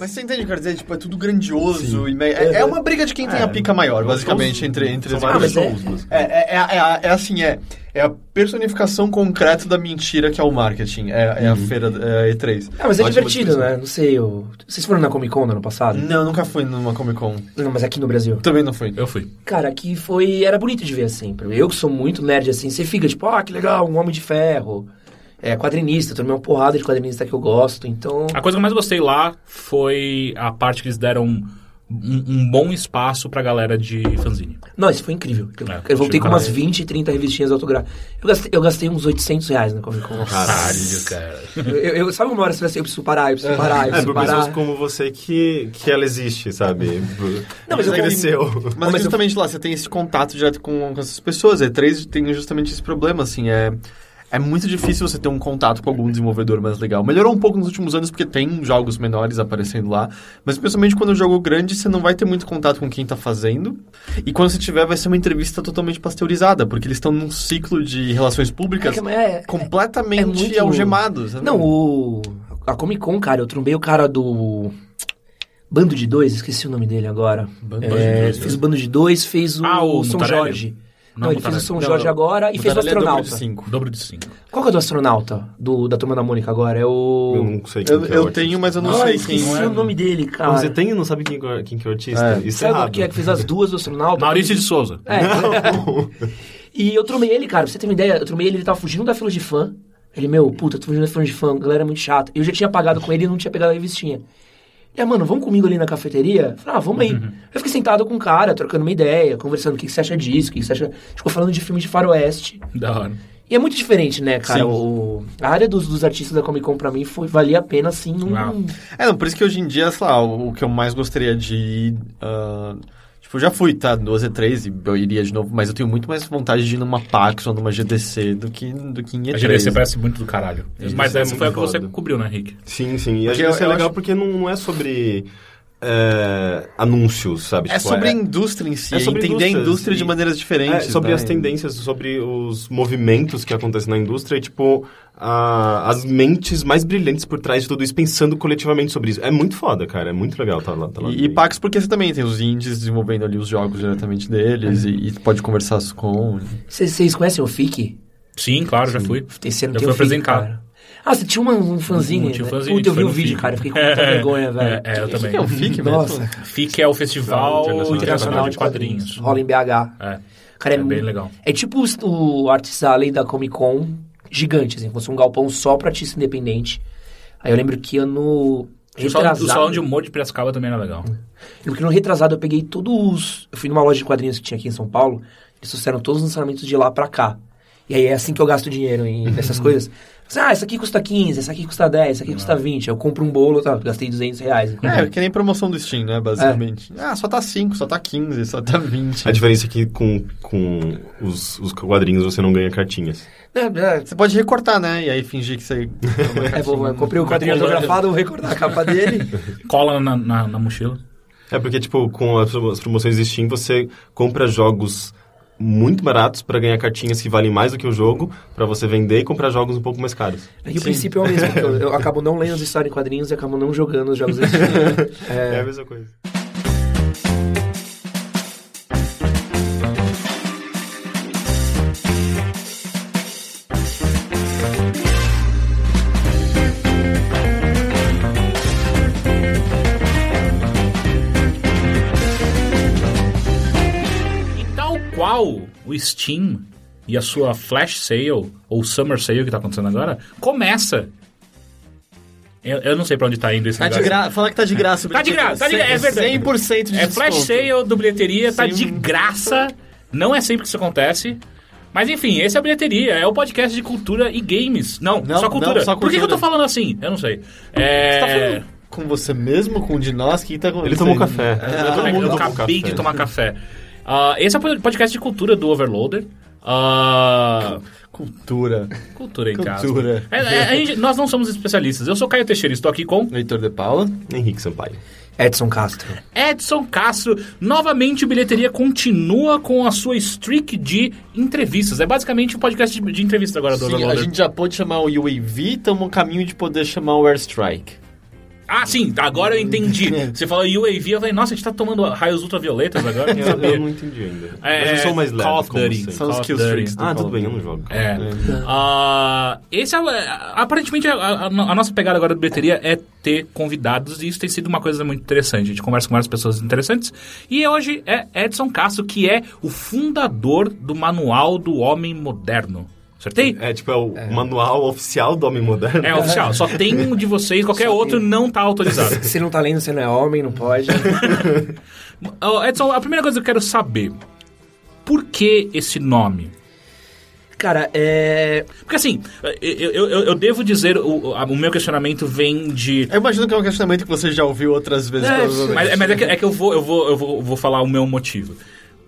Mas você entende o que eu quero dizer? Tipo, é tudo grandioso e meio... É, é uma briga de quem tem a pica maior, basicamente, entre, entre as São vários pessoas. shows, Ah, mas- É, é, é, a- é a- é assim, é, é a personificação concreta da mentira que é o marketing. É, é a feira é a E3. Ah, mas é Ótima divertido, discussão. né? Não sei, eu... Vocês foram na Comic Con no ano passado? Não, eu nunca fui numa Comic Con. Não, mas aqui no Brasil. Também não fui. Eu fui. Cara, que foi. Era bonito de ver assim. pra mim. Eu que sou muito nerd assim, você fica tipo, ah, que legal, um homem de ferro. É, quadrinista, eu tomei uma porrada de quadrinista que eu gosto, então. A coisa que eu mais gostei lá foi a parte que eles deram um, um bom espaço pra galera de fanzine. Não, isso foi incrível. Eu, É, eu voltei tipo, com umas caralho. 20, 30 revistinhas autográficas. Eu gastei, eu gastei uns 800 reais na Comic Con. Caralho, cara. Eu, eu- sabe uma hora você vai assim, eu preciso parar, eu preciso parar, eu É, preciso por pessoas parar. como você que, que ela existe, sabe? Não, mas eu cresceu. Mas, Mas eu- justamente lá, você tem esse contato direto com, com essas pessoas. A E3 tem justamente esse problema, assim, é... É muito difícil você ter um contato com algum desenvolvedor mais legal. Melhorou um pouco nos últimos anos, porque tem jogos menores aparecendo lá. Mas, principalmente quando é um jogo grande, você não vai ter muito contato com quem tá fazendo. E quando você tiver, vai ser uma entrevista totalmente pasteurizada, porque eles estão num ciclo de relações É públicas que é- completamente é muito- algemados. né? sabe? Não, o. A Comic Con, cara, eu trombei o cara do. Bando de Dois, esqueci o nome dele agora. Bando de É, Dois, fez o Bando de Dois, fez o, Ah, o São Mutarelli. Jorge. Não, Não, ele fez o Mutarelli. São Não, Jorge não. agora e fez o Mutarelli é dobro de astronauta. cinco. Dobro de cinco. Qual que é o do astronauta do, da turma da Mônica agora? É o. Eu não sei quem Eu, que é eu o artista. tenho, mas eu não Ah, sei esqueci quem é. o nome dele, cara. Ah, Você tem e não sabe quem, que é- quem que é o artista? É. Isso é Sabe o errado. que é que fez as duas do astronauta? Maurício de Souza. É. e eu tromei ele, cara, pra você ter uma ideia, eu tromei ele, ele tava fugindo da fila de fã. Ele, meu, puta, tô fugindo da fila de fã, a galera é muito chata. Eu já tinha pagado com ele e não tinha pegado a revistinha. É, mano, vamos comigo ali na cafeteria? Eu Falei, ah, vamos aí. Eu fiquei sentado com o cara, trocando uma ideia, conversando o que, que você acha disso, o que, que você acha. A gente Ficou falando de filme de faroeste. Da hora. E é muito diferente, né, cara? Sim. O, a área dos, dos artistas da Comic Con pra mim foi, valia a pena, assim, um. Uau. É, não, por isso que hoje em dia, sei lá, o, o que eu mais gostaria de ir. ah, tipo, eu já fui, tá? Duas e três e eu iria de novo, mas eu tenho muito mais vontade de ir numa PAX ou numa GDC do que, do que em A E3. é GDC parece muito do caralho. Isso Mas é essa foi a que muito você foda. cobriu, né, Rick? Sim, sim. E acho Porque que isso é eu- eu legal acho- porque não, não é sobre é, anúncios, sabe? É Tipo, sobre a indústria em si, é é sobre entender a indústrias indústria de e- maneiras É, diferentes. sobre né? as tendências, sobre os movimentos que acontecem na indústria e, tipo, a- as mentes mais brilhantes por trás de tudo isso, pensando coletivamente sobre isso. É muito foda, cara. É muito legal tá lá. Tá lá E, e PAX, porque você também tem os indies desenvolvendo ali os Uhum. jogos diretamente deles e, e pode conversar com. Vocês vocês conhecem o FIC? Sim, claro, já fui. Esse ano Eu tem o fui FIC, apresentar. cara. Ah, você tinha uma- um fanzine? Tinha um né? fanzine, Puta, eu vi foi o no vídeo, FIC. cara. eu Fiquei com muita vergonha, velho. É, eu também. que é o FIC mesmo? Nossa, cara. FIC é o Festival Internacional Internacional, de de Quadrinhos. Rola em BH. É, Cara, é, é bem muito- legal. É tipo os- o Artist Alley da Comic Con gigante, assim. Fosse um galpão só pra artista independente. Aí eu lembro que ano E O salão, o retrasado... salão um- de humor de Piracicaba também era legal. Eu lembro que no retrasado eu peguei todos os... Eu fui numa loja de quadrinhos que tinha aqui em São Paulo. Eles trouxeram todos os lançamentos de lá pra cá. E aí é assim que eu gasto dinheiro em, nessas coisas. Ah, essa aqui custa 15, essa aqui custa 10, essa aqui custa 20. Eu compro um bolo, tá, gastei 200 reais. É, que nem promoção do Steam, né? Basicamente. Ah, só tá 5, só tá 15, só tá 20. É. A diferença é que com, com os, os quadrinhos você não ganha cartinhas. É, é, Você pode recortar, né? E aí fingir que você. É, vou, eu comprei o quadrinho autografado, vou recordar a capa dele. Cola na, na, na mochila. É porque, tipo, com as promo- as promoções Steam, você compra jogos muito baratos pra ganhar cartinhas que valem mais do que o jogo, pra você vender e comprar jogos um pouco mais caros. E o princípio é o mesmo, porque eu, eu acabo não lendo as histórias em quadrinhos e acabo não jogando os jogos desse tipo. É, a mesma coisa. E tal qual o Steam e a sua Flash Sale, ou Summer Sale que tá acontecendo agora, começa. Eu, eu não sei pra onde tá indo esse Tá de negócio. graça. Fala que tá de graça. Tá de graça, tá de graça, é verdade. 100% de É flash desconto. sale do bilheteria, tá Sim. de graça. Não é sempre que isso acontece. Mas enfim, esse é a bilheteria, é o podcast de cultura e games. Não, Não, só cultura. não, só Por que, que eu tô cultura. falando assim? Eu não sei. É... Tá falando com você mesmo, com o de nós, que tá acontecendo? É, Ele tomou café. Ah, Eu, Todo também, mundo eu tomou acabei café. de tomar café. Ah, esse é o podcast de cultura do Overloader. Ah, Cultura. cultura em Cultura. casa. É, é, a gente- nós não somos especialistas. Eu sou Caio Teixeira, estou aqui com Heitor de Paula. Henrique Sampaio. Edson Castro. Edson Castro. Novamente, o Bilheteria continua com a sua streak de entrevistas. É basicamente um podcast de, de entrevistas agora do Sim, a Overloader. gente já pôde chamar o UAV, estamos no caminho de poder chamar o Airstrike. Ah, sim, agora eu entendi. Você falou UAV, eu falei, nossa, a gente tá tomando raios ultravioletas agora, eu não Eu, eu sabia. não entendi ainda. É, Mas eu sou mais leve, Call of como Duty. sempre. São os Call of kills Duty. freaks. do Ah, Call tudo of bem, eu Duty. não jogo. É. Ah, esse é, aparentemente é, a, a- a nossa pegada agora do bilheteria é ter convidados e isso tem sido uma coisa muito interessante. A gente conversa com várias pessoas interessantes e hoje é Edson Castro que é o fundador do Manual do Homem Moderno. Acertei? É, tipo, é o manual oficial do Homem Moderno. É oficial, só tem um de vocês, qualquer outro não tá autorizado. Se não tá lendo, você não é homem, não pode. Ó, Edson, a primeira coisa que eu quero saber, por que esse nome? Cara, é. Porque assim, eu, eu- eu- eu devo dizer, o, o meu questionamento vem de Eu imagino que é um questionamento que você já ouviu outras vezes. É, provavelmente. Mas, mas é, que, é que eu vou, eu vou, eu vou, eu vou falar o meu motivo.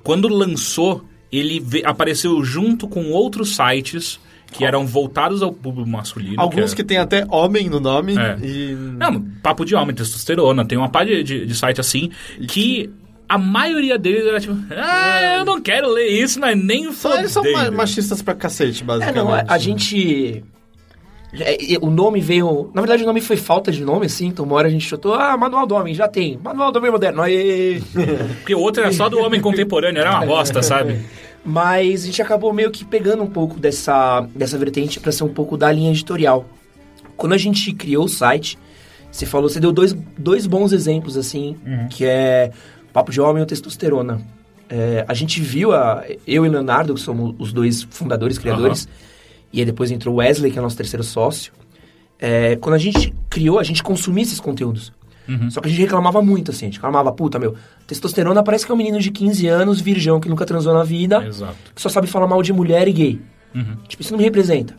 Quando lançou, ele ve- apareceu junto com outros sites que eram voltados ao público masculino. Alguns que que tem até homem no nome É. e... Não, papo de homem, testosterona, tem uma pá de, de, de site assim que a maioria deles era tipo, ah, eu não quero ler isso, mas nem São, eles são ma- fodendo. machistas pra cacete, É, basicamente. né? não, a, a gente. é, é, O nome veio. Na verdade, o nome foi falta de nome, assim. Então, uma hora a gente chutou. Ah, Manual do Homem, já tem. Manual do Homem Moderno. Aê! Porque o outro era só do homem contemporâneo, era uma bosta, sabe? Mas a gente acabou meio que pegando um pouco dessa, dessa vertente pra ser um pouco da linha editorial. Quando a gente criou o site, você falou, você deu dois, dois bons exemplos, assim, que é Papo de Homem e o Testosterona. É, a gente viu, a, eu e o Leonardo, que somos os dois fundadores, criadores, e aí depois entrou o Wesley, que é nosso terceiro sócio. É, quando a gente criou, a gente consumia esses conteúdos. Só que a gente reclamava muito, assim, a gente reclamava, puta, meu, testosterona parece que é um menino de 15 anos, virgão, que nunca transou na vida, Exato. que só sabe falar mal de mulher e gay. Tipo, isso não me representa.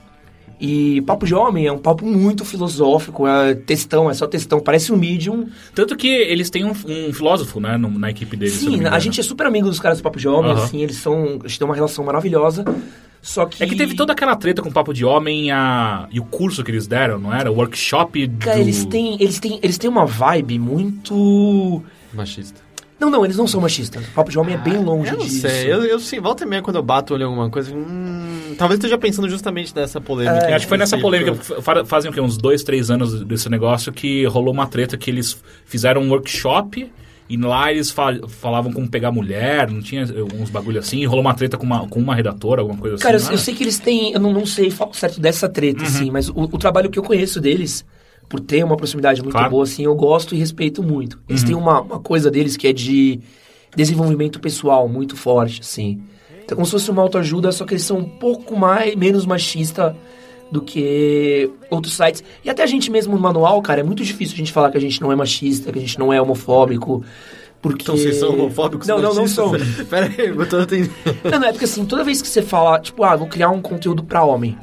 E Papo de Homem é um papo muito filosófico, é textão, é só textão, parece um medium. Tanto que eles têm um, um filósofo, né, no- na equipe deles. se eu não Sim, me a engano. gente é super amigo dos caras do Papo de Homem, né? Aham. assim, eles são. A gente tem uma relação maravilhosa. Só que. É que teve toda aquela treta com o Papo de Homem a... e o curso que eles deram, não era? O workshop do... Cara, eles têm, eles têm. Eles têm uma vibe muito. Machista. Não, não, eles não são machistas. O Papo de Homem é bem longe Ah, Eu não disso. sei, eu, eu sim, volta e meia quando eu bato olho em alguma coisa, hum, talvez esteja pensando justamente nessa polêmica. Eu acho que foi nessa Sei, polêmica, porque- que fa- fazem o quê? Uns dois, três anos desse negócio que rolou uma treta que eles fizeram um workshop e lá eles fa- falavam como pegar mulher, não tinha eh, uns bagulho assim, e rolou uma treta com uma, com uma redatora, alguma coisa Cara, eu, assim. eu não era? sei que eles têm. Eu não, não sei falar certo dessa treta, assim, mas o, o trabalho que eu conheço deles, por ter uma proximidade muito Claro. boa, assim, eu gosto e respeito muito. Eles têm uma, uma coisa deles que é de desenvolvimento pessoal muito forte, assim. Então, como se fosse uma autoajuda, só que eles são um pouco mais, menos machista do que outros sites. E até a gente mesmo no manual, cara, é muito difícil a gente falar que a gente não é machista, que a gente não é homofóbico. Porque... Então vocês são homofóbicos? Não, não, não machistas? né? somos. Pera aí, eu tô entendendo. Não, não, é porque assim, toda vez que você fala, tipo, ah, vou criar um conteúdo pra homem.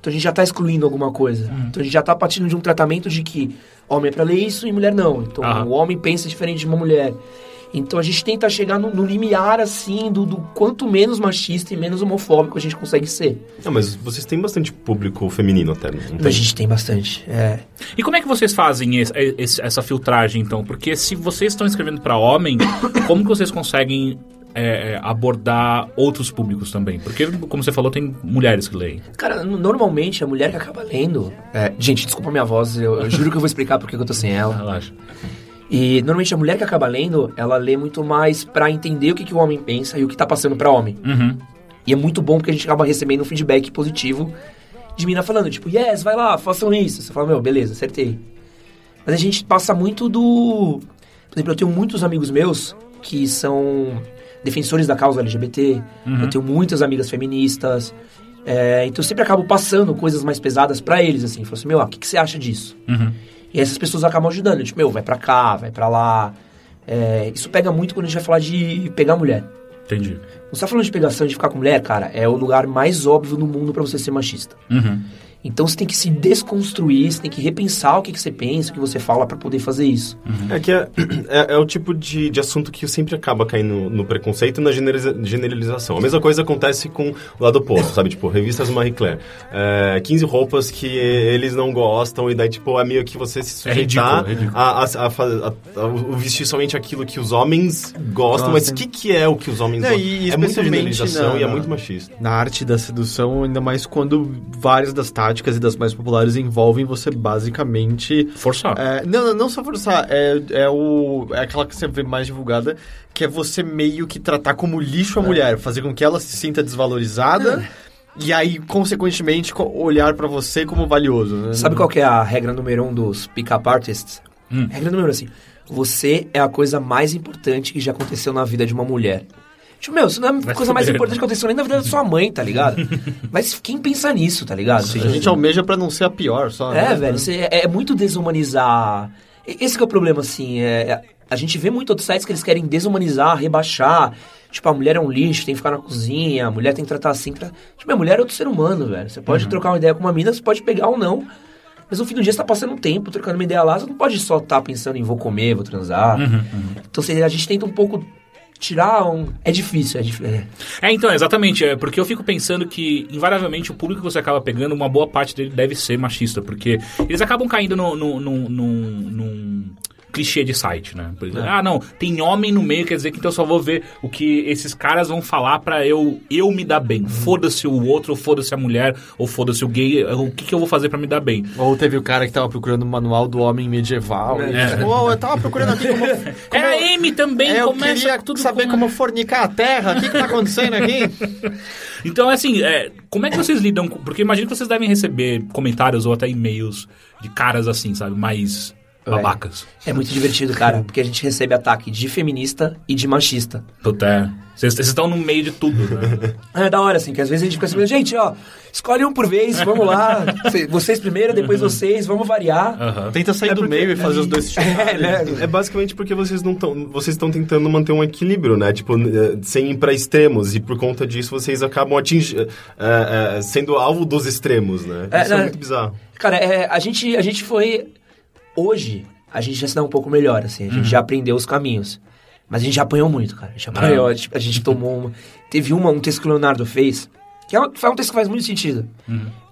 Então a gente já tá excluindo alguma coisa. Então a gente já tá partindo de um tratamento de que homem é pra ler isso e mulher não. Então Aham. o homem pensa diferente de uma mulher. Então a gente tenta chegar no, no limiar, assim, do, do quanto menos machista e menos homofóbico a gente consegue ser. Não, mas vocês têm bastante público feminino até, não Então a tem? gente tem bastante. É. E como é que vocês fazem esse- esse- essa filtragem, então? Porque se vocês estão escrevendo pra homem, como que vocês conseguem... eh, eh, abordar outros públicos também. Porque, como você falou, tem mulheres que leem. Cara, n- normalmente a mulher que acaba lendo. É, gente, desculpa a minha voz, eu, eu juro que eu vou explicar porque que eu tô sem ela. Relaxa. E normalmente a mulher que acaba lendo, ela lê muito mais pra entender o que, que o homem pensa e o que tá passando pra homem. Uhum. E é muito bom porque a gente acaba recebendo um feedback positivo de mina falando, tipo, yes, vai lá, façam isso. Você fala, meu, beleza, acertei. Mas a gente passa muito do. Por exemplo, eu tenho muitos amigos meus que são defensores da causa LGBT, eu tenho muitas amigas feministas. é, então eu sempre acabo passando coisas mais pesadas pra eles, assim. Falo assim, meu, ah, o que, que você acha disso? Uhum. E essas pessoas acabam ajudando. Tipo, meu, vai pra cá, vai pra lá. É, isso pega muito quando a gente vai falar de pegar mulher. Entendi. Não está falando de pegação de ficar com mulher, cara. É o lugar mais óbvio no mundo pra você ser machista. Uhum. Então você tem que se desconstruir, você tem que repensar o que, que você pensa, o que você fala pra poder fazer isso. É que é, é, é o tipo de, de assunto que sempre acaba caindo no preconceito e na generaliza- generalização. A mesma coisa acontece com o lado oposto, sabe? Tipo, revistas Marie Claire. É, 15 roupas que eles não gostam e daí, tipo, é meio que você se É ridículo, sujeitar é ridículo. a, a, a fa- a- a- o vestir somente aquilo que os homens gostam. Mas o que, que é o que os homens Não, gostam? e é muita especialmente generalização na- e é na- muito machista. Na arte da sedução, ainda mais quando várias das práticas e das mais populares envolvem você basicamente Forçar. é, não, não, não só forçar, é, é, o, é aquela que você vê mais divulgada, que é você meio que tratar como lixo a mulher, fazer com que ela se sinta desvalorizada e aí, consequentemente, co- olhar pra você como valioso. Uhum. né? Sabe qual que é a regra número um dos pick-up artists? Hum. Regra número um, assim. Você é a coisa mais importante que já aconteceu na vida de uma mulher. Tipo, meu, isso não é a Vai coisa mais fuder, né? importante que aconteceu nem na vida da sua mãe, tá ligado? Mas quem pensa nisso, tá ligado? A gente almeja pra não ser a pior, só. É, né? velho, você- é, é muito desumanizar. E- Esse que é o problema, assim. é- é- a gente vê muito outros sites que eles querem desumanizar, rebaixar. Tipo, a mulher é um lixo, tem que ficar na cozinha, a mulher tem que tratar assim. tra- Tipo, a mulher é outro ser humano, velho. Você pode trocar uma ideia com uma mina, você pode pegar ou não. Mas no fim do dia você tá passando um tempo trocando uma ideia lá, você não pode só estar pensando em vou comer, vou transar. Então você- a gente tenta um pouco tirar um. É difícil, é difícil. é. É, então, exatamente. É, porque eu fico pensando que, invariavelmente, o público que você acaba pegando, uma boa parte dele deve ser machista. Porque eles acabam caindo no, no, no- num- num clichê de site, né? Por É. exemplo, Ah, não, tem homem no meio, quer dizer que então eu só vou ver o que esses caras vão falar pra eu eu me dar Uhum. bem. Foda-se o outro, ou foda-se a mulher, ou foda-se o gay, o que, que eu vou fazer pra me dar bem? Ou teve o cara que tava procurando o manual do homem medieval. e É. tipo, "Uou, eu tava procurando aqui como. como Era eu- M também, é, eu É começa queria tudo saber com- um- como fornicar a terra. O que que tá acontecendo aqui? Então, assim, é, como é que vocês lidam com... Porque imagino que vocês devem receber comentários ou até e-mails de caras assim, sabe? Mais babacas. É muito divertido, cara, porque a gente recebe ataque de feminista e de machista. Puta, é. Vocês vocês estão no meio de tudo, né? É da hora, assim, que às vezes a gente fica assim, gente, ó, escolhe um por vez, vamos lá. Cê- Vocês primeiro, depois vocês, vamos variar. Aham. Tenta sair do meio e fazer os dois tipo, se É, né? É basicamente porque vocês não estão. Vocês estão tentando manter um equilíbrio, né? Tipo, eh, sem ir pra extremos. E por conta disso, vocês acabam atingindo. eh, sendo alvo dos extremos, né? É, Isso é, né? muito bizarro. Cara, é, a, gente, a gente foi. Hoje, a gente já se dá um pouco melhor, assim, a gente já aprendeu os caminhos. Mas a gente já apanhou muito, cara. A gente apanhou, a gente, a gente tomou uma. Teve uma, um texto que o Leonardo fez, que é um, foi um texto que faz muito sentido.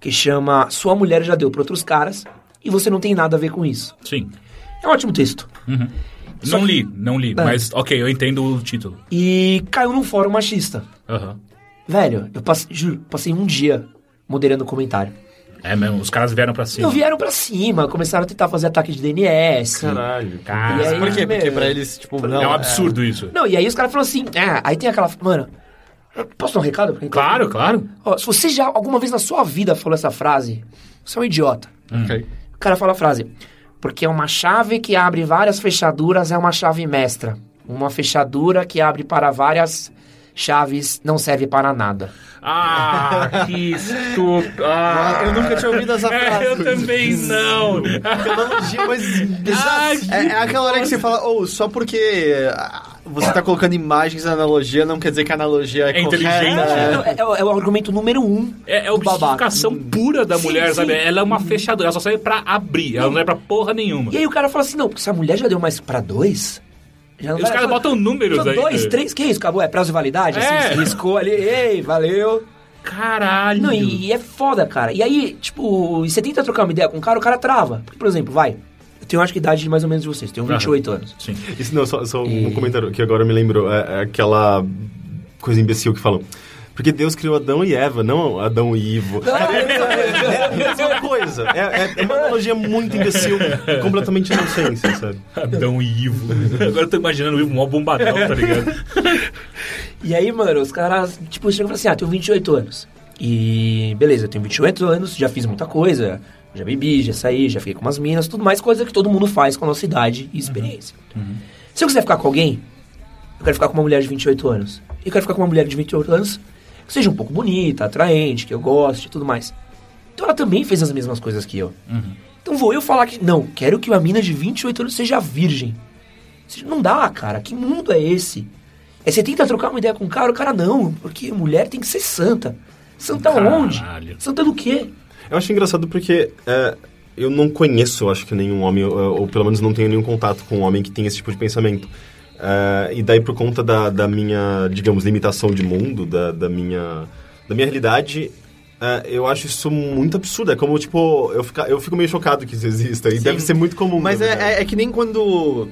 Que chama Sua Mulher Já Deu pra Outros Caras e Você Não Tem Nada a Ver com Isso. Sim. É um ótimo texto. Só Não que- li, não li. É. Mas, ok, eu entendo o título. E caiu num fórum machista. Aham. Velho, eu passei, juro, passei um dia moderando o comentário. É mesmo, os caras vieram pra cima. Não vieram pra cima, começaram a tentar fazer ataque de DNS. Caralho. Cara, E aí- Por quê? Porque Meu. pra eles, tipo, não. é um absurdo isso. Não, e aí os caras falaram assim, ah, aí tem aquela. Mano, posso dar um recado? pra quem tá- Claro, claro. Ó, se você já alguma vez na sua vida falou essa frase, você é um idiota. Ok. O cara fala a frase, porque uma chave que abre várias fechaduras é uma chave mestra. Uma fechadura que abre para várias chaves não serve para nada. Ah, que estúpido. Ah. Eu nunca tinha ouvido essa frase. Tipo, É, eu também não. Analogia, mas Ah, bizarra. que é, é aquela hora que você fala, ou só porque ah, você tá colocando imagens na analogia, não quer dizer que a analogia é, É correta. inteligente, é. Não, É, é o- é o argumento número um. É, é a do babaca. Hum. objetificação pura da Sim, mulher, sim. sabe? Ela é uma fechadura, ela só serve pra abrir, ela não é pra porra nenhuma. E aí o cara fala assim, não, porque se a mulher já deu mais pra dois... Já não E os vai- caras só- botam números só aí. né? Dois, três, que isso? Acabou, é prazo de validade? É. Assim, se riscou ali, ei, valeu. Caralho. Não, e, e é foda, cara. E aí, tipo, e você tenta trocar uma ideia com o cara, o cara trava. Porque, por exemplo, vai, eu tenho acho que a idade de mais ou menos de vocês, tenho 28 anos. Sim. Isso não, só, só um comentário que agora me lembrou. É, é aquela coisa imbecil que falam. Porque Deus criou Adão e Eva, não Adão e Ivo. É a mesma coisa. É, é- é uma analogia muito imbecil, completamente inocência, sabe? Adão e Ivo. Agora eu tô imaginando o Ivo mó bombadão, tá ligado? E aí, mano, os caras, tipo, chegam e falam assim, ah, tenho 28 anos. E beleza, eu tenho 28 anos, já fiz muita coisa, já bebi, já saí, já fiquei com umas minas, tudo mais coisa que todo mundo faz com a nossa idade e experiência. Se eu quiser ficar com alguém, eu quero ficar com uma mulher de 28 anos. E eu quero ficar com uma mulher de 28 anos que seja um pouco bonita, atraente, que eu goste e tudo mais. Então ela também fez as mesmas coisas que eu. Então vou eu falar que, não, quero que uma mina de 28 anos seja virgem. Seja, Não dá, cara. Que mundo é esse? Aí você tenta trocar uma ideia com o cara, o cara não, porque mulher tem que ser santa. Santa Caralho. onde? Santa do quê? Eu acho engraçado porque é, eu não conheço, eu acho que nenhum homem, é, ou, ou pelo menos não tenho nenhum contato com um homem que tem esse tipo de pensamento. É, e daí, por conta da, da minha, digamos, limitação de mundo, da, da, minha, da minha realidade, é, eu acho isso muito absurdo. É como, tipo, eu, fica, eu fico meio chocado que isso exista. E deve ser muito comum. Mas na verdade. é, é- é que nem quando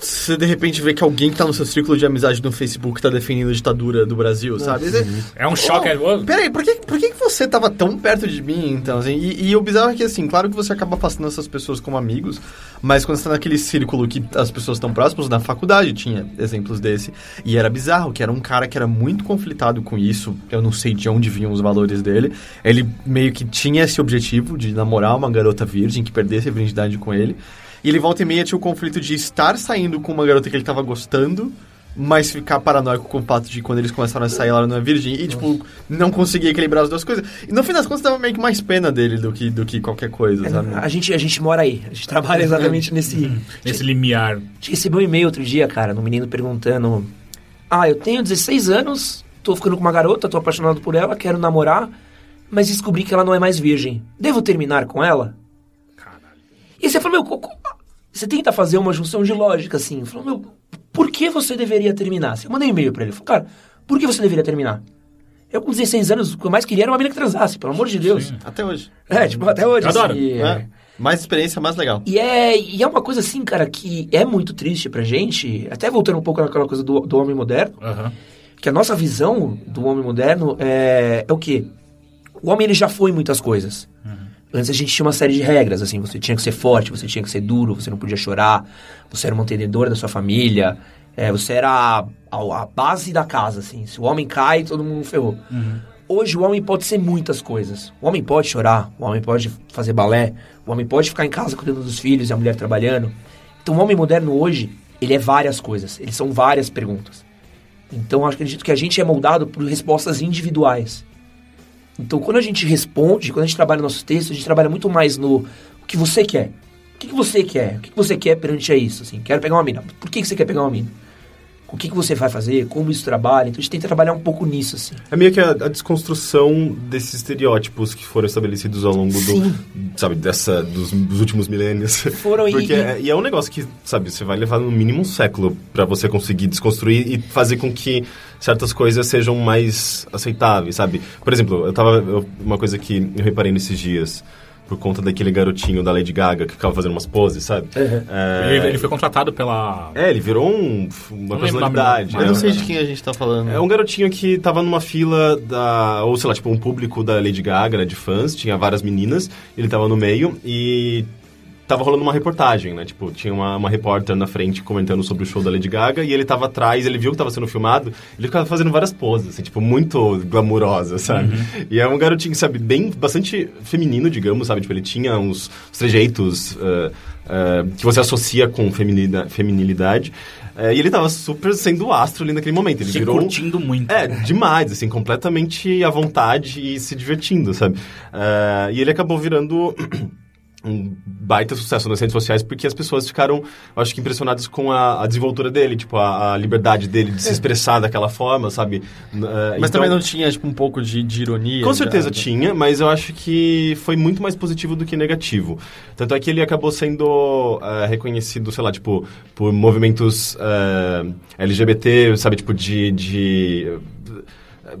você de repente vê que alguém que tá no seu círculo de amizade no Facebook tá defendendo a ditadura do Brasil, sabe? Você- É um choque. é- Peraí, por que, por que que você tava tão perto de mim, então, assim, e, e o bizarro é que, assim, claro que você acaba afastando essas pessoas como amigos, mas quando você tá naquele círculo que as pessoas estão próximas, na faculdade tinha exemplos desse, e era bizarro, que era um cara que era muito conflitado com isso, eu não sei de onde vinham os valores dele, ele meio que tinha esse objetivo de namorar uma garota virgem, que perdesse a virgindade com ele, e ele volta e meia tinha o conflito de estar saindo com uma garota que ele tava gostando, mas ficar paranoico com o fato de quando eles começaram a sair ela não é virgem. E, tipo, não conseguia equilibrar as duas coisas. E no fim das contas dava meio que mais pena dele do que, do que qualquer coisa, É sabe? A gente, a gente mora aí, a gente trabalha exatamente nesse. Esse limiar. A gente recebeu um e-mail outro dia, cara, de um menino perguntando: Ah, eu tenho 16 anos, tô ficando com uma garota, tô apaixonado por ela, quero namorar, mas descobri que ela não é mais virgem. Devo terminar com ela? E você fala, meu, co- co- você tenta fazer uma junção de lógica, assim. Fala, meu, por que você deveria terminar? Assim, Eu mandei um e-mail pra ele. Eu falei, cara, por que você deveria terminar? Eu com 16 anos, o que eu mais queria era uma menina que transasse, pelo amor de Deus. Até hoje. É, tipo, até hoje. Eu adoro. assim, é. né? Mais experiência, mais legal. E é, e é uma coisa assim, cara, que é muito triste pra gente, até voltando um pouco naquela coisa do, do homem moderno, Aham. que a nossa visão do homem moderno é, é o quê? O homem ele já foi muitas coisas. Antes a gente tinha uma série de regras, assim, você tinha que ser forte, você tinha que ser duro, você não podia chorar, você era o mantenedor da sua família, é, você era a, a- a base da casa, assim. Se o homem cai, todo mundo ferrou. Hoje o homem pode ser muitas coisas. O homem pode chorar, o homem pode fazer balé, o homem pode ficar em casa cuidando dos filhos e a mulher trabalhando. Então o homem moderno hoje, ele é várias coisas, eles são várias perguntas. Então eu acredito que a gente é moldado por respostas individuais. Então, quando a gente responde, quando a gente trabalha nossos textos, a gente trabalha muito mais no o que você quer. O que, que você quer? O que, que você quer perante a isso? Assim, quero pegar uma mina. Por que, que você quer pegar uma mina? O que, que você vai fazer? Como isso trabalha? Então, a gente tenta trabalhar um pouco nisso, assim. É meio que a, a desconstrução desses estereótipos que foram estabelecidos ao longo Sim. do, sabe, dessa, dos, dos últimos milênios. Foram e- Porque e- é, e é um negócio que, sabe, você vai levar no mínimo um século pra você conseguir desconstruir e fazer com que certas coisas sejam mais aceitáveis, sabe? Por exemplo, eu tava eu- uma coisa que eu reparei nesses dias por conta daquele garotinho da Lady Gaga que ficava fazendo umas poses, sabe? Uhum. É, Ele, ele foi contratado pela. é, ele virou um- uma Não lembro o nome, personalidade. mas- Eu não sei É. de quem a gente tá falando. É um garotinho que tava numa fila da. Ou sei lá, tipo, um público da Lady Gaga, né, de fãs, tinha várias meninas, ele tava no meio e. Tava rolando uma reportagem, né? Tipo, tinha uma, uma repórter na frente comentando sobre o show da Lady Gaga e ele tava atrás, ele viu que tava sendo filmado, ele ficava fazendo várias poses, assim, tipo, muito glamurosa, sabe? E é um garotinho, sabe, bem, bastante feminino, digamos, sabe? Tipo, ele tinha uns, uns trejeitos ah, ah, que você associa com feminida, feminilidade. Eh, e ele tava super sendo o astro ali naquele momento. Ele Se virou. um- curtindo muito. é, demais, assim, completamente à vontade e se divertindo, sabe? Ah, e ele acabou virando um baita sucesso nas redes sociais porque as pessoas ficaram, eu acho que impressionadas com a, a desenvoltura dele, tipo, a, a liberdade dele de se expressar daquela forma, sabe? N- ah, É. Mas então- também não tinha, tipo, um pouco de, de ironia. com certeza né? tinha, mas eu acho que foi muito mais positivo do que negativo. Tanto é que ele acabou sendo ah, reconhecido, sei lá, tipo, por movimentos ah, LGBT, sabe, tipo, de. de, ah,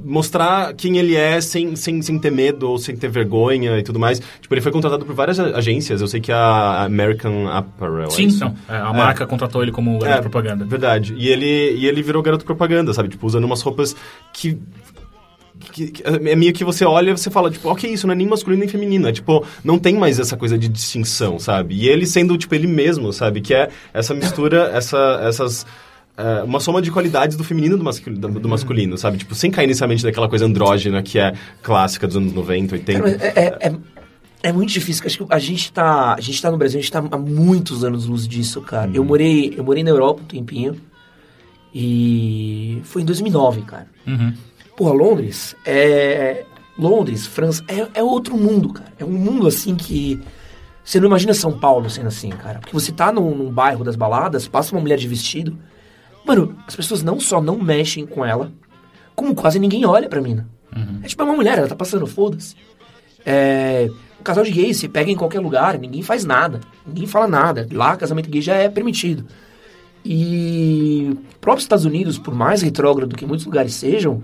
mostrar quem ele é sem, sem, sem ter medo ou sem ter vergonha e tudo mais. Tipo, ele foi contratado por várias a- agências. Eu sei que a American Apparel. é Sim, isso? não. É, a marca contratou ele como garoto É, propaganda. Verdade. E ele, e ele virou garoto propaganda, sabe? Tipo, usando umas roupas que. que- que- é meio que você olha e você fala, tipo, ok, isso não é nem masculino nem feminino. É tipo, não tem mais essa coisa de distinção, sabe? E ele sendo, tipo, ele mesmo, sabe? Que é essa mistura, essa, essas. é, uma soma de qualidades do feminino e do masculino, do, do masculino, sabe? Tipo, sem cair inicialmente naquela coisa andrógena que é clássica dos anos 90, 80. Cara, é, é- é- é muito difícil. Acho que a gente tá. A gente tá no Brasil, a gente tá há muitos anos luz disso, cara. Uhum. Eu morei. Eu morei na Europa um tempinho. E foi em 2009, cara. Uhum. Porra, Londres é. Londres, França, é, é outro mundo, cara. É um mundo assim que. Você não imagina São Paulo sendo assim, cara. Porque você tá num, num bairro das baladas, passa uma mulher de vestido. Mano, as pessoas não só não mexem com ela, como quase ninguém olha pra mina. É tipo, é uma mulher, ela tá passando, foda-se. É. Um casal de gays se pega em qualquer lugar, ninguém faz nada, ninguém fala nada. Lá, casamento gay já é permitido. E próprios Estados Unidos, por mais retrógrado que muitos lugares sejam,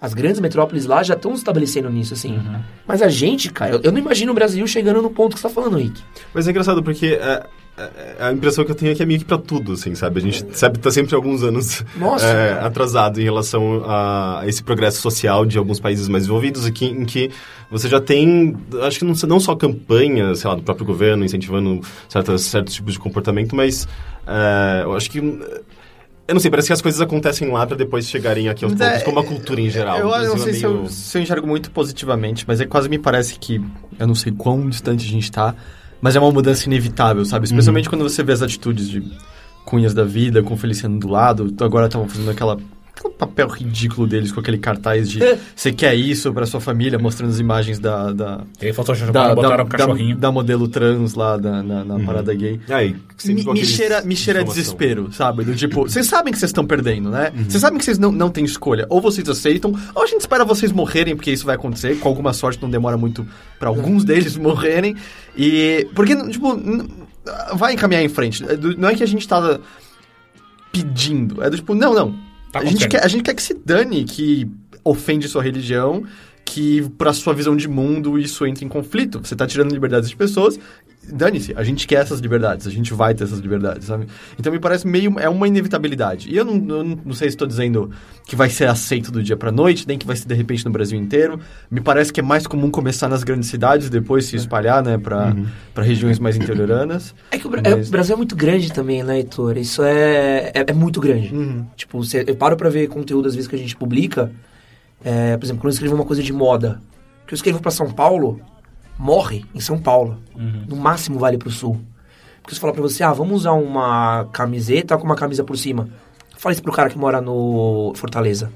as grandes metrópoles lá já estão se estabelecendo nisso, assim. Mas a gente, cara, eu, eu não imagino o Brasil chegando no ponto que você tá falando, Rick. Mas é engraçado porque é, é, A impressão que eu tenho é que é meio que pra tudo, assim, sabe? A gente sabe tá sempre alguns anos Nossa, é, cara. atrasado em relação a esse progresso social de alguns países mais desenvolvidos, aqui, em que você já tem, acho que não, não só campanhas, sei lá, do próprio governo incentivando certas, certos tipos de comportamento, mas é, eu acho que... Eu não sei, parece que as coisas acontecem lá pra depois chegarem aqui aos Mas é- poucos, como a cultura em geral. Eu, O eu não Brasil é sei se, eu, meio- se eu enxergo muito positivamente, mas é quase me parece que eu não sei quão distante a gente tá, mas é uma mudança inevitável, sabe? Uhum. Especialmente quando você vê as atitudes de Cunhas da Vida, com o Feliciano do lado, então agora estavam fazendo aquela aquele papel ridículo deles com aquele cartaz de É. você quer isso pra sua família, mostrando as imagens da da, E aí faltou da, botaram da- um cachorrinho. da- da modelo trans lá da- na, na parada gay. Aí, sempre Me, com me aqueles- cheira, me cheira a informação. desespero, sabe? Do tipo, vocês sabem que vocês estão perdendo, né? Vocês sabem que vocês não, não têm escolha. Ou vocês aceitam, ou a gente espera vocês morrerem, porque isso vai acontecer. Com alguma sorte, não demora muito pra alguns deles morrerem. E. Porque, tipo, n- vai encaminhar em frente. É do- Não é que a gente tava pedindo. É do tipo, não, não. Tá a, gente acontecendo. quer, a gente quer que se dane, que ofende sua religião, que pra sua visão de mundo isso entra em conflito. Você tá tirando liberdades de pessoas. Dane-se, a gente quer essas liberdades, a gente vai ter essas liberdades, sabe? Então me parece meio. É uma inevitabilidade. E eu não, eu não- não sei se estou dizendo que vai ser aceito do dia pra noite, nem que vai ser de repente no Brasil inteiro. Me parece que é mais comum começar nas grandes cidades e depois É. se espalhar, né, pra, Uhum. pra regiões mais interioranas. É que o, Bra- é, Mas- o Brasil é muito grande também, né, Heitor? Isso é, é, é muito grande. Tipo, você- eu paro pra ver conteúdo às vezes que a gente publica. é, por exemplo, quando eu escrevo uma coisa de moda, que eu escrevo pra São Paulo, morre em São Paulo. No máximo vale pro Sul. Porque se eu falar pra você, ah, vamos usar uma camiseta com uma camisa por cima. Fala isso pro cara que mora no Fortaleza.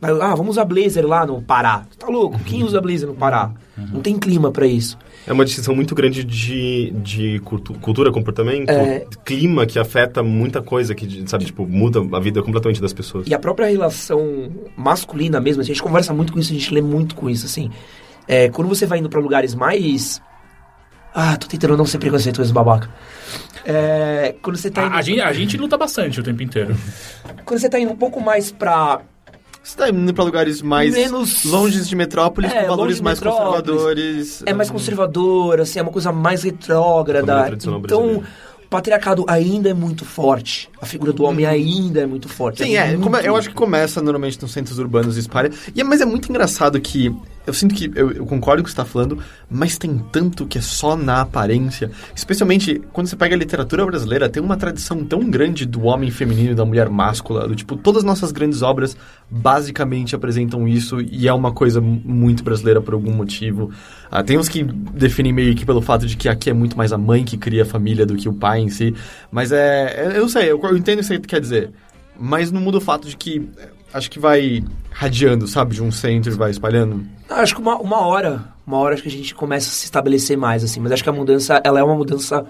Aí eu, Ah, vamos usar blazer lá no Pará. Tá louco? Quem usa blazer no Pará? Não tem clima pra isso. É uma distinção muito grande de, de cultu- cultura, comportamento, É. clima que afeta muita coisa, que, sabe, tipo, muda a vida completamente das pessoas. E a própria relação masculina mesmo, assim, a gente conversa muito com isso, a gente lê muito com isso, assim. É, quando você vai indo pra lugares mais. Ah, tô tentando não ser preconceituoso, babaca. É, quando você tá indo, A, a gente, a gente luta bastante o tempo inteiro. quando você tá indo um pouco mais pra. Você tá indo pra lugares mais Menos- longes de metrópolis, É, com valores longe de mais metrópolis. conservadores. É mais Ah, conservador, assim, é uma coisa mais Família retrógrada. tradicional Então, brasileira. o patriarcado ainda é muito forte. A figura do homem ainda é muito forte. Sim, é. muito- come- eu acho que começa normalmente nos centros urbanos e espalha. E é- mas é muito engraçado que. Eu sinto que. Eu, eu concordo com o que você tá falando, mas tem tanto que é só na aparência. Especialmente quando você pega a literatura brasileira, tem uma tradição tão grande do homem feminino e da mulher máscula. Do, tipo, todas as nossas grandes obras basicamente apresentam isso e é uma coisa mu- muito brasileira por algum motivo. Ah, tem uns que definem meio que pelo fato de que aqui é muito mais a mãe que cria a família do que o pai em si. Mas é. é- Eu não sei, eu, eu entendo isso aí que quer dizer. Mas não muda o fato de que eh, acho que vai radiando, sabe? De um centro e vai espalhando. Acho que uma, uma hora, uma hora acho que a gente começa a se estabelecer mais, assim. Mas acho que a mudança, ela é uma mudança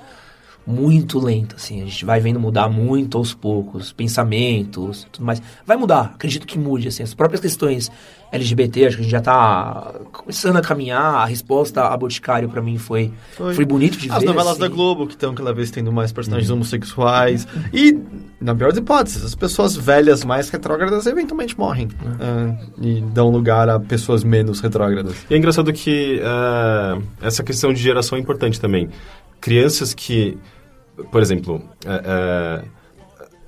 muito lenta, assim. A gente vai vendo mudar muito aos poucos, pensamentos, tudo mais. Vai mudar, acredito que mude, assim. As próprias questões LGBT, acho que a gente já tá começando a caminhar. A resposta a Boticário, pra mim, foi, Foi. foi. bonito de ver, As novelas assim. da Globo, que estão cada vez tendo mais personagens homossexuais. E, na pior das hipóteses, as pessoas velhas mais retrógradas eventualmente morrem. Ah, e dão lugar a pessoas menos retrógradas. E é engraçado que ah, essa questão de geração é importante também. Crianças que, por exemplo, é, é,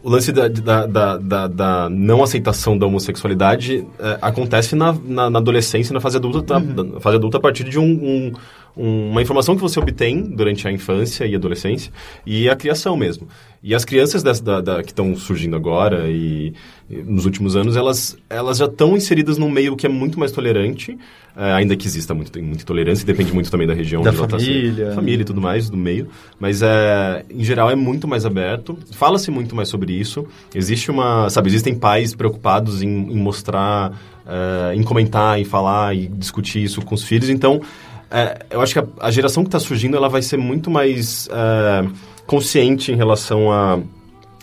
o lance da, da, da, da- da não aceitação da homossexualidade é, acontece na, na, na adolescência, e na fase adulta, tá? Uhum. na fase adulta a partir de um- um- uma informação que você obtém durante a infância e adolescência e a criação mesmo. E as crianças dessa- da- da- que estão surgindo agora e, e nos últimos anos, elas, elas já estão inseridas num meio que é muito mais tolerante, eh, ainda que exista muito, tem muita intolerância, e depende muito também da região Da onde ela tá se- família. família e tudo mais, do meio. Mas, é, em geral, é muito mais aberto. Fala-se muito mais sobre isso. Existe uma... Sabe, existem pais preocupados em, em mostrar, eh, em comentar, em falar e discutir isso com os filhos. Então, é, eu acho que a, a geração que está surgindo, ela vai ser muito mais eh, consciente em relação a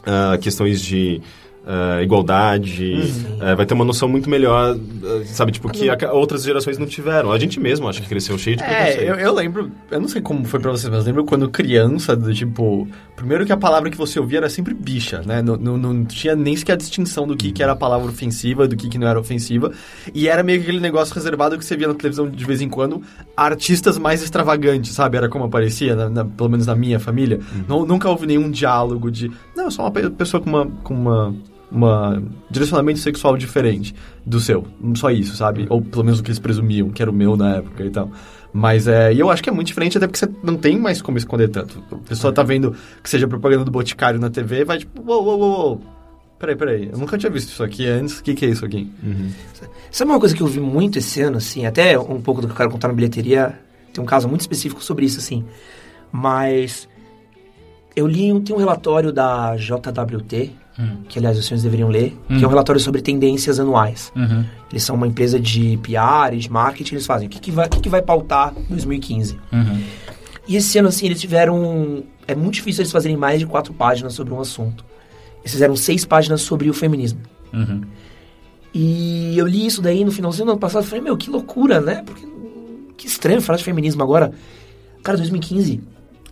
ah, questões de eh, igualdade, Uhum. eh, vai ter uma noção muito melhor, eh, sabe, tipo, que aca- outras gerações não tiveram. A gente mesmo acho que cresceu cheio de preconceito. É, eu, eu lembro, eu não sei como foi pra vocês, mas eu lembro quando criança, do tipo, primeiro que a palavra que você ouvia era sempre bicha, né? Não, não, não tinha nem sequer a distinção do que, que era a palavra ofensiva, do que, que não era ofensiva. E era meio que aquele negócio reservado que você via na televisão de vez em quando, artistas mais extravagantes, sabe? Era como aparecia, na- na- pelo menos na minha família. Não- nunca houve nenhum diálogo de, não, eu sou uma pe- pessoa com uma. Com uma uma direcionamento sexual diferente do seu, só isso, sabe? Ou pelo menos o que eles presumiam, que era o meu na época e tal. Mas é, e eu acho que é muito diferente, até porque você não tem mais como esconder tanto. A pessoa tá vendo que seja propaganda do Boticário na TV e vai tipo, uou, uou, uou, uou. Peraí, peraí, eu nunca tinha visto isso aqui antes, o que, que é isso aqui? Sabe uma coisa que eu vi muito esse ano, assim, até um pouco do que eu quero contar na bilheteria, tem um caso muito específico sobre isso, assim. Mas eu li, um- tem um relatório da JWT, Hum. que aliás os senhores deveriam ler, que é um relatório sobre tendências anuais. Uhum. Eles são uma empresa de PR, e de marketing, eles fazem o que, que, vai, o que, que vai pautar 2015. Uhum. E esse ano, assim, eles tiveram. É muito difícil eles fazerem mais de quatro páginas sobre um assunto. Eles fizeram seis páginas sobre o feminismo. Uhum. E eu li isso daí no finalzinho do ano passado e falei, meu, que loucura, né? Porque, que estranho falar de feminismo agora. Cara, 2015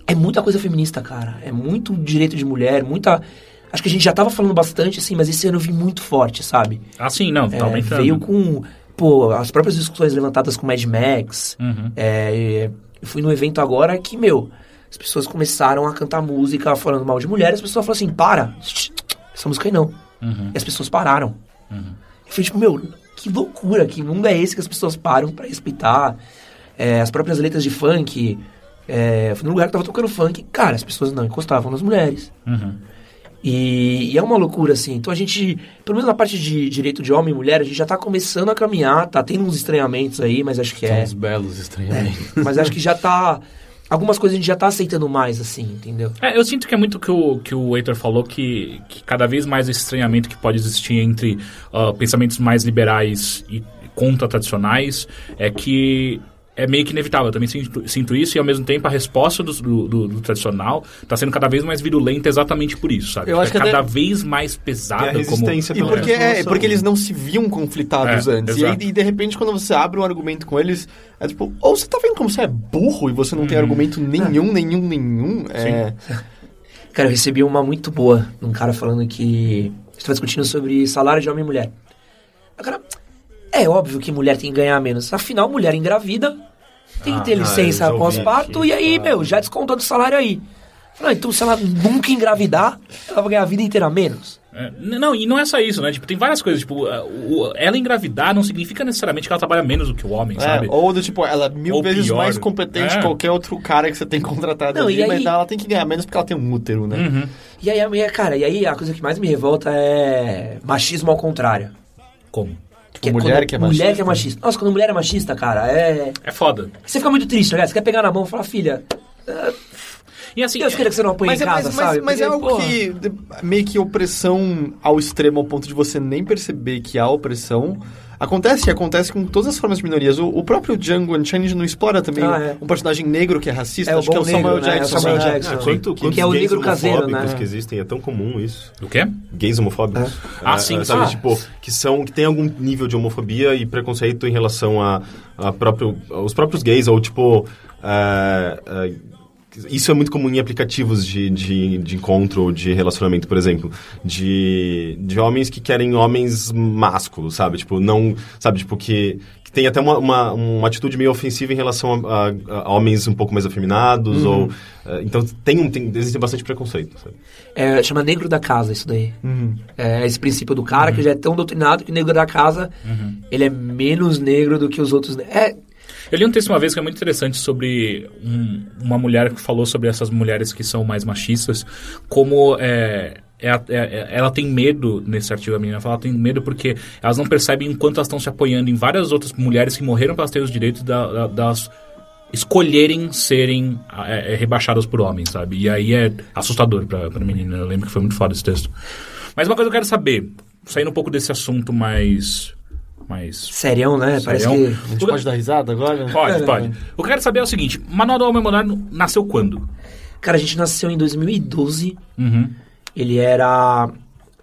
é muita coisa feminista, cara. É muito direito de mulher, muita. Acho que a gente já tava falando bastante, assim, mas esse ano eu vi muito forte, sabe? Assim, não, tá É, aumentando. veio com, pô, as próprias discussões levantadas com Mad Max. Uhum. É, eu fui num evento agora que, meu, as pessoas começaram a cantar música falando mal de mulheres, as pessoas falaram assim, para, essa música aí não. Uhum. E as pessoas pararam. Eu falei, tipo, meu, que loucura, que mundo é esse que as pessoas param pra respeitar é, as próprias letras de funk. É, eu fui num lugar que tava tocando funk, cara, as pessoas não encostavam nas mulheres. Uhum. E, e é uma loucura, assim. Então a gente, pelo menos na parte de direito de homem e mulher, a gente já tá começando a caminhar, tá tendo uns estranhamentos aí, mas acho que é. belos estranhamentos. Mas acho que já tá. Algumas coisas a gente já tá aceitando mais, assim, entendeu? É, eu sinto que é muito o que o que o Heitor falou, que, que cada vez mais o estranhamento que pode existir entre ah, pensamentos mais liberais e contra-tradicionais é que é meio que inevitável. Eu também sinto, sinto isso e, ao mesmo tempo, a resposta do, do, do- do tradicional está sendo cada vez mais virulenta exatamente por isso, sabe? Eu Tipo, acho é que cada até- vez mais E a pesada como... resistência E pela porque, é, transformação. porque eles não se viam conflitados É, antes. E, aí, exato. e de repente, quando você abre um argumento com eles, é tipo, ou você tá vendo como você é burro e você não tem Uhum. É. argumento nenhum, nenhum, nenhum. É, Cara, eu recebi uma muito boa de um cara falando que. Estava discutindo sobre salário de homem e mulher. Aí O cara. É óbvio que mulher tem que ganhar menos. Afinal, mulher engravida tem que ter Ah, licença eu já ouvi pós-parto. aqui, tá. E aí, meu, já descontou do salário aí. Não, então se ela nunca engravidar, ela vai ganhar a vida inteira menos. É, n- não, e não é só isso, né? Tipo, tem várias coisas. Tipo, ah, o- ela engravidar não significa necessariamente que ela trabalha menos do que o homem, É, sabe? ou do tipo, ela é mil Ou vezes pior. mais competente É. que qualquer outro cara que você tem contratado Não, ali, e aí- mas não, ela tem que ganhar menos porque ela tem um útero, né? Uhum. E aí, a minha- cara, e aí a coisa que mais me revolta é machismo ao contrário. Como? Tipo, Que mulher quando que é machista. Mulher que é machista. Nossa, quando mulher é machista, cara, é. É foda. Você fica muito triste, né? Você quer pegar na mão e falar, filha, E assim... Deus queira que você não apanhe Mas, em é- casa, mas- mas- sabe? mas é Porque, algo porra, que de- meio que opressão ao extremo, ao ponto de você nem perceber que há opressão. Acontece, e acontece com todas as formas de minorias. O, o próprio Django Unchained não explora também Ah, é. um personagem negro que é racista, É, o acho que é o bom Samuel negro, né? É o Jackson. Samuel né? Jackson. Ah, quanto, Que- quantos que é o gays negro caseiro, homofóbicos né? que existem, é tão comum isso. O quê? Gays homofóbicos. Ah, É, sim, Sabe, ah. tipo, que são, que tem algum nível de homofobia e preconceito em relação a, a próprio, aos próprios gays, ou tipo... é, é, isso é muito comum em aplicativos de, de, de encontro ou de relacionamento, por exemplo, de, de homens que querem homens másculos, sabe? Tipo, não. Sabe, tipo, que, que tem até uma, uma, uma atitude meio ofensiva em relação a, a- a homens um pouco mais afeminados, Uhum. ou. é, então, tem, um- tem, existe bastante preconceito, sabe? É, chama negro da casa isso daí. Uhum. É esse princípio do cara que já é tão doutrinado que o negro da casa, Uhum. ele é menos negro do que os outros. ne- É, Eu li um texto uma vez que é muito interessante sobre um- uma mulher que falou sobre essas mulheres que são mais machistas, como é, é a- é- é- ela tem medo, nesse artigo a menina fala, ela tem medo porque elas não percebem o quanto elas estão se apoiando em várias outras mulheres que morreram para elas terem os direitos da- da- das escolherem serem é, é, rebaixadas por homens, sabe? E aí é assustador pra, pra menina. Eu lembro que foi muito foda esse texto. Mas uma coisa que eu quero saber, saindo um pouco desse assunto mais... mais serião, né? Parece que. Serião. A gente pode dar risada agora? Pode, pode. O que eu quero saber é o seguinte: Manual do Homem Moderno nasceu quando? Cara, a gente nasceu em 2012. Uhum. Ele era.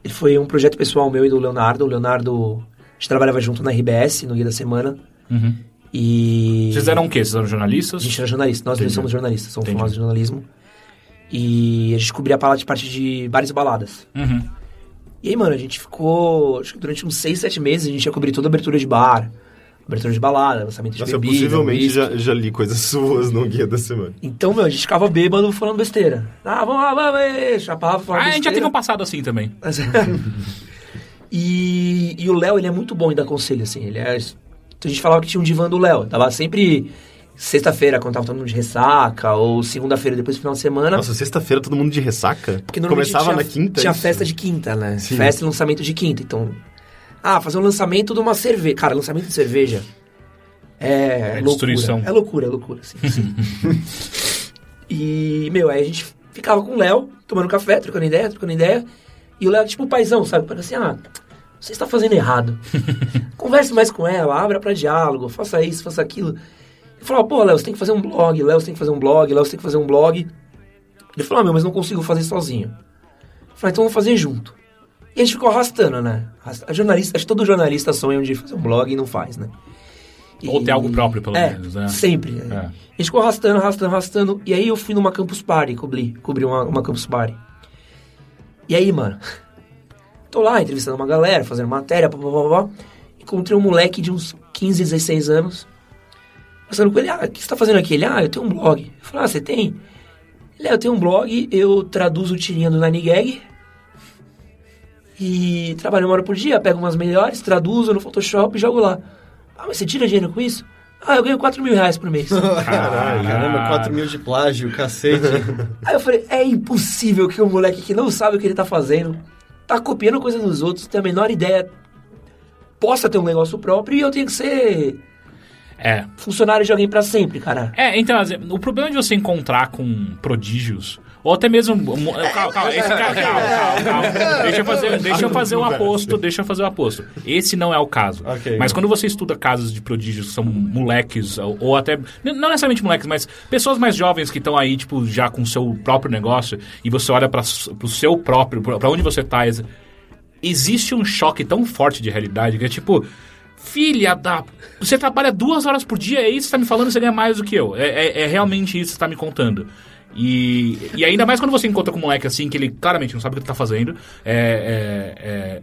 Ele foi um projeto pessoal meu e do Leonardo. O Leonardo, a gente trabalhava junto na RBS, no Guia da Semana. Uhum. E... Vocês eram o quê? Vocês eram A jornalistas? gente era jornalista, nós dois Entendi. somos jornalistas, somos Entendi. formados de jornalismo. E a gente cobria a parte, parte de bares e baladas. Uhum. E aí, mano, a gente ficou, acho que durante uns 6, 7 meses, a gente ia cobrir toda a abertura de bar, abertura de balada, lançamento de Nossa, eu bebida. possivelmente whisky. já, já li coisas suas no Guia da Semana. Então, meu, a gente ficava bêbado falando besteira. Ah, vamos lá, vamos aí, chapava, falava Ah, a gente já besteira. teve um passado assim também. Mas- e, e o Léo, ele é muito bom em dar conselho, assim. Ele é... Então a gente falava que tinha um divã do Léo. Tava sempre sexta-feira, quando tava todo mundo de ressaca, ou segunda-feira, depois do final de semana. Nossa, sexta-feira todo mundo de ressaca? porque normalmente tinha, Começava na quinta? Tinha isso? festa de quinta, né? Sim. Festa e lançamento de quinta. Então, ah, fazer um lançamento de uma cerveja. Cara, lançamento de cerveja é, É loucura. destruição. É loucura, é loucura, sim. sim. e, meu, aí a gente ficava com o Léo, tomando café, trocando ideia, trocando ideia. E o Léo, tipo, o paizão, sabe? Falando assim, ah, você está fazendo errado. Converse mais com ela, abra pra diálogo, faça isso, faça aquilo. Eu falava, pô, Léo, você tem que fazer um blog, Léo, você tem que fazer um blog, Léo, você tem que fazer um blog. Ele falou, ah, meu, mas não consigo fazer sozinho. Eu falei, então vamos fazer junto. E a gente ficou arrastando, né? Arrasta- A jornalista, acho que todo jornalista sonha um dia fazer um blog e não faz, né? Ou ter algo próprio, pelo é, menos, né? sempre. né? É. A gente ficou arrastando, arrastando, arrastando. E aí eu fui numa campus party, cobri, cobri uma, uma campus party. E aí, mano, tô lá entrevistando uma galera, fazendo matéria, blá, blá, blá, blá. Encontrei um moleque de uns 15, 16 anos. Passando com ele, ah, o que você tá fazendo aqui? Ele, ah, eu tenho um blog. Eu falei, ah, você tem? Ele, ah, eu tenho um blog, eu traduzo o tirinha do Nine Gag. E trabalho uma hora por dia, pego umas melhores, traduzo no Photoshop e jogo lá. Ah, mas você tira dinheiro com isso? Ah, eu ganho 4 mil reais por mês. Caralho, caramba, 4 mil de plágio, cacete. Aí eu falei, é impossível que um moleque que não sabe o que ele tá fazendo, tá copiando coisa dos outros, tem a menor ideia, possa ter um negócio próprio e eu tenho que ser É. funcionário de alguém pra sempre, cara. É, então, assim, o problema de você encontrar com prodígios, ou até mesmo. mo- Calma, calma, esse cara- calma, calma, calma. Deixa eu fazer, deixa eu fazer um aposto, deixa eu fazer um aposto. Esse não é o caso. Ok. Mas quando você estuda casos de prodígios que são moleques, ou, ou até. n- Não necessariamente moleques, mas pessoas mais jovens que estão aí, tipo, já com o seu próprio negócio, e você olha para pro seu próprio, pra onde você tá. ex- Existe um choque tão forte de realidade que é tipo. Filha da. Você trabalha duas horas por dia, é isso que você tá me falando, você ganha mais do que eu. É, é- é realmente isso que você tá me contando. E, e ainda mais quando você encontra com um moleque assim, que ele claramente não sabe o que ele tá fazendo, é,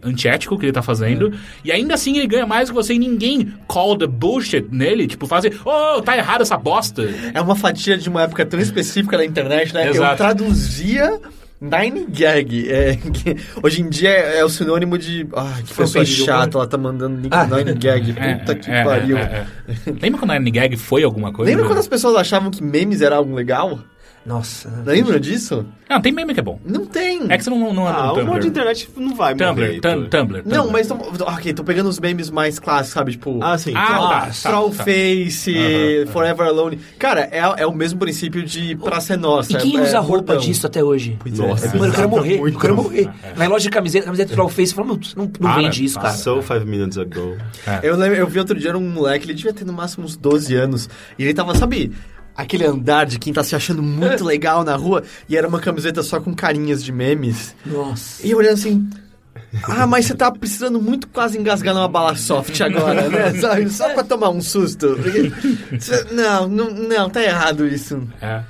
é- é antiético o que ele tá fazendo, e ainda assim ele ganha mais do que você e ninguém call the bullshit nele, tipo, fazer, oh, tá errado essa bosta. É uma fatia de uma época tão específica da internet, né? Exato. Eu traduzia Nine Gag. é, que hoje em dia é, é o sinônimo de. Ah, que pessoa Fanpage de humor. chata, ela tá mandando link Ah. Nine Gag. Puta que pariu. né? é, é. Lembra quando a N-Gag foi alguma coisa? Lembra quando as pessoas achavam que memes era algo legal? Nossa. Lembra disso? Não, tem meme que é bom. Não tem. É que você não, não, não Ah, é o no humor de Tumblr. internet não vai Tumblr, morrer. então. Tum- Tumblr, Tumblr. Não, mas. Tô, ok, tô pegando os memes mais clássicos, sabe? Tipo. Ah, sim. Ah, claro. tá. Ah, Trollface, Forever Alone. Cara, é, é o mesmo princípio de Praça é Nossa. E quem é- usa é roupa bordão. disso até hoje? Pois Nossa. é. Mano, eu quero morrer, eu quero Muito. morrer. Vai loja de camiseta, camiseta troll face, fala, meu, não, não Para, vende isso, cara. Tá, So five minutes ago. Eu, lembro- eu vi outro dia um moleque, ele devia ter no máximo uns 12 anos, e ele tava, sabe, aquele andar de quem tá se achando muito legal na rua, e era uma camiseta só com carinhas de memes. Nossa. E eu olhando assim. Ah, mas você tá precisando muito quase engasgar numa bala soft agora, né? Sabe? Só pra tomar um susto. Porque- Cê- Não, não, não, tá errado isso. É.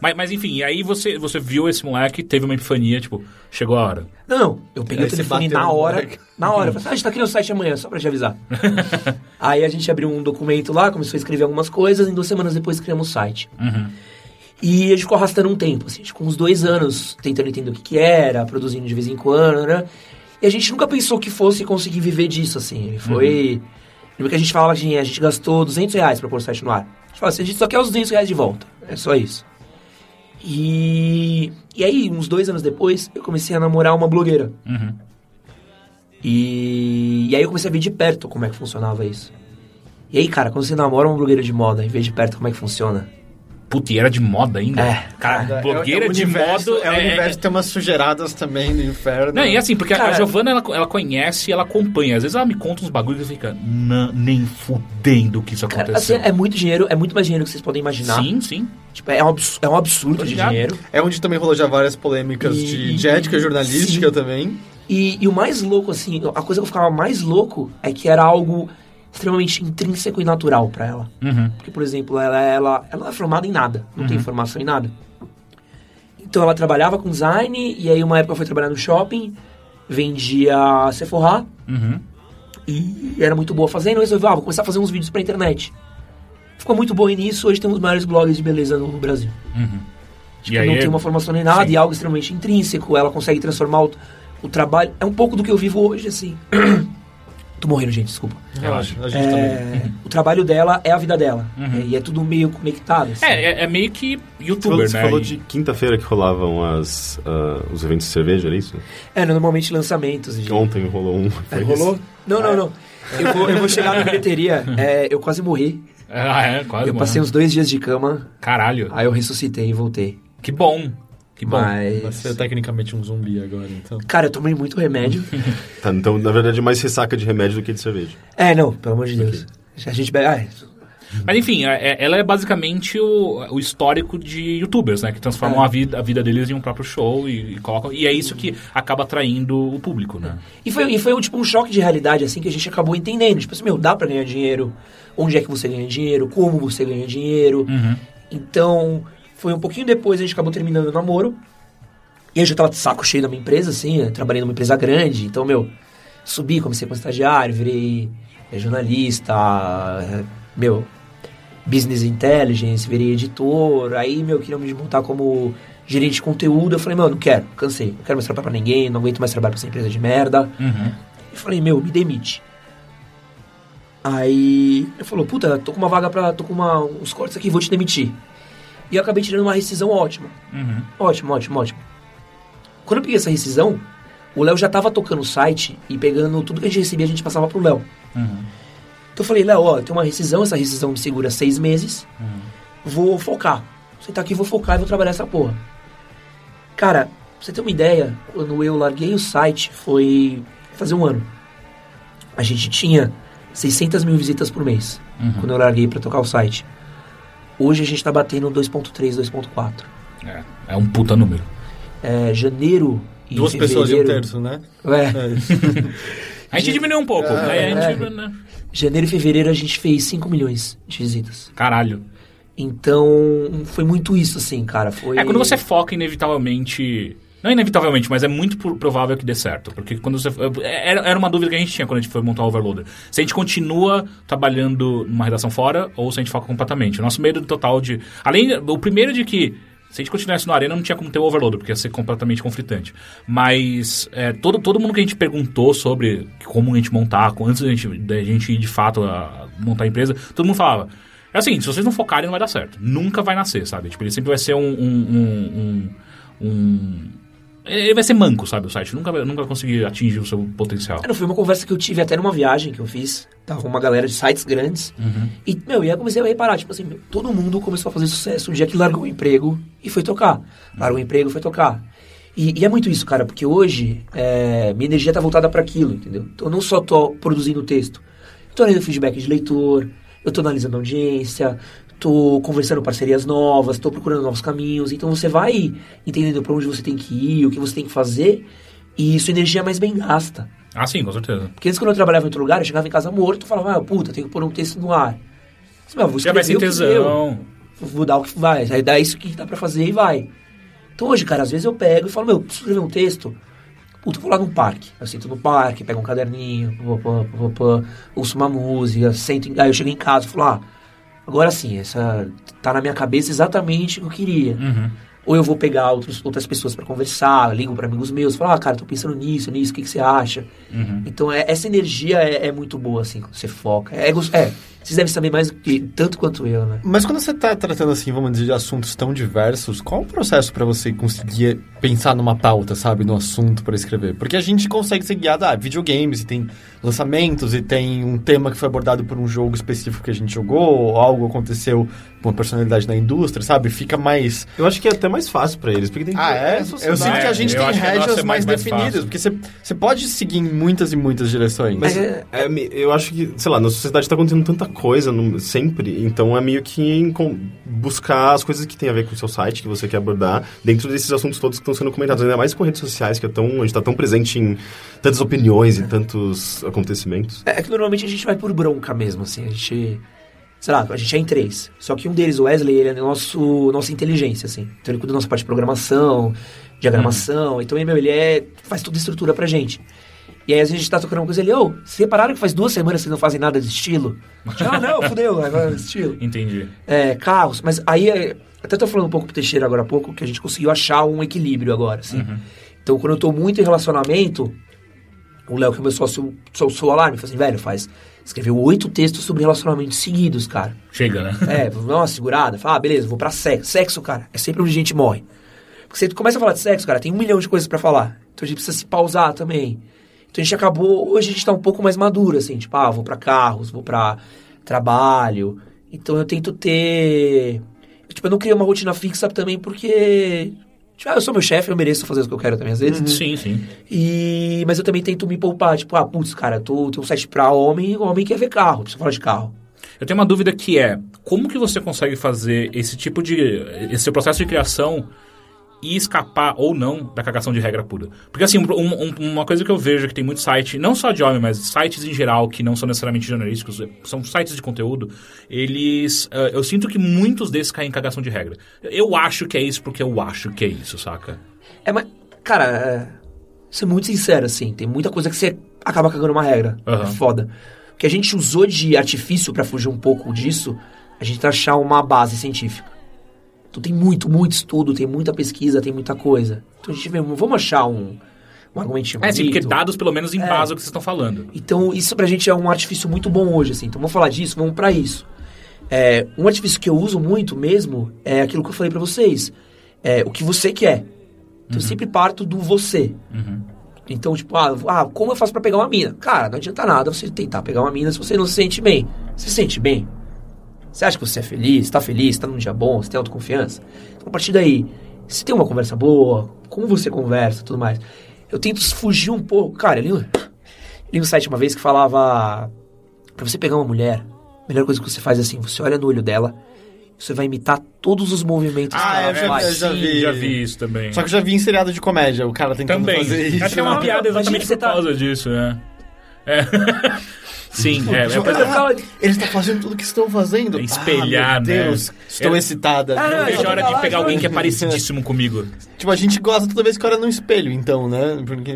Mas, mas enfim, e aí você, você viu esse moleque, teve uma epifania, tipo, chegou a hora. Não, não, eu peguei Aí o você telefone bateu na no hora, moleque. na hora. Eu Falei, ah, a gente tá criando o site amanhã, só pra te avisar. Aí a gente abriu um documento lá, começou a escrever algumas coisas, e duas semanas depois criamos o site. Uhum. E a gente ficou arrastando um tempo, assim, a gente ficou uns dois anos tentando entender o que, que era, produzindo de vez em quando, né? E a gente nunca pensou que fosse conseguir viver disso, assim. Ele Uhum. foi. Lembra que a gente falava assim, a gente gastou 200 reais pra pôr o site no ar. A gente falava assim, a gente só quer os 200 reais de volta. É só isso. E, e aí, uns dois anos depois, eu comecei a namorar uma blogueira. Uhum. E, e aí eu comecei a ver de perto como é que funcionava isso. E aí, cara, quando você namora uma blogueira de moda e vê de perto como é que funciona, Puta, e era de moda ainda. É. Cara, blogueira É o de universo- moda. É o universo tem umas sujeiradas também no inferno. Não, e assim, porque a- Cara- a Giovana ela, ela conhece, ela acompanha. Às vezes ela me conta uns bagulhos e fica, "Nã, nem fudendo que isso cara, assim, aconteceu. é muito dinheiro, é muito mais dinheiro que vocês podem imaginar. sim, sim. Tipo, é um absurdo, é um absurdo de Obrigado. dinheiro. É onde também rolou já várias polêmicas E- de, de ética jornalística sim. também. E, e o mais louco, assim, a coisa que eu ficava mais louco é que era algo extremamente intrínseco e natural pra ela. Porque, por exemplo, ela, ela, ela não é formada em nada, não tem formação em nada. Então ela trabalhava com design, e aí uma época foi trabalhar no shopping, vendia Sephora, Uhum. e era muito boa fazendo, resolveu, ah, vou começar a fazer uns vídeos pra internet. Ficou muito boa nisso, hoje tem um dos maiores blogs de beleza no Brasil. E aí, é não tem uma formação nem nada, Sim. e é algo extremamente intrínseco, ela consegue transformar o, o trabalho. É um pouco do que eu vivo hoje, assim. Tô morrendo, gente, desculpa. Relaxa, a gente também. É, o trabalho dela é a vida dela. É, e é tudo meio conectado. assim. Uhum. é, é, é meio que Você falou, youtuber, você né? falou E- de quinta-feira que rolavam as, ah, os eventos de cerveja, era isso? É, normalmente lançamentos. de- Ontem rolou um. foi É, Rolou? isso? Não, não, não. Eu vou, eu vou chegar na bilheteria. É, eu quase morri. Ah, é, Uhum. quase. Eu mano. passei uns dois dias de cama, Caralho. aí eu ressuscitei e voltei. Que bom. Que bom. Mas Mas. você é tecnicamente um zumbi agora, então. Cara, eu tomei muito remédio. Tá, então, na verdade, mais ressaca de remédio do que de cerveja. É, não, pelo amor de Deus. A gente bebe. ai, Mas enfim, é- é- ela é basicamente o, o histórico de youtubers, né? Que transformam É. a, vida, a vida deles em um próprio show e, e colocam. E é isso que acaba atraindo o público, né? E foi, e foi um, tipo um choque de realidade, assim, que a gente acabou entendendo. Tipo assim, meu, dá pra ganhar dinheiro? Onde é que você ganha dinheiro? Como você ganha dinheiro? Então, foi um pouquinho depois, a gente acabou terminando o namoro. E eu já tava de saco cheio da minha empresa, assim, né? trabalhei numa empresa grande. Então, meu, subi, comecei como estagiário, virei eh, jornalista, eh, meu, business intelligence, virei editor. Aí, meu, queria me desmontar como gerente de conteúdo. Eu falei, mano, não quero, cansei. Não quero mais trabalhar pra ninguém, não aguento mais trabalhar pra essa empresa de merda. E falei, meu, me demite. Aí ele falou, puta, tô com uma vaga pra. tô com uma, uns cortes aqui, vou te demitir. E eu acabei tirando uma rescisão ótima. Uhum. Ótimo, ótimo, ótimo. Quando eu peguei essa rescisão, o Léo já tava tocando o site e pegando tudo que a gente recebia, a gente passava pro Léo. Uhum. Então eu falei, Léo, ó, tem uma rescisão, essa rescisão me segura seis meses, vou focar. Você tá aqui, vou focar e vou trabalhar essa porra. Cara, pra você ter uma ideia, quando eu larguei o site, foi fazer um ano. A gente tinha 600 mil visitas por mês, quando eu larguei pra tocar o site. Hoje a gente tá batendo 2.3, 2.4. É, é um puta número. É, janeiro e Duas fevereiro... pessoas e um terço, né? É, A gente diminuiu um pouco. É, aí a é. gente, né? janeiro e fevereiro a gente fez 5 milhões de visitas. Caralho. Então, foi muito isso, assim, cara. Foi... É, quando você foca, inevitavelmente. Não inevitavelmente, mas é muito pro- provável que dê certo. Porque quando você. é- Era era uma dúvida que a gente tinha quando a gente foi montar o Overloader. Se a gente continua trabalhando numa redação fora ou se a gente foca completamente. O nosso medo total de. Além. O primeiro é de que. Se a gente continuasse no Arena, não tinha como ter o Overloader, porque ia ser completamente conflitante. Mas é, todo, todo mundo que a gente perguntou sobre como a gente montar, antes da gente, da gente ir de fato a- montar a empresa, todo mundo falava. É o seguinte, se vocês não focarem, não vai dar certo. Nunca vai nascer, sabe? Tipo, ele sempre vai ser um. um- um- um- um- Ele vai ser manco, sabe? O site. Nunca, vai- nunca vai conseguir atingir o seu potencial. É, não, foi uma conversa que eu tive até numa viagem que eu fiz. Tava com uma galera de sites grandes. E, meu, e aí eu comecei a reparar, tipo assim, meu, todo mundo começou a fazer sucesso um dia que largou o emprego e foi tocar. Largou o emprego e foi tocar. E, e é muito isso, cara, porque hoje é, minha energia tá voltada para aquilo, entendeu? Então eu não só tô produzindo texto, eu tô lendo feedback de leitor, eu tô analisando a audiência, tô conversando parcerias novas, tô procurando novos caminhos. Então você vai entendendo para onde você tem que ir, o que você tem que fazer, e sua energia é mais bem gasta. Ah, sim, com certeza. Porque antes, quando eu trabalhava em outro lugar, eu chegava em casa morto e falava, ah, puta, tenho que pôr um texto no ar. Mas, meu, vou Já vai escrever ser o que deu, tesão. Vou dar o que vai, aí dá isso que dá pra fazer e vai. Então hoje, cara, às vezes eu pego e falo, meu, preciso escrever um texto. Puta, eu vou lá num parque. Eu sento no parque, pego um caderninho, pô, pô, pô, pô, pô, ouço uma música, sento. em- Aí eu chego em casa e falo, ah, agora sim, essa tá na minha cabeça exatamente o que eu queria. Ou eu vou pegar outros, outras pessoas pra conversar, ligo pra amigos meus, falo, ah, cara, tô pensando nisso, nisso, o que, que você acha? Então, é- essa energia é, é muito boa, assim, quando você foca. É, gos- é, vocês devem saber mais do que, tanto quanto eu, né? Mas quando você tá tratando, assim, vamos dizer, de assuntos tão diversos, qual o processo pra você conseguir pensar numa pauta, sabe, no assunto pra escrever? Porque a gente consegue ser guiado a videogames, e tem lançamentos, e tem um tema que foi abordado por um jogo específico que a gente jogou, ou algo aconteceu uma personalidade na indústria, sabe? Fica mais. Eu acho que é até mais fácil pra eles, porque tem Ah, é? Eu sociedade. sinto que a gente eu tem acho que a nossa regras é mais, mais- mais definidas, fácil. porque você- você pode seguir em muitas e muitas direções. Mas É- é, me- eu acho que, sei lá, na sociedade tá acontecendo tanta coisa no- sempre, então é meio que encon- buscar as coisas que tem a ver com o seu site, que você quer abordar, dentro desses assuntos todos que estão sendo comentados, ainda mais com redes sociais, que é tão, a gente tá tão presente em tantas opiniões e tantos acontecimentos. É que normalmente a gente vai por bronca mesmo, assim. A gente. Sei lá, a gente é em três. Só que um deles, o Wesley, ele é nosso, nossa inteligência, assim. Então ele cuida da nossa parte de programação, diagramação. Então ele, meu, ele é, faz toda a estrutura pra gente. E aí às vezes a gente tá tocando uma coisa ele, ô, vocês repararam que faz duas semanas que vocês não fazem nada de estilo? ah, não, fudeu, agora é estilo. Entendi. É, carros, mas aí é, até tô falando um pouco pro Teixeira agora há pouco, que a gente conseguiu achar um equilíbrio agora, assim. Então, quando eu tô muito em relacionamento, o Léo, que é meu sócio, sou, sou alarme, falou assim, velho, faz. Escreveu oito textos sobre relacionamentos seguidos, cara. Chega, né? É, vou dar uma segurada, fala, ah, beleza, vou pra sexo. Sexo, cara, é sempre onde a gente morre. Porque você começa a falar de sexo, cara, tem um milhão de coisas pra falar. Então a gente precisa se pausar também. Então a gente acabou, hoje a gente tá um pouco mais maduro, assim, tipo, ah, vou pra carros, vou pra trabalho. Então eu tento ter. Tipo, eu não criei uma rotina fixa também porque. Tipo, ah, eu sou meu chefe, eu mereço fazer o que eu quero também às vezes. Sim, sim. E, mas eu também tento me poupar, tipo, ah, putz, cara, eu tô, tenho um site pra homem, o homem quer ver carro, precisa falar de carro. Eu tenho uma dúvida que é, como que você consegue fazer esse tipo de... esse seu processo de criação e escapar ou não da cagação de regra pura? Porque, assim, um- um- uma coisa que eu vejo que tem muito site, não só de homem, mas sites em geral que não são necessariamente jornalísticos, são sites de conteúdo, eles... eh, eu sinto que muitos desses caem em cagação de regra. Eu acho que é isso porque eu acho que é isso, saca? É, mas, cara, é, ser muito sincero, assim, tem muita coisa que você acaba cagando uma regra. Aham. É foda. O que a gente usou de artifício pra fugir um pouco disso, a gente tá achar uma base científica. Então tem muito, muito estudo, tem muita pesquisa, tem muita coisa. Então a gente vê, vamos achar um, um argumentinho É, assim, porque bonito. dados pelo É. menos em base o que vocês estão falando. Então, isso pra gente é um artifício muito bom hoje, assim. Então, vamos falar disso, vamos pra isso. É, um artifício que eu uso muito mesmo é aquilo que eu falei pra vocês. É, o que você quer. Então, eu sempre parto do você. Então, tipo, ah, ah, como eu faço pra pegar uma mina? Cara, não adianta nada você tentar pegar uma mina se você não se sente bem. Você se sente bem? Você acha que você é feliz? Tá feliz? Tá num dia bom? Você tem autoconfiança? Então, a partir daí, se tem uma conversa boa, como você conversa, tudo mais. Eu tento fugir um pouco. Cara, eu li, um- li um site uma vez que falava... Pra você pegar uma mulher, a melhor coisa que você faz é assim, você olha no olho dela, você vai imitar todos os movimentos Ah, que ela eu já- faz. eu já sim, vi. já vi isso também. Só que eu já vi em seriado de comédia o cara tentando Também. fazer isso. Acho que é uma Não, piada imagina exatamente que por você tá- causa disso, né? É. Sim, é. é por Eu exemplo, ficava- Eles estão tá fazendo tudo o que estão fazendo. É Espelhar, ah, meu né? Deus, estou Eu- excitada. Ah, eu não, vejo a hora de pegar alguém que é Uhum. parecidíssimo comigo. Tipo, a gente gosta toda vez que olha no espelho, então, né? Porque...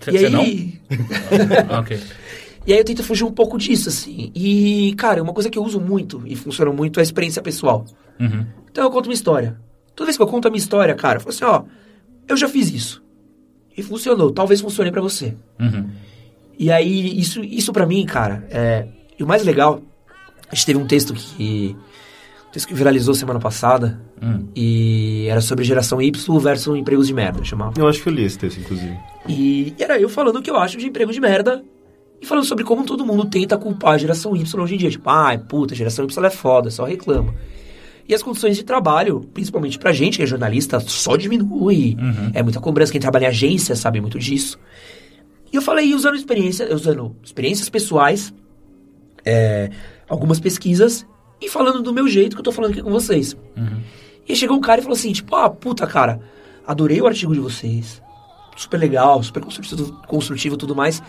C- E Você aí, não? Ah, ok. E aí eu tento fugir um pouco disso, assim. E, cara, uma coisa que eu uso muito e funciona muito é a experiência pessoal. Uhum. Então eu conto uma história. Toda vez que eu conto a minha história, cara, eu falo assim, ó, eu já fiz isso. E funcionou, talvez funcione pra você. Uhum. E aí, isso, isso para mim, cara, é. E o mais legal, a gente teve um texto que. Um texto que viralizou semana passada. Hum. E era sobre geração Y versus empregos de merda, chamava. Eu acho que eu li esse texto, inclusive. E era eu falando o que eu acho de emprego de merda. E falando sobre como todo mundo tenta culpar a geração Y hoje em dia. Tipo, ai, puta, a geração Y é foda, só reclama. E as condições de trabalho, principalmente pra gente que é jornalista, só diminui. É muita cobrança. Quem trabalha em agência sabe muito disso. E eu falei, usando experiência, usando experiências pessoais, é, algumas pesquisas, e falando do meu jeito que eu tô falando aqui com vocês. E aí chegou um cara e falou assim, tipo, ah, puta, cara, adorei o artigo de vocês. Super legal, super construtivo, construtivo e tudo mais.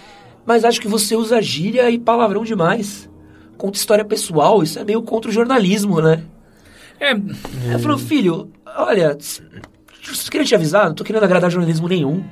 Mas acho que você usa gíria e palavrão demais. Conta história pessoal, isso é meio contra o jornalismo, né? É, Aí eu falei, filho, olha, s- eu queria te avisar, não tô querendo agradar jornalismo nenhum.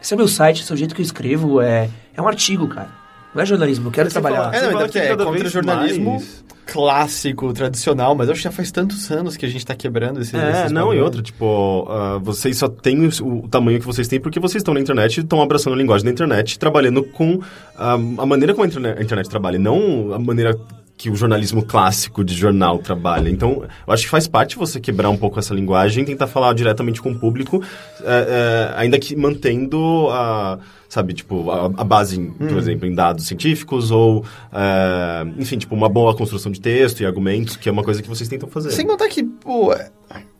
Esse é meu site, esse é o jeito que eu escrevo, é, é um artigo, cara. Não é jornalismo, eu quero Você trabalhar. fala- É, não, Ah, Você ainda fala porque que é cada contra o vez jornalismo mais- clássico, tradicional, mas eu acho que já faz tantos anos que a gente tá quebrando esse É, não, e outra, tipo, ah, vocês só têm o, o tamanho que vocês têm porque vocês estão na internet, estão abraçando a linguagem da internet, trabalhando com ah, a, maneira como a interne- a internet, trabalha, não a maneira que o jornalismo clássico de jornal trabalha. Então, eu acho que faz parte você quebrar um pouco essa linguagem, tentar falar diretamente com o público, é, é, ainda que mantendo a sabe, tipo, a, a base, em, por exemplo, em dados científicos ou, é, enfim, tipo, uma boa construção de texto e argumentos, que é uma coisa que vocês tentam fazer. Sem contar que, pô, é-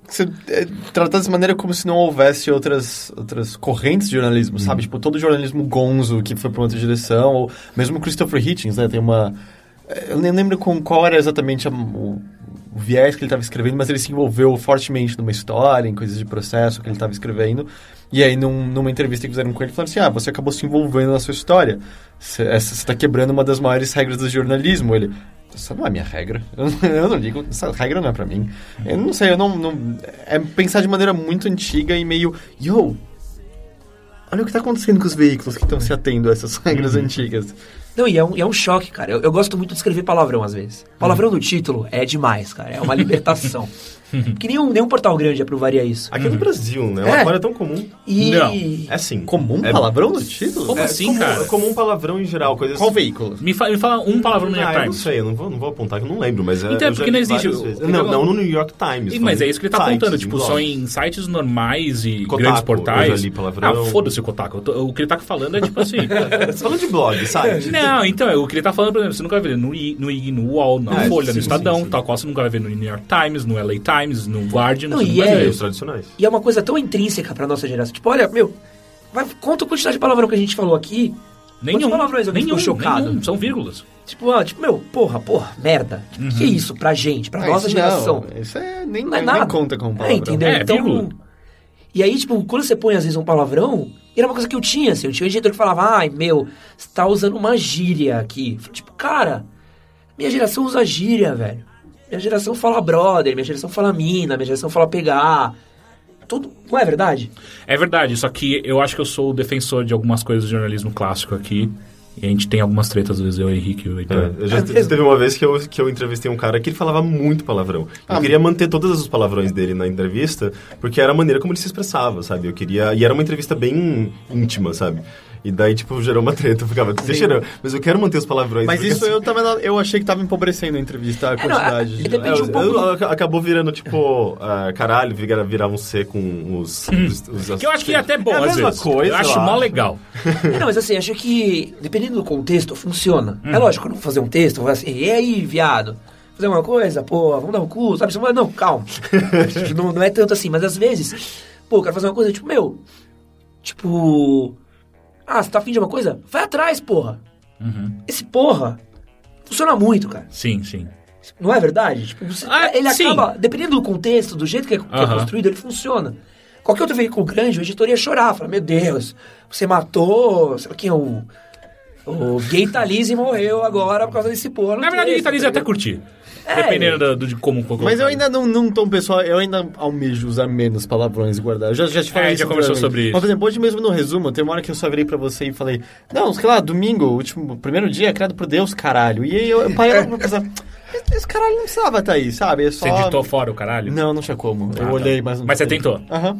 que você é, tratar dessa maneira como se não houvesse outras, outras correntes de jornalismo, sabe? Tipo, todo o jornalismo gonzo que foi pra outra direção, ou mesmo o Christopher Hitchens, né? Tem uma... é, Eu nem lembro com qual era exatamente a- o, o viés que ele estava escrevendo, mas ele se envolveu fortemente numa história, em coisas de processo que ele estava escrevendo. E aí, num- numa entrevista que fizeram com ele, falaram assim, ah, você acabou se envolvendo na sua história. é, Você está tá quebrando uma das maiores regras do jornalismo. Ele, essa não é minha regra. Eu não, eu não ligo, essa regra não é pra mim. Eu não sei, eu não, não- É pensar de maneira muito antiga e meio. Yo! Olha o que tá acontecendo com os veículos que estão se atendo a essas regras antigas. Não, e é um, e é um choque, cara. Eu, eu gosto muito de escrever palavrão às vezes. Palavrão no título é demais, cara. É uma libertação. que nenhum, nenhum um portal grande aprovaria isso. Aqui Uhum. no Brasil, né? É uma É. palavra tão comum. E. Não. É sim. Comum é, palavrão no título? Como é assim, comum, cara? É comum palavrão em geral, coisas... assim. Qual veículo? Me fala, me fala um palavrão no New ah, York eu não Times. sei, eu não vou, não vou apontar, que eu não lembro, mas... é, Então, eu já porque não vi existe várias o- vezes. o- Não, não no New York Times. Ih, mas falando é isso que ele tá sites, apontando. em Tipo, são blogs. em sites normais e Kotaku, grandes eu já portais. li palavrão. Ah, foda-se o Kotaku. Eu tô- O que ele tá falando é tipo assim. Você tá falando de blog, site. É, Não, então, é o que ele tá falando, por exemplo, você nunca vai ver no, I- no IG, no UOL, na É, Folha, sim, no Estadão, sim, sim. tal qual você nunca vai ver no New York Times, no LA Times, no Guardian, Não, você e nunca vai é- ver. Os tradicionais. E é uma coisa tão intrínseca pra nossa geração. Tipo, olha, meu, vai- conta a quantidade de palavrão que a gente falou aqui. Nenhum, palavrões alguém nenhum, ficou chocado? nenhum, são vírgulas. Tipo, ah, tipo, meu, porra, porra, merda. Tipo, que isso pra gente, pra Ah, nossa Uhum. isso geração. Não, isso é nem, Não é nem nada. conta como É, palavrão. entendeu? É, então. vírgula. E aí, tipo, quando você põe às vezes um palavrão, era uma coisa que eu tinha, assim. Eu tinha um editor que falava, ai, meu, você tá usando uma gíria aqui. Eu falei, Tipo, cara, minha geração usa gíria, velho. Minha geração fala brother, minha geração fala mina, minha geração fala pegar. Tudo. Não é verdade? É verdade, só que eu acho que eu sou o defensor de algumas coisas do jornalismo clássico aqui. E a gente tem algumas tretas, às vezes, eu, Henrique e o Heitor. É, eu já te- teve uma vez que eu, que eu entrevistei um cara que ele falava muito palavrão. Eu queria manter todos os palavrões dele na entrevista, porque era a maneira como ele se expressava, sabe? Eu queria. E era uma entrevista bem íntima, sabe? E daí, tipo, gerou uma treta. Eu ficava, deixa eu, mas eu quero manter os palavrões. Mas porque isso assim- eu tava. na- Eu achei que tava empobrecendo a entrevista, a É, não, a- quantidade. de- depende É, um pouco eu- ac- acabou virando, tipo, ah, caralho, vira- virava um C com os. os, os- as- Que eu acho que é até bom, É a às mesma vezes. coisa, eu acho eu mó acho. legal. É, não, mas assim, acho que, dependendo do contexto, funciona. É lógico, eu não vou fazer um texto, eu vou assim, e aí, viado? Fazer uma coisa, pô, vamos dar um cu, sabe? Você fala, Não, calma. não, não é tanto assim, mas às vezes, pô, eu quero fazer uma coisa, tipo, meu, tipo. Ah, você tá afim de uma coisa? Vai atrás, porra. Esse porra funciona muito, cara. Sim, sim. Não é verdade? Tipo, você- Ah, ele sim. acaba, dependendo do contexto, do jeito que é, que é Aham. construído, ele funciona. Qualquer outro veículo grande, o editor ia chorar, falar, meu Deus, você matou, sei lá quem, é o, o gay Talise morreu agora por causa desse porra. no Na verdade, o texto", Italize eu até entendeu? curti. É. Dependendo do, do- de como for Mas eu colocado. ainda não, não tão pessoal, eu ainda almejo usar menos palavrões e guardar. Eu já, já te falei É, isso já conversou anteriormente. sobre isso. Mas, por exemplo, hoje mesmo no resumo, tem uma hora que eu só virei pra você e falei, não, sei lá, domingo, último, primeiro dia, é criado por Deus, caralho. E aí eu, eu parei pra pensar, esse, esse caralho não precisava estar aí, sabe? É só... Você editou fora o caralho? Não, não tinha como. Ah, eu tá. olhei, mas não Mas você sei. tentou? Aham.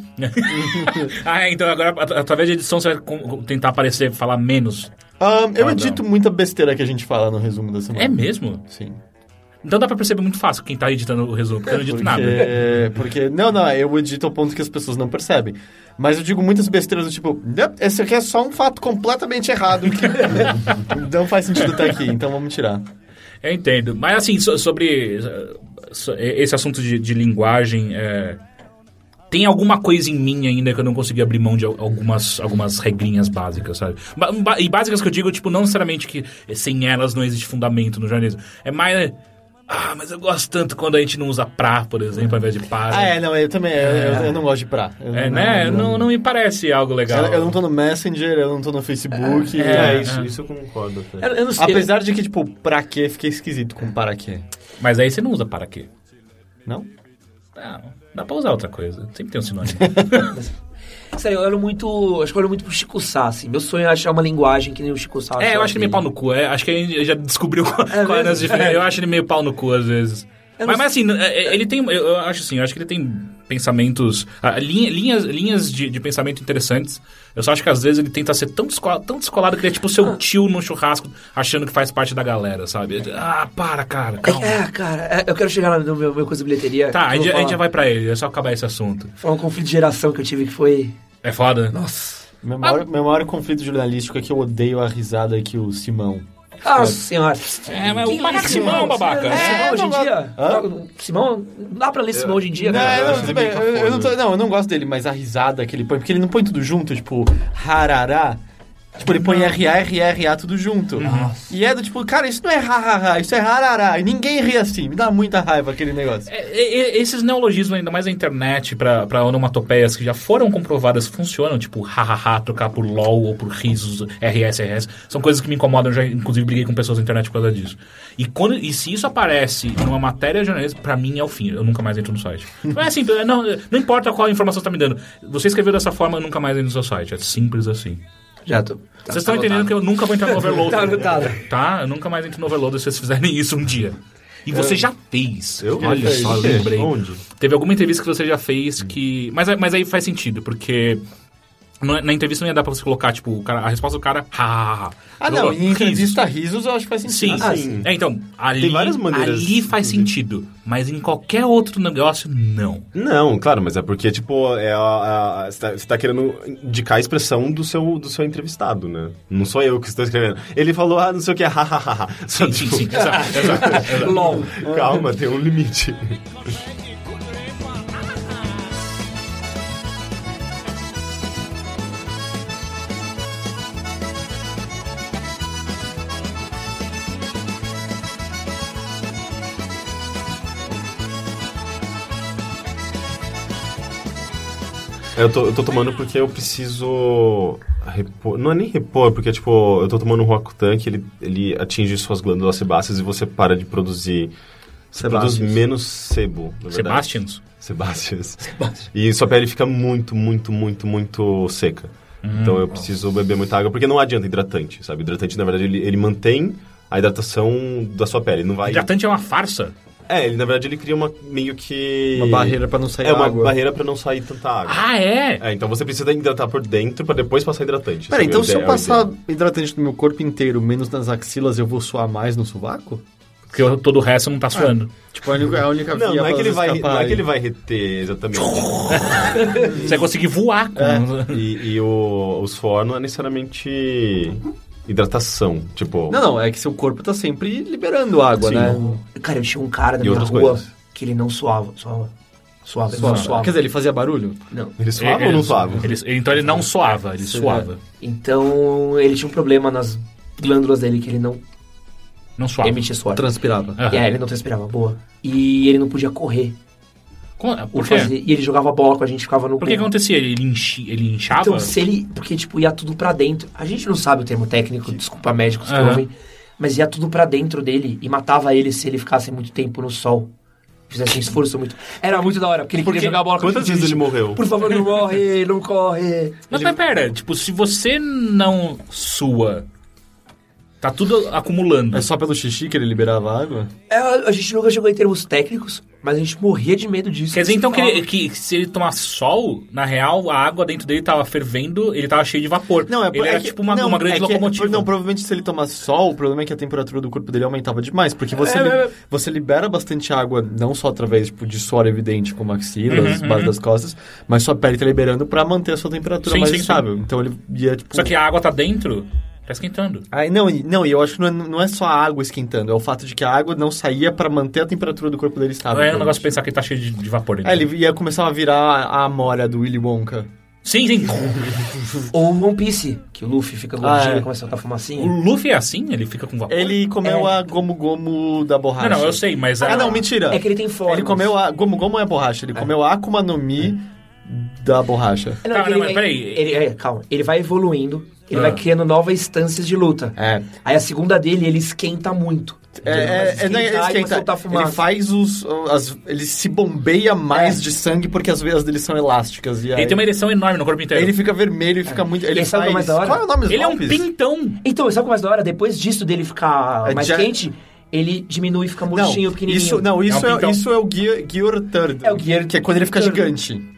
ah, é, então agora, at- através de edição, você vai com- com- tentar aparecer, falar menos. Ahn, eu Ah, edito muita besteira que a gente fala no resumo da semana. É mesmo? Sim. Então dá pra perceber muito fácil quem tá editando o resumo, porque eu não edito Porque, nada. porque, não, não, eu edito ao ponto que as pessoas não percebem. Mas eu digo muitas besteiras do tipo, "Não, esse aqui é só um fato completamente errado. que não faz sentido estar aqui, então vamos tirar. Eu entendo. Mas assim, so- sobre eh, so- esse assunto de, de linguagem, eh, tem alguma coisa em mim ainda que eu não consegui abrir mão de al- algumas, algumas regrinhas básicas, sabe? Ba- ba- E básicas que eu digo, tipo, não necessariamente que sem elas não existe fundamento no jornalismo. É mais... eh, Ah, mas eu gosto tanto quando a gente não usa pra, por exemplo, ao invés de para. Ah, é, não, eu também, eu, eu- eu não gosto de pra. Eu É, não- né? Não, não, me parece algo legal. Eu, eu não tô no Messenger, eu não tô no Facebook. É, é. isso, isso eu concordo. até. Eu, eu não sei. Apesar de que, tipo, pra quê fica esquisito com para quê. Mas aí você não usa para quê? Ah, Não? Não, dá pra usar outra coisa. Sempre tem um sinônimo. Sério, eu olho muito. Acho que eu olho muito pro Chico Sá, assim. Meu sonho é achar uma linguagem que nem o Chico Sá. é, eu achava acho ele meio dele. pau no cu. É, acho que a gente já descobriu qual, qual é a mesmo? nossa diferença. Eu acho ele meio pau no cu às vezes. Eu Mas, não mas assim, é, é, ele tem. Eu eu acho assim, eu acho que ele tem pensamentos, ah, linha- linhas, linhas de, de pensamento interessantes. Eu só acho que às vezes ele tenta ser tão descolado, tão descolado que ele é tipo Ah. seu tio num churrasco achando que faz parte da galera, sabe? Ah, para, cara, calma. É, cara, é, eu quero chegar lá no meu, meu coisa de bilheteria. Tá, a que eu gente, vou a gente já falar. vai pra ele, é só acabar esse assunto. Falar um conflito de geração que eu tive que foi. É foda? né? Nossa. Meu maior, meu maior conflito jornalístico é que eu odeio a risada que o Simão. Nossa senhora. É, mas o Marco Simão, babaca. Simão hoje em não- dia. Hã? Simão, não dá pra ler Simão hoje em dia, É, Não, cara. eu, acho não, ele tudo bem, meio eu- eu não tô- cafona. não, eu não gosto dele, mas a risada que ele põe, porque ele não põe tudo junto, tipo, rarará. Tipo, ele põe RA, RA, RA tudo junto. E é do tipo, cara, isso não é rarará, isso é rarará. E ninguém ri assim. Me dá muita raiva aquele negócio. É, é, é, esses neologismos, ainda mais na internet, pra, pra onomatopeias que já foram comprovadas funcionam, tipo hahaha, trocar por lol ou por risos, RS, RS, são coisas que me incomodam. Eu já, inclusive, briguei com pessoas na internet por causa disso. E, quando, e se isso aparece numa matéria jornalista, pra mim é o fim. Eu nunca mais entro no site. Não é assim, não, não importa qual informação você tá me dando. Você escreveu dessa forma, eu nunca mais entro no seu site. É simples assim. Já tô. Vocês estão entendendo que eu nunca vou entrar no overload. Tá anotado. Tá? Eu nunca mais entro no overload se vocês fizerem isso um dia. E você já fez. Eu? Olha Eu só, eu fiz. lembrei. Onde? Teve alguma entrevista que você já fez que. Mas, mas aí faz sentido, porque. não é- Na entrevista não ia dar pra você colocar, tipo, o cara- a resposta do cara. "Ha, ha, ha." Ah, Você não, colocou, em "Risos." entrevista risos eu acho que faz sentido. Sim, Ah, sim. sim. É, então, ali, Tem várias maneiras ali faz sentido. Mas em qualquer outro negócio, não. Não, claro, mas é porque, tipo, é a- a- você, tá, você tá querendo indicar a expressão do seu, do seu entrevistado, né? Não sou eu que estou escrevendo. Ele falou, ah, não sei o que, ha, ha, ha, ha. Só, Sim, sim, tipo, sim. Exato, exato, exato. LOL. né? Calma, tem um limite. Eu tô, eu tô tomando porque eu preciso repor. Não é nem repor, porque, tipo, eu tô tomando um Roacutan que ele, ele atinge suas glândulas sebáceas e você para de produzir. Você Sebáceas. produz menos sebo, na verdade. Sebastians? Sebáceas. E sua pele fica muito, muito, muito, muito seca. então eu preciso beber muita água, porque não adianta hidratante, sabe? Hidratante, na verdade, ele, ele mantém a hidratação da sua pele. Não vai. Hidratante é uma farsa? É, ele, na verdade, ele cria uma meio que. Uma barreira pra não sair É, uma água. barreira pra não sair tanta água. Ah, é? É, então você precisa hidratar por dentro pra depois passar hidratante. Peraí, sabe? então É o se eu ideal, é o passar ideal. hidratante no meu corpo inteiro, menos nas axilas, eu vou suar mais no sovaco? Porque eu- todo o resto não tá suando. Tipo, a única, a única Não, via não é, pra que ele vai, escapar não é aí. que ele vai reter exatamente. Você vai conseguir voar com. É. e e o, o suor não é necessariamente hidratação. Tipo, Não, não, é que seu corpo tá sempre liberando água, Sim. né? Cara, eu tinha um cara na E minha outras rua coisas. que ele não suava. Suava. Suava, ele Suava. não suava. Quer dizer, ele fazia barulho? não. ele suava ou não suava? Ele- então ele não suava, ele Sim. suava. Então, ele tinha um problema nas glândulas dele que ele não Não suava. emitia suor. Transpirava. Aham. É, ele não transpirava, boa. E ele não podia correr. Como- Por Por quê? fazer- e ele jogava bola com a gente, ficava no Por que que gol. acontecia? Ele, enchi, ele inchava? Então, se ele. Porque, tipo, ia tudo pra dentro. A gente não sabe o termo técnico, desculpa médicos que Aham. ouvem. Mas ia tudo pra dentro dele e matava ele se ele ficasse muito tempo no sol. Fizesse um esforço muito. Era muito da hora, porque ele queria jogar bola com a Quantas gente. vezes ele morreu? Por favor, não morre, não corre. Mas, mas pera, tipo, se você não sua, tá tudo acumulando. É só pelo xixi que ele liberava água? É, a gente nunca chegou em termos técnicos, mas a gente morria de medo disso. Quer dizer, então, que, Falava- ele- que se ele tomasse sol, na real, a água dentro dele tava fervendo, ele tava cheio de vapor. ele era que- tipo uma, não, uma é grande que- locomotiva. não, provavelmente se ele tomasse sol, o problema é que a temperatura do corpo dele aumentava demais. Porque você, É, li- é, é. você libera bastante água, não só através tipo, de suor evidente, como Uhum, axilas, base das costas, mas sua pele tá liberando pra manter a sua temperatura Sim, mais sim, sim. estável. Então ele ia, tipo... Só que a água tá dentro, tá esquentando. Aí, não, e- não, e eu acho que não é, não é só a água esquentando, é o fato de que a água não saía pra manter a temperatura do corpo dele estável. é um negócio de provavelmente. pensar que ele tá cheio de, de vapor dentro. Aí É, ele ia começar a virar a, a Amora do Willy Wonka. Sim, sim. Ou o One Piece, que o Luffy fica gordinho Ah, é. e começa a soltar fumacinha. O Luffy é assim? Ele fica com vapor? É. Ele comeu a Gomu Gomu da borracha. Não, não, eu sei, mas... um a- Ah, não, mentira. É que ele tem forma. Ele comeu a. Gomu Gomu é borracha. Ele comeu a Akuma no Mi da borracha. Não, Tá, é que não, ele vai- mas peraí. Ele, é, calma. Ele vai evoluindo, ele Ah. vai criando novas instâncias de luta. É. Aí a segunda dele, ele esquenta muito. É, é, é, não, ele e esquenta. soltar Ele fumaça. faz os. as- ele se bombeia mais É. de sangue porque as veias dele são elásticas. E aí, Ele tem uma ereção enorme no corpo inteiro. ele fica vermelho e fica muito. Ele aí sabe o que é faz. mais da hora? Qual é o nome dos Ele é um golpes? pintão. Então, sabe o que é mais da hora? Depois disso dele ficar É mais ja- quente, ele diminui e fica Não, murchinho, pequenininho. um isso, não, isso é, pintão. isso é o Gear, Gear Turd. É o Gear Que é quando ele fica Turd. gigante.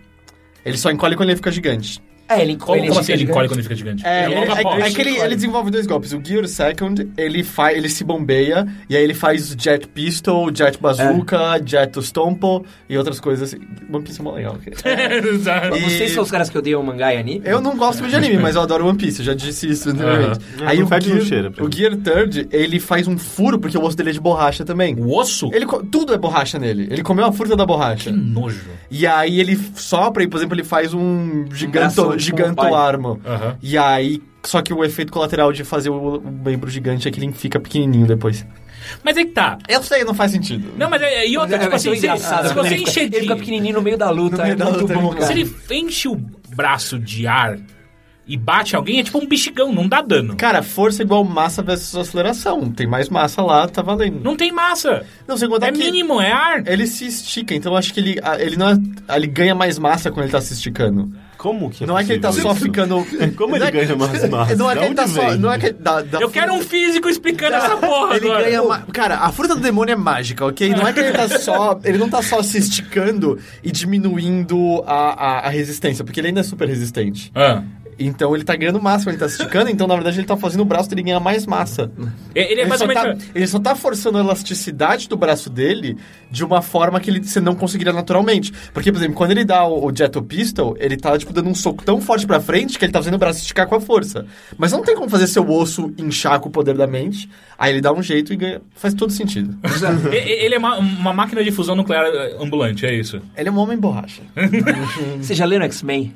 Ele só encolhe quando ele fica gigante. É, ele Como, encolhe. como assim ele encolhe quando ele fica gigante? É, Ele ele, logo é- após. é que ele, ele desenvolve dois golpes. O Gear Second, ele, fa, ele se bombeia, e aí ele faz Jet Pistol, Jet Bazooka, É. Jet Stompo e outras coisas assim. One Piece é mó legal. cara. Exato. E- Vocês são os caras que odeiam mangá e anime? Eu não gosto muito de anime, mas eu adoro One Piece, eu já disse isso anteriormente. Aham. Aí Não o fede, Gear, não cheira, pra o mim. Gear Third, ele faz um furo, porque o osso dele é de borracha também. Uh. O osso? Ele, co- tudo é borracha nele. Ele comeu a fruta da borracha. Que nojo. E aí ele sopra e, por exemplo, ele faz um braço, tipo, giganto, um giganto pai. armo. Aham. E aí, só que o efeito colateral de fazer o, o membro gigante é que ele fica pequenininho depois. Mas é que tá. Eu sei, não faz sentido. Não, mas é, e outra, É, tipo vai ser assim, se, engraçado, se né? você Ele fica- encher de... Ele fica pequenininho no meio da No luta, meio é da muito luta, bom, é cara. Se ele enche o braço de ar e bate em alguém, é tipo um bexigão, não dá dano. Cara, força igual massa versus aceleração. Tem mais massa lá, tá valendo. Não tem massa. Não, sem contar É que mínimo, é ar. ele se estica, então eu acho que ele, a- ele não é- ele ganha mais massa quando ele tá se esticando. Como que não é que ele tá possível só isso? ficando... Como ele não é- ganha mais massa? Não é que Da ele tá onde só... vem? Não é que ele dá- dá Eu quero um físico explicando essa porra Ele agora. ganha ma- Cara, a fruta do demônio é mágica, ok? Não é que ele tá só. Ele não tá só se esticando e diminuindo a, a, a resistência, porque ele ainda é super resistente. Ah. Então ele tá ganhando massa quando ele tá se esticando, então na verdade ele tá fazendo o braço dele ganhar mais massa. É, Ele é só, basicamente... tá, ele só tá forçando a elasticidade do braço dele de uma forma que ele, você não conseguiria naturalmente. Porque, por exemplo, quando ele dá o, o Jet Pistol, ele tá, tipo, dando um soco tão forte pra frente que ele tá fazendo o braço esticar com a força. Mas não tem como fazer seu osso inchar com o poder da mente. Aí ele dá um jeito e ganha. Faz todo sentido. E- e- Ele é uma, uma máquina de fusão nuclear eh, ambulante, é isso. ele é um homem borracha. Vocês já leram X-Men?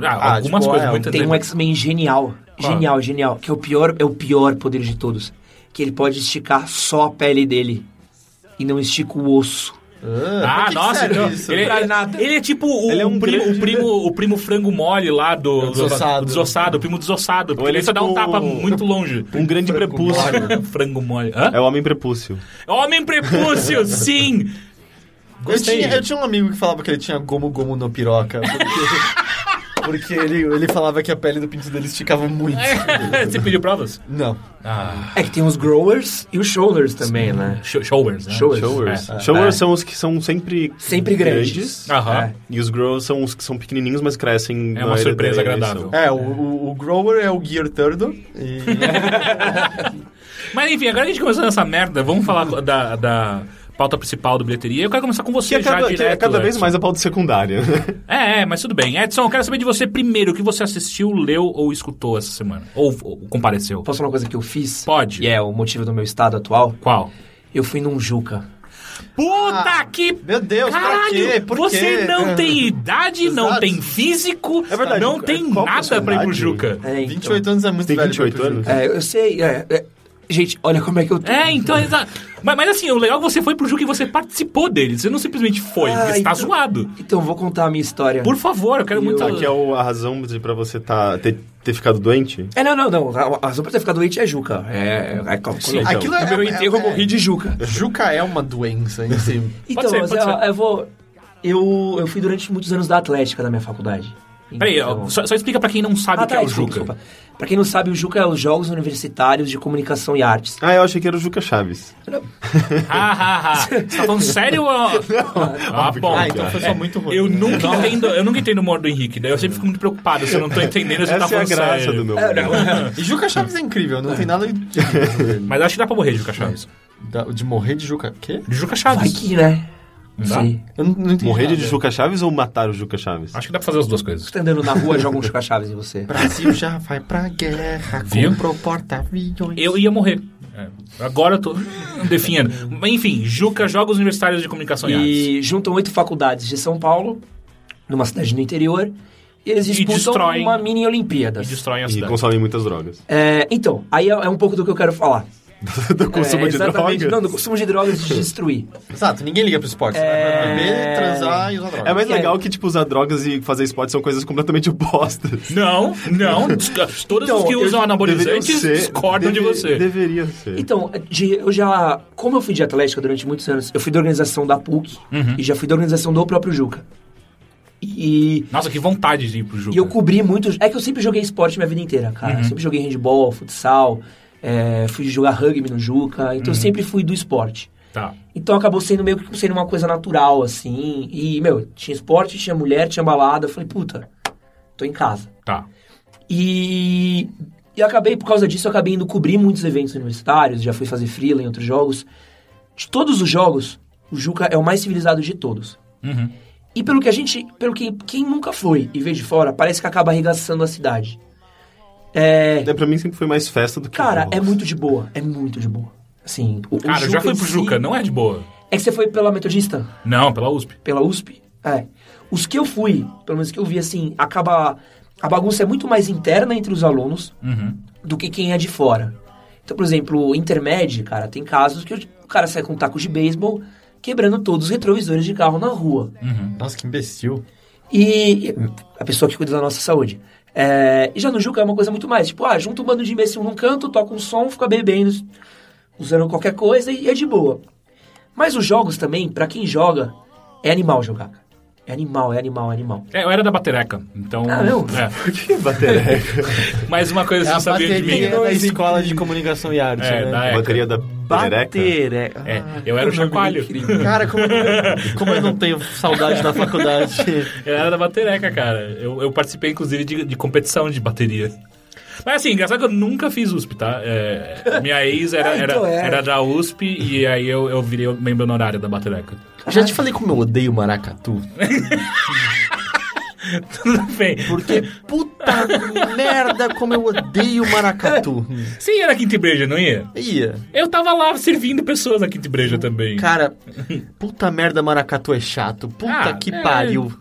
Ah, ah, algumas tipo, coisas, é, muitas Tem um X-Men genial. Qual? Genial, genial. Que é o pior, é o pior poder de todos. Que ele pode esticar só a pele dele. E não estica o osso. Ah, pra Ah, que que nossa, serve ele, isso? ele- Pra nada. ele é tipo o, Ele é um o primo, grande- o, primo, o primo frango mole lá do, do- desossado. o desossado, o primo desossado. Porque ele ele, é só dá um tipo- tapa muito longe. Um grande prepúcio. frango mole. Hã? É o homem prepúcio. Homem prepúcio, sim! Eu Gostei. tinha, eu tinha um amigo que falava que ele tinha gomo gomo no piroca. Porque, porque ele, ele falava que a pele do pinto dele esticava muito. Você pediu provas? Não. Ah, É que tem os growers e os shoulders também, né? show- showers, né? Showers. Showers. É. Showers É. são os que são sempre... Sempre grandes. Aham. É. E os grows são os que são pequenininhos, mas crescem É na uma era- surpresa da eleição. agradável. É, o, o, o Grower é o Gear Turdo. E... é Mas enfim, agora a gente começou nessa merda, vamos falar da, da pauta principal do bilheteria. Eu quero começar com Que você é já cada, que direto. é cada vez Edson. mais a pauta secundária. É, é, mas tudo bem. Edson, eu quero saber de você primeiro o que você assistiu, leu ou escutou essa semana. Ou, ou compareceu. Posso falar uma coisa que eu fiz? Pode. E é o motivo do meu estado atual. Qual? Eu fui num Juca. Puta que. Meu Deus, pra quê? Caralho! Por você quê? não tem idade, não Exato. tem físico, É verdade, não Juca. tem Qual que é a sua nada pra ir pro idade? Juca. É, então. 28 anos é muito Tem velho. 28 pra- anos? É, eu sei. é, é. Gente, olha como é que eu tô. É, então, exato. Mas, mas assim, o legal é que você foi pro Juca e você participou dele. Você não simplesmente foi, Ah, porque você tá então- zoado. Então, vou contar a minha história. Por favor, eu quero muito. Tá, que é o- a razão de, pra você tá, ter, ter ficado doente? É, não, não, não. A a razão pra ter ficado doente é Juca. É, é, é Sim. Aqui Aquilo é, no meu enterro eu morri de Juca. Juca é uma doença assim. em si. Então, ser, mas pode eu, ser. eu vou. Eu, eu fui durante muitos anos da Atlética da minha faculdade. Peraí, Então- Ah, tá, ó, só, só explica pra quem não sabe o que é o desculpa, Juca. desculpa. Pra quem não sabe, o Juca é os Jogos Universitários de Comunicação e Artes. Ah, eu achei que era o Juca Chaves. Ha, ha, ha. Você tá falando sério? ó? ah, bom. Ah, então foi só muito ruim. Eu nunca entendo, eu nunca entendo o humor do Henrique, daí eu sempre fico muito preocupado se eu não tô entendendo, você tá Essa é a falando graça sério. do meu programa. E Juca Chaves é incrível, não tem nada de, Mas acho que dá pra morrer de Juca Chaves. da- de morrer de Juca. Quê? De Juca Chaves. Vai que, né? Não dá? sei. Eu não, não entendi. Morrer de nada. Juca Chaves ou matar o Juca Chaves? Acho que dá pra fazer as duas coisas. Você tá andando na rua, joga um Juca Chaves em você. Brasil já vai pra guerra, Viu? comprou porta-aviões. Eu ia morrer. É, Agora eu tô definhando. Mas, Enfim, Juca, Jogos Universitários de Comunicação e, Artes. E juntam oito faculdades de São Paulo, numa cidade no interior, e eles disputam destroem- uma mini E Olimpíadas. destroem a E cidade. consomem muitas drogas. É, então, aí é, é um pouco do que eu quero falar. Do consumo é, de exatamente. drogas? Não, do consumo de drogas de destruir. Exato, ninguém liga pro esporte. É... Vai beber, transar e usar droga. É mais É. legal que, tipo, usar drogas e fazer esporte são coisas completamente opostas. Não, não. des- Todos Então, os que eu usam Deveriam anabolizantes ser- discordam de deve- você. Deveria ser. Então, de- eu já. Como eu fui de atlética durante muitos anos, eu fui da organização da PUC Uhum. e já fui da organização do próprio Juca. E, Nossa, que vontade de ir pro Juca. e eu cobri muito. É que eu sempre joguei esporte minha vida inteira, cara. Eu Sempre joguei handball, futsal, É, fui jogar rugby no Juca, então eu sempre fui do esporte. Tá. Então acabou sendo meio que sendo uma coisa natural, assim. E, meu, tinha esporte, tinha mulher, tinha balada. Eu falei, puta, tô em casa. Tá. E, e eu acabei, por causa disso, eu acabei indo cobrir muitos eventos universitários, já fui fazer freela em outros jogos. De todos os jogos, o Juca é o mais civilizado de todos. Uhum. E pelo que a gente. Pelo que quem nunca foi e vê de fora, parece que acaba arregaçando a cidade. É. É, pra mim sempre foi mais festa do que. Cara, rock. é muito de boa. É muito de boa. Assim, o, o Cara, eu já fui em pro si- Juca, não é de boa. É que você foi pela Metodista? Não, pela USP. Pela USP? É. Os que eu fui, pelo menos que eu vi, assim, acaba. A bagunça é muito mais interna entre os alunos Uhum. do que quem é de fora. Então, por exemplo, intermédio, cara, tem casos que o o cara sai com um taco de beisebol quebrando todos os retrovisores de carro na rua. Uhum. Nossa, que imbecil. E a pessoa que cuida da nossa saúde. É, e já no Juca é uma coisa muito mais. Tipo, ah, junta um bando de imbecil num canto, toca um som, fica bebendo, usando qualquer coisa e é de boa. Mas os jogos também, pra quem joga, é animal jogar. cara. É animal, é animal, é animal. É, eu era da batereca, então... Ah, É meu. É. Por que bateria? Mais uma coisa que você sabia de mim. É da Escola de Comunicação e Arte, um. É, né? da a ECA. bateria da perereca? É, eu era o chacoalho. Cara, como, como eu não tenho saudade da faculdade. Eu era da batereca, cara. Eu, eu participei, inclusive, de, de competição de bateria. Mas assim, engraçado que eu nunca fiz USP, tá? É, minha ex era, Ah, então era, é. era da USP e aí eu, eu virei membro honorário da batereca. Já te falei como eu odeio maracatu. Tudo bem. Porque puta merda, como eu odeio maracatu. Você ia na Quinta e Breja, não ia? Ia. Eu tava lá servindo pessoas na Quinta e Breja também. Cara, puta merda, maracatu é chato. Puta Ah, que é. pariu.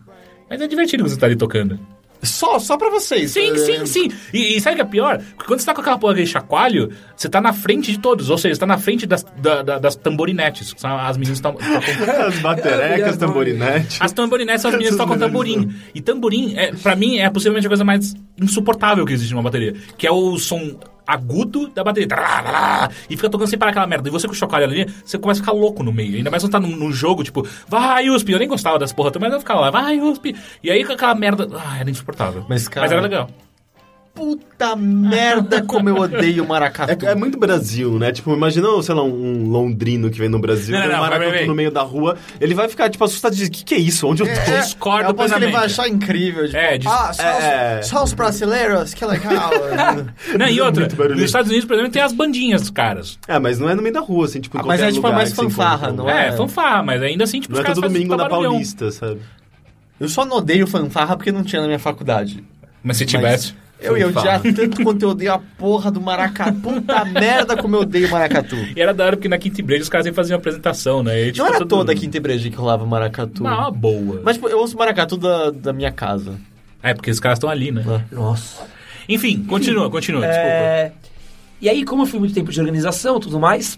Mas é divertido você tá ali tocando. Só, só pra vocês. Sim, É, sim, sim. E, e sabe o que é pior? Porque quando você tá com aquela porra de chacoalho, você tá na frente de todos. Ou seja, você tá na frente das, da- da- das tamborinetes, que são as meninas que estão. As baterecas, tamborinete. As tamborinetes são as meninas que tocam tamborim. né? E tamborim, é, pra mim, é possivelmente a coisa mais insuportável que existe numa bateria. Que é o som agudo da bateria. Tará, tará, E fica tocando sem parar aquela merda. E você com o chocalho ali, você começa a ficar louco no meio. Ainda mais quando tá num, num jogo, tipo, vai USP. Eu nem gostava dessa porra, mas eu ficava lá, vai USP. E aí com aquela merda. Ah, era insuportável. Mas, cara- era legal. é Puta merda, como eu odeio maracatu. É, é muito Brasil, né? Tipo, imagina, sei lá, um londrino que vem no Brasil, Não, tem não, um não, peraí, maracatu peraí. no meio da rua, ele vai ficar, tipo, assustado e dizer, o que, que é isso? Onde eu tô? É, discordo eu aposto que ele vai plenamente. achar incrível. Tipo, É, dis- ah, só, é. Os, só os brasileiros, que legal. Não, e outra, muito barulhento. nos Estados Unidos, por exemplo, tem as bandinhas dos caras. É, mas não é no meio da rua, assim, tipo, em Ah, mas qualquer é, tipo, é lugar mais que você fanfarra, encontra um- não É, é? fanfarra, mas ainda assim, tipo, Não os é caras todo fazem domingo na barulhão. Paulista, sabe? eu só não odeio fanfarra porque não tinha na minha faculdade. Mas se tivesse... Eu ia Fanfarra. odiar tanto quanto eu odeio a porra do maracatu. Puta merda como eu odeio maracatu. E era da hora porque na Quinta e Breja os caras iam fazer uma apresentação, né? E, tipo, Não era todo toda a mundo- Quinta Ibreja que rolava maracatu. Não, uma boa. Mas tipo, eu ouço maracatu da, da minha casa. É, porque os caras estão ali, né? Nossa. Enfim, continua, continua, desculpa. Ah. É, e aí, como eu fui muito tempo de organização e tudo mais,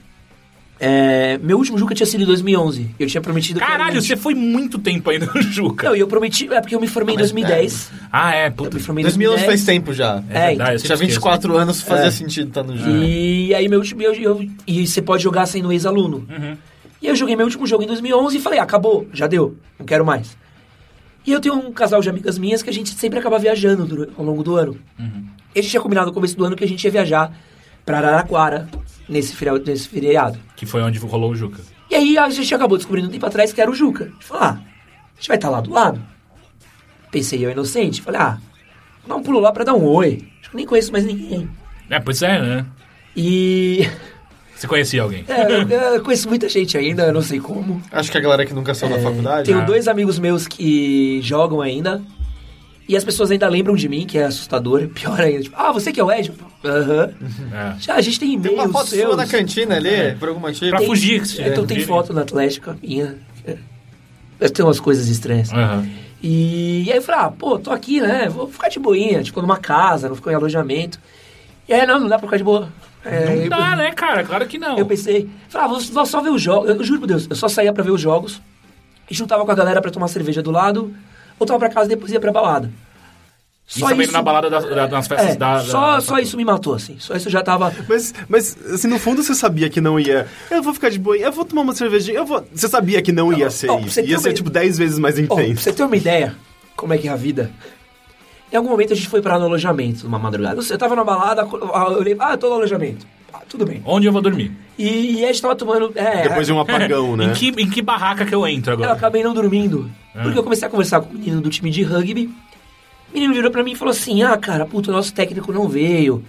é, meu último Juca tinha sido em 2011. Eu tinha prometido... que era Caralho, um- você foi muito tempo aí no Juca. Não, e eu prometi... É porque eu me formei em 2010. Ah, é, Eu puta. me formei em 2011 faz 2010. tempo né? já. É, verdade, eu sempre Já esqueço. É. 24 anos fazia sentido estar no jogo. E aí meu último eu, eu- e você pode jogar sendo ex-aluno. E aí eu joguei meu último jogo em 2011 e falei, ah, acabou, já deu, não quero mais. E eu tenho um casal de amigas minhas que a gente sempre acaba viajando dura- ao longo do ano. E a gente tinha combinado no começo do ano que a gente ia viajar pra Araraquara nesse feriado, nesse feriado. Que foi onde rolou o Juca. E aí a gente acabou descobrindo um tempo atrás que era o Juca. A gente falou, ah, a gente vai estar lá do lado. Pensei eu inocente, falei, ah, vou dar um pulo lá pra dar um oi. Acho que eu nem conheço mais ninguém. É, pois é, né? E Você conhecia alguém. É, eu, eu conheço muita gente ainda, eu não sei como. Acho que a galera que nunca saiu É. da faculdade. Ah. Tenho dois amigos meus que jogam ainda. E as pessoas ainda lembram de mim, que é assustador. e Pior ainda, tipo, ah, você que é o Ed? Aham. É. Já, a gente tem e-mail. Uhum. Tem uma foto seus. sua na cantina ali, por algum motivo. Pra Tem- fugir, que se- Então tem fugir. foto na Atlética minha. É. Mas tem umas coisas estranhas. Aham. E, aí eu falei, ah, pô, tô aqui, né? Vou ficar de boinha, tipo, numa casa, não ficou em alojamento. E aí, não, não dá pra ficar de boa. É, Não eu- dá, né, cara? Claro que não. Eu pensei, falava, ah, vou- vou só ver os jogos. Eu juro por Deus, eu só saía pra ver os jogos e juntava com a galera pra tomar cerveja do lado, voltava pra casa e depois ia pra balada. E também na balada das, da- nas festas é, da, da- só, da- só isso me matou, assim. Só isso eu já tava. Mas, mas, assim, no fundo você sabia que não ia. Eu vou ficar de boa, eu vou tomar uma cervejinha, eu vou. Você sabia que não ia ser ó, pra isso. você ter Ia ser, uma- tipo, 10 vezes mais Ó, pra intenso. você ter uma ideia como é que é a vida. Em algum momento a gente foi parar no alojamento numa madrugada. Eu tava na balada, eu olhei, ah, eu tô no alojamento. Ah, tudo bem. Onde eu vou dormir? E, e a gente tava tomando. É, Depois de um apagão, né? Em que, em que barraca que eu entro Eu agora? acabei não dormindo. É. Porque eu comecei a conversar com o menino do time de rugby. O menino virou pra mim e falou assim: Ah, cara, puta, o nosso técnico não veio.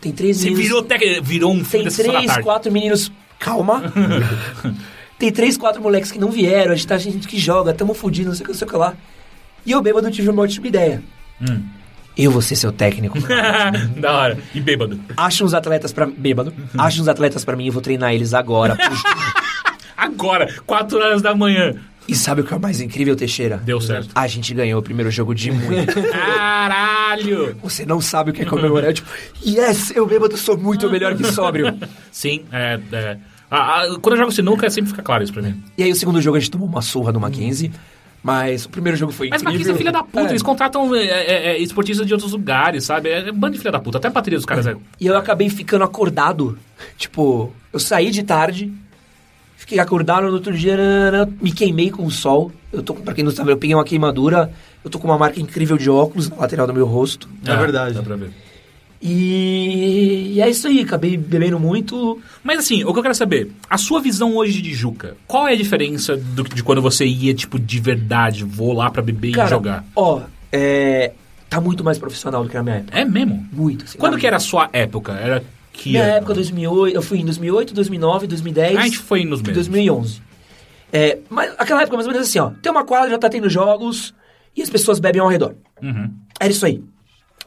Tem três Você meninos- virou, tec- virou um filho Tem da sessão da três, tarde. quatro meninos. Calma! Tem três, quatro moleques que não vieram, a gente tá gente que joga, tamo fudido, não sei o que, não sei o que lá. E eu bêbado tive uma ótima ideia. Hum. Eu vou ser seu técnico. da hora. E bêbado. acha uns atletas pra Bêbado. Acha uns atletas pra mim, eu vou treinar eles agora. Puxa. Agora, 4 horas da manhã. e sabe o que é o mais incrível, Teixeira? Deu certo. A gente ganhou o primeiro jogo de muito. Caralho! Você não sabe o que é comemorar. Eu, tipo, yes, eu bêbado sou muito melhor que sóbrio. Sim, é. é. Ah, ah, quando eu jogo sinuca, sempre fica claro isso pra mim. e aí o segundo jogo a gente tomou uma surra do Mackenzie. Mas o primeiro jogo foi Mas incrível. Marquinhos é filha da puta, É. eles contratam é, é, é, esportistas de outros lugares, sabe? É bando de filha da puta. Até a patria dos caras é. E eu acabei ficando acordado. Tipo, eu saí de tarde, fiquei acordado no outro dia, nanana, me queimei com o sol. Eu tô, com- pra quem não sabe, eu peguei uma queimadura. Eu tô com uma marca incrível de óculos na lateral do meu rosto. É verdade. Dá pra ver. E, e é isso aí, acabei bebendo muito. Mas assim, o que eu quero saber, a sua visão hoje de Juca, qual é a diferença do- de quando você ia, tipo, de verdade, vou lá pra beber e Cara, jogar? ó, é, tá muito mais profissional do que na minha época. É mesmo? Muito. assim, Quando tá que era a sua época? Era que Minha ano? época, 2008, eu fui em 2008, 2009, 2010. A gente foi nos e mesmos. 2011. É, mas aquela época, mais ou menos assim, ó. Tem uma quadra, já tá tendo jogos e as pessoas bebem ao redor. Uhum. Era isso aí.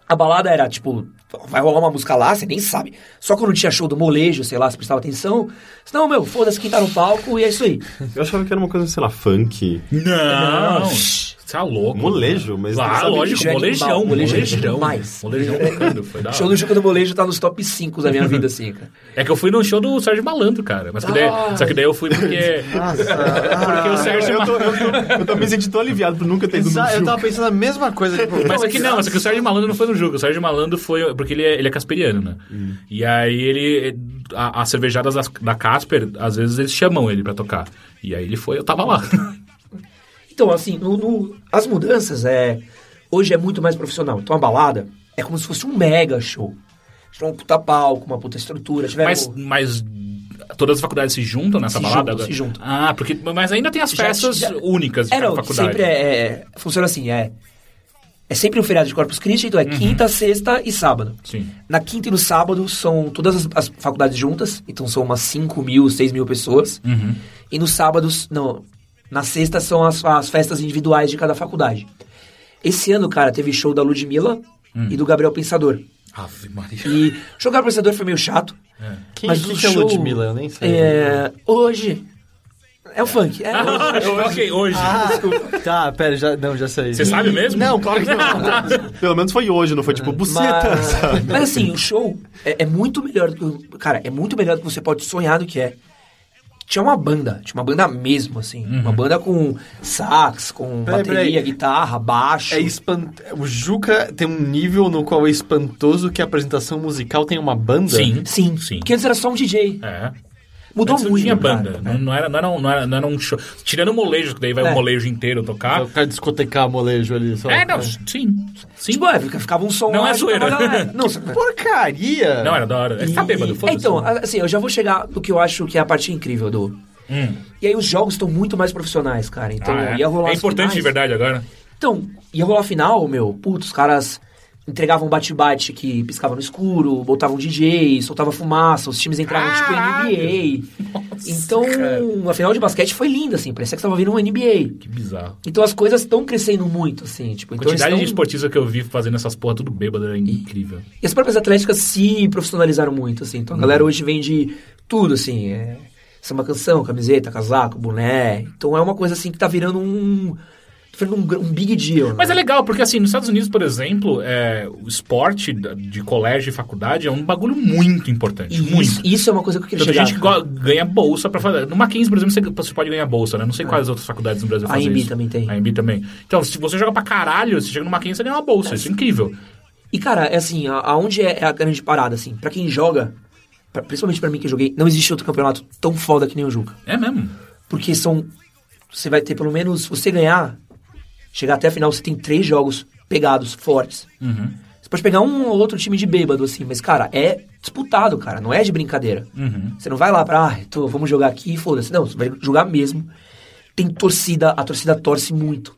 A balada era, tipo, vai rolar uma música lá, você nem sabe. Só quando tinha show do molejo, sei lá, se prestava atenção. Senão, meu, foda-se quem tá no palco e é isso aí. Eu achava que era uma coisa, sei lá, funk. Não! Você é louco. Molejo, mas não Ah, sabe lógico, que é molejão, animal, molejo é molejão. demais. Molejão tocando, foi da show hora. do Juca do Molejo tá nos top 5 da minha vida, assim, cara. É que eu fui no show do Sérgio Malandro, cara. Mas que daí- Ah. só que daí eu fui porque... Nossa. porque o Eu, Sérgio eu, tô, eu, tô, eu tô me sentindo aliviado por nunca ter ido no Exa- eu jogo. tava pensando a mesma coisa. Tipo, Mas aqui não, só que o Sérgio Malandro não foi no jogo. O Sérgio Malandro foi. Porque ele é, ele é casperiano, né? E aí ele. a- As cervejadas das- da Casper, às vezes eles chamam ele pra tocar. E aí ele foi, eu tava lá. Então, assim, no- no- as mudanças é. Hoje é muito mais profissional. Então a balada é como se fosse um mega show. Tiveram um puta palco, uma puta estrutura. Tiveram. Mas, mas todas as faculdades se juntam nessa Se balada? juntam, se juntam. Ah, porque. Mas ainda tem as Já- festas já- únicas de É, cada não, faculdade. sempre é, é- Funciona assim, é. É sempre um feriado de Corpus Christi, então é quinta, sexta e sábado. Uhum. Sim. Na quinta e no sábado são todas as, as faculdades juntas, então são umas 5 mil, 6 mil pessoas. Uhum. E nos sábados, não, na sexta são as, as festas individuais de cada faculdade. Esse ano, cara, teve show da Ludmilla Hum. e do Gabriel Pensador. Ave Maria. E o show do Gabriel Pensador foi meio chato. Quem, mas quem o que é show- Ludmilla? Eu nem sei. É, hoje. É o funk. É, hoje. Ah, Ah, ok, hoje. Desculpa. Tá, pera, já, não, já sei. Você sabe mesmo? Não, claro que não. Pelo menos foi hoje, não foi tipo buceta. então, Mas, mas assim, o show é, é muito melhor do que. Cara, é muito melhor do que você pode sonhar do que é. Tinha uma banda, tinha uma banda mesmo, assim. Uhum. Uma banda com sax, com Peraí, bateria, peraí. guitarra, baixo. É espant... O Juca tem um nível no qual é espantoso que a apresentação musical tem uma banda? Sim. Sim, Sim. Porque antes era só um DJ. É. Mudou Antes não muito. tinha cara. banda. Não, não era, não, era, um- não, era, não era um show. Tirando o molejo, que daí vai né? É. o molejo inteiro tocar. É O cara discotecar molejo ali. Só... É, não, sim. Sim. Tipo, é, fica- ficava um som. Não lá é e ficava zoeira. a galera. Não, sabe? Porcaria! Não, era da hora. Ele tá bêbado, É, foda-se. então, assim, eu já vou chegar no que eu acho que é a parte incrível do. Hum. E aí os jogos estão muito mais profissionais, cara. Então, Ah, é. ia rolar É as importante de finais. verdade agora. Então, ia rolar a final, meu. Putz, os caras entregavam bate-bate que piscava no escuro, botavam DJ, soltava fumaça, os times entravam Caralho! tipo NBA. então, a final de basquete foi linda, assim. Parecia que você tava vendo um NBA. Que bizarro. Então as coisas estão crescendo muito, assim. Tipo, A então quantidade de eles tão... esportistas que eu vi fazendo essas porra tudo bêbado era incrível. E as próprias atléticas se profissionalizaram muito, assim. Hum. Então a galera hoje vende tudo, assim. É... Samba canção, camiseta, casaco, boné. Então é uma coisa, assim, que tá virando um... tá virando um, gr- um big deal, né? Mas é legal, porque assim, nos Estados Unidos, por exemplo, é, o esporte da- de colégio e faculdade é um bagulho muito importante. E muito. Isso, isso é uma coisa que eu queria Então, tem chegar. gente que go- ganha bolsa pra fazer. No Mackenzie, por exemplo, você, você pode ganhar bolsa, né? Não sei quais outras faculdades no Brasil É. A fazem AMB isso. também tem. A AMB também. Então, se você joga pra caralho, você chega no Mackenzie, você ganha uma bolsa. Isso é incrível. E, cara, é assim, a- aonde é é a grande parada, assim, pra quem joga, pra- principalmente pra mim que joguei, não existe outro campeonato tão foda que nem o Juca. É mesmo. Porque são. Você vai ter pelo Uhum, menos. Se você ganhar, chegar até a final, você tem três jogos pegados, fortes. Você Você pode pegar um ou outro time de bêbado, assim, mas, cara, é disputado, cara. Não é de brincadeira. uhum. Você não vai lá pra, ah, tô- vamos jogar aqui e foda-se. Não, você vai jogar mesmo. Tem torcida, a torcida torce muito.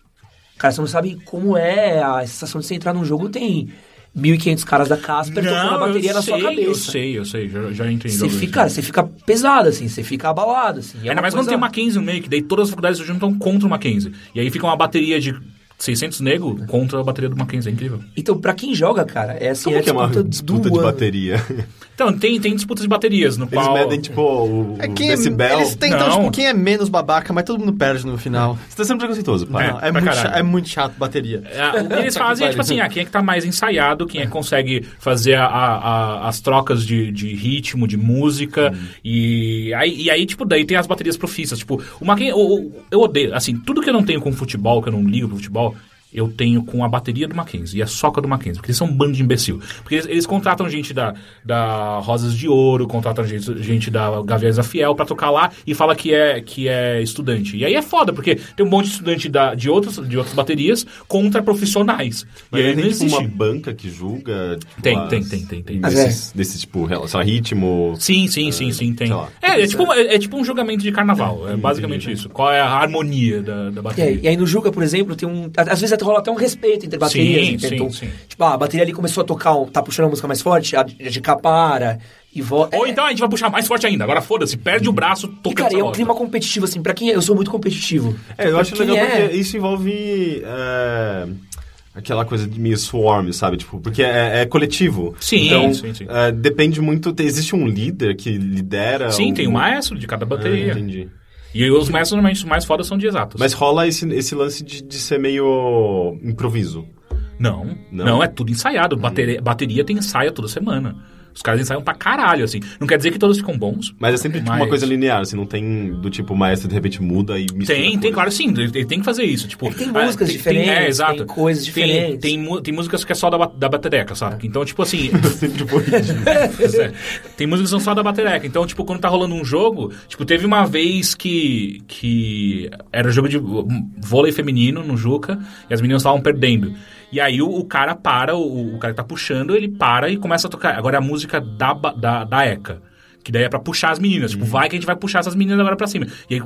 Cara, você não sabe como é a sensação de você entrar num jogo, tem 1.500 caras da Casper tocando Então, a bateria eu na sei, sua cabeça. Eu sei, eu sei, já, já entendi. Você fica, cara, você fica pesado, assim, você fica abalado, assim. É Ainda uma mais quando coisa- tem o Mackenzie no meio, que daí todas as faculdades se juntam contra o Mackenzie. E aí fica uma bateria de 600 negros contra a bateria do Mackenzie, é incrível. Então, pra quem joga, cara, é assim, Como é que é uma disputa disputa do de ano. bateria? Então, tem, tem disputas de baterias no Eles qual... medem, tipo, o, o É quem é, decibel. eles tentam, Não. tipo, quem é menos babaca, mas todo mundo perde no final. Você tá sendo preconceituoso, pai. Não, é, pra muito caralho. chato, é muito chato bateria. É, o que eles fazem é tipo assim, ah, quem é que tá mais ensaiado, quem é que consegue fazer a- a- a- as trocas de, de ritmo, de música, e, aí, e aí, tipo, daí tem as baterias profissas. Tipo, uma quem. Eu, eu odeio, assim, tudo que eu não tenho com futebol, que eu não ligo pro futebol. Eu tenho com a bateria do Mackenzie e a soca do Mackenzie, porque eles são um bando de imbecil. Porque eles, eles contratam gente da, da Rosas de Ouro, contratam gente, gente da Gaviões da Fiel pra tocar lá e fala que é, que é estudante. E aí é foda, porque tem um monte de estudante da, de, outros, de outras baterias contra profissionais. Mas e aí tem não tipo, existe. uma banca que julga. tipo, Tem, as- tem, tem, tem, tem. Mas Desses, desse tipo, relação a ritmo. Sim, sim, sim, sim, tem. Ah, sei lá. É, é tipo, é, é tipo um julgamento de carnaval. É basicamente isso. Qual é a harmonia da, da É, bateria? e aí no Julga, por exemplo, tem um. a- Às vezes até rola até um respeito entre baterias. Sim, entende? sim, então, sim. Tipo, ah, a bateria ali começou a tocar, um- tá puxando a música mais forte, a de capara, e é, volta. Ou então a gente vai puxar mais forte ainda. Agora foda-se, perde o braço, E, toca cara, essa e é um roda. clima competitivo, assim, pra quem é, eu sou muito competitivo. É, eu Pra acho quem legal é- porque isso envolve. é, Aquela coisa de meio swarm, sabe? Tipo, porque é, é coletivo. Sim, então, sim, sim. é, depende muito. tem- Existe um líder que lidera. Sim, o- tem o maestro de cada Ah, bateria. entendi. e os maestros normalmente os mais fodas são de exatos. Mas rola esse, esse lance de, de ser meio improviso. Não, Não? não, é tudo ensaiado. Bateria, bateria tem ensaio toda semana. Os caras ensaiam pra caralho, assim. Não quer dizer que todos ficam bons. Mas é sempre tipo, uma Mas- coisa linear, assim, não tem do tipo o maestro de repente muda e mistura. Tem, tem, coisa. claro, sim, ele, ele tem que fazer isso. Tipo, É que tem ah, músicas diferentes, tem coisas diferentes. É. Tem, mu- tem músicas que é só da, ba- da batereca, sabe? Então, tipo assim. Sempre tipo, ridículo. É. Tem músicas que são só da batereca. Então, tipo, quando tá rolando um jogo, tipo, teve uma vez que. que era jogo de um, vôlei feminino no Juca e as meninas estavam perdendo. E aí o, o cara para, o, o cara que tá puxando, ele para e começa a tocar. Agora é a música da, ba- da, da ECA. Que daí é pra puxar as meninas. Uhum. Tipo, vai que a gente vai puxar essas meninas agora pra cima. E aí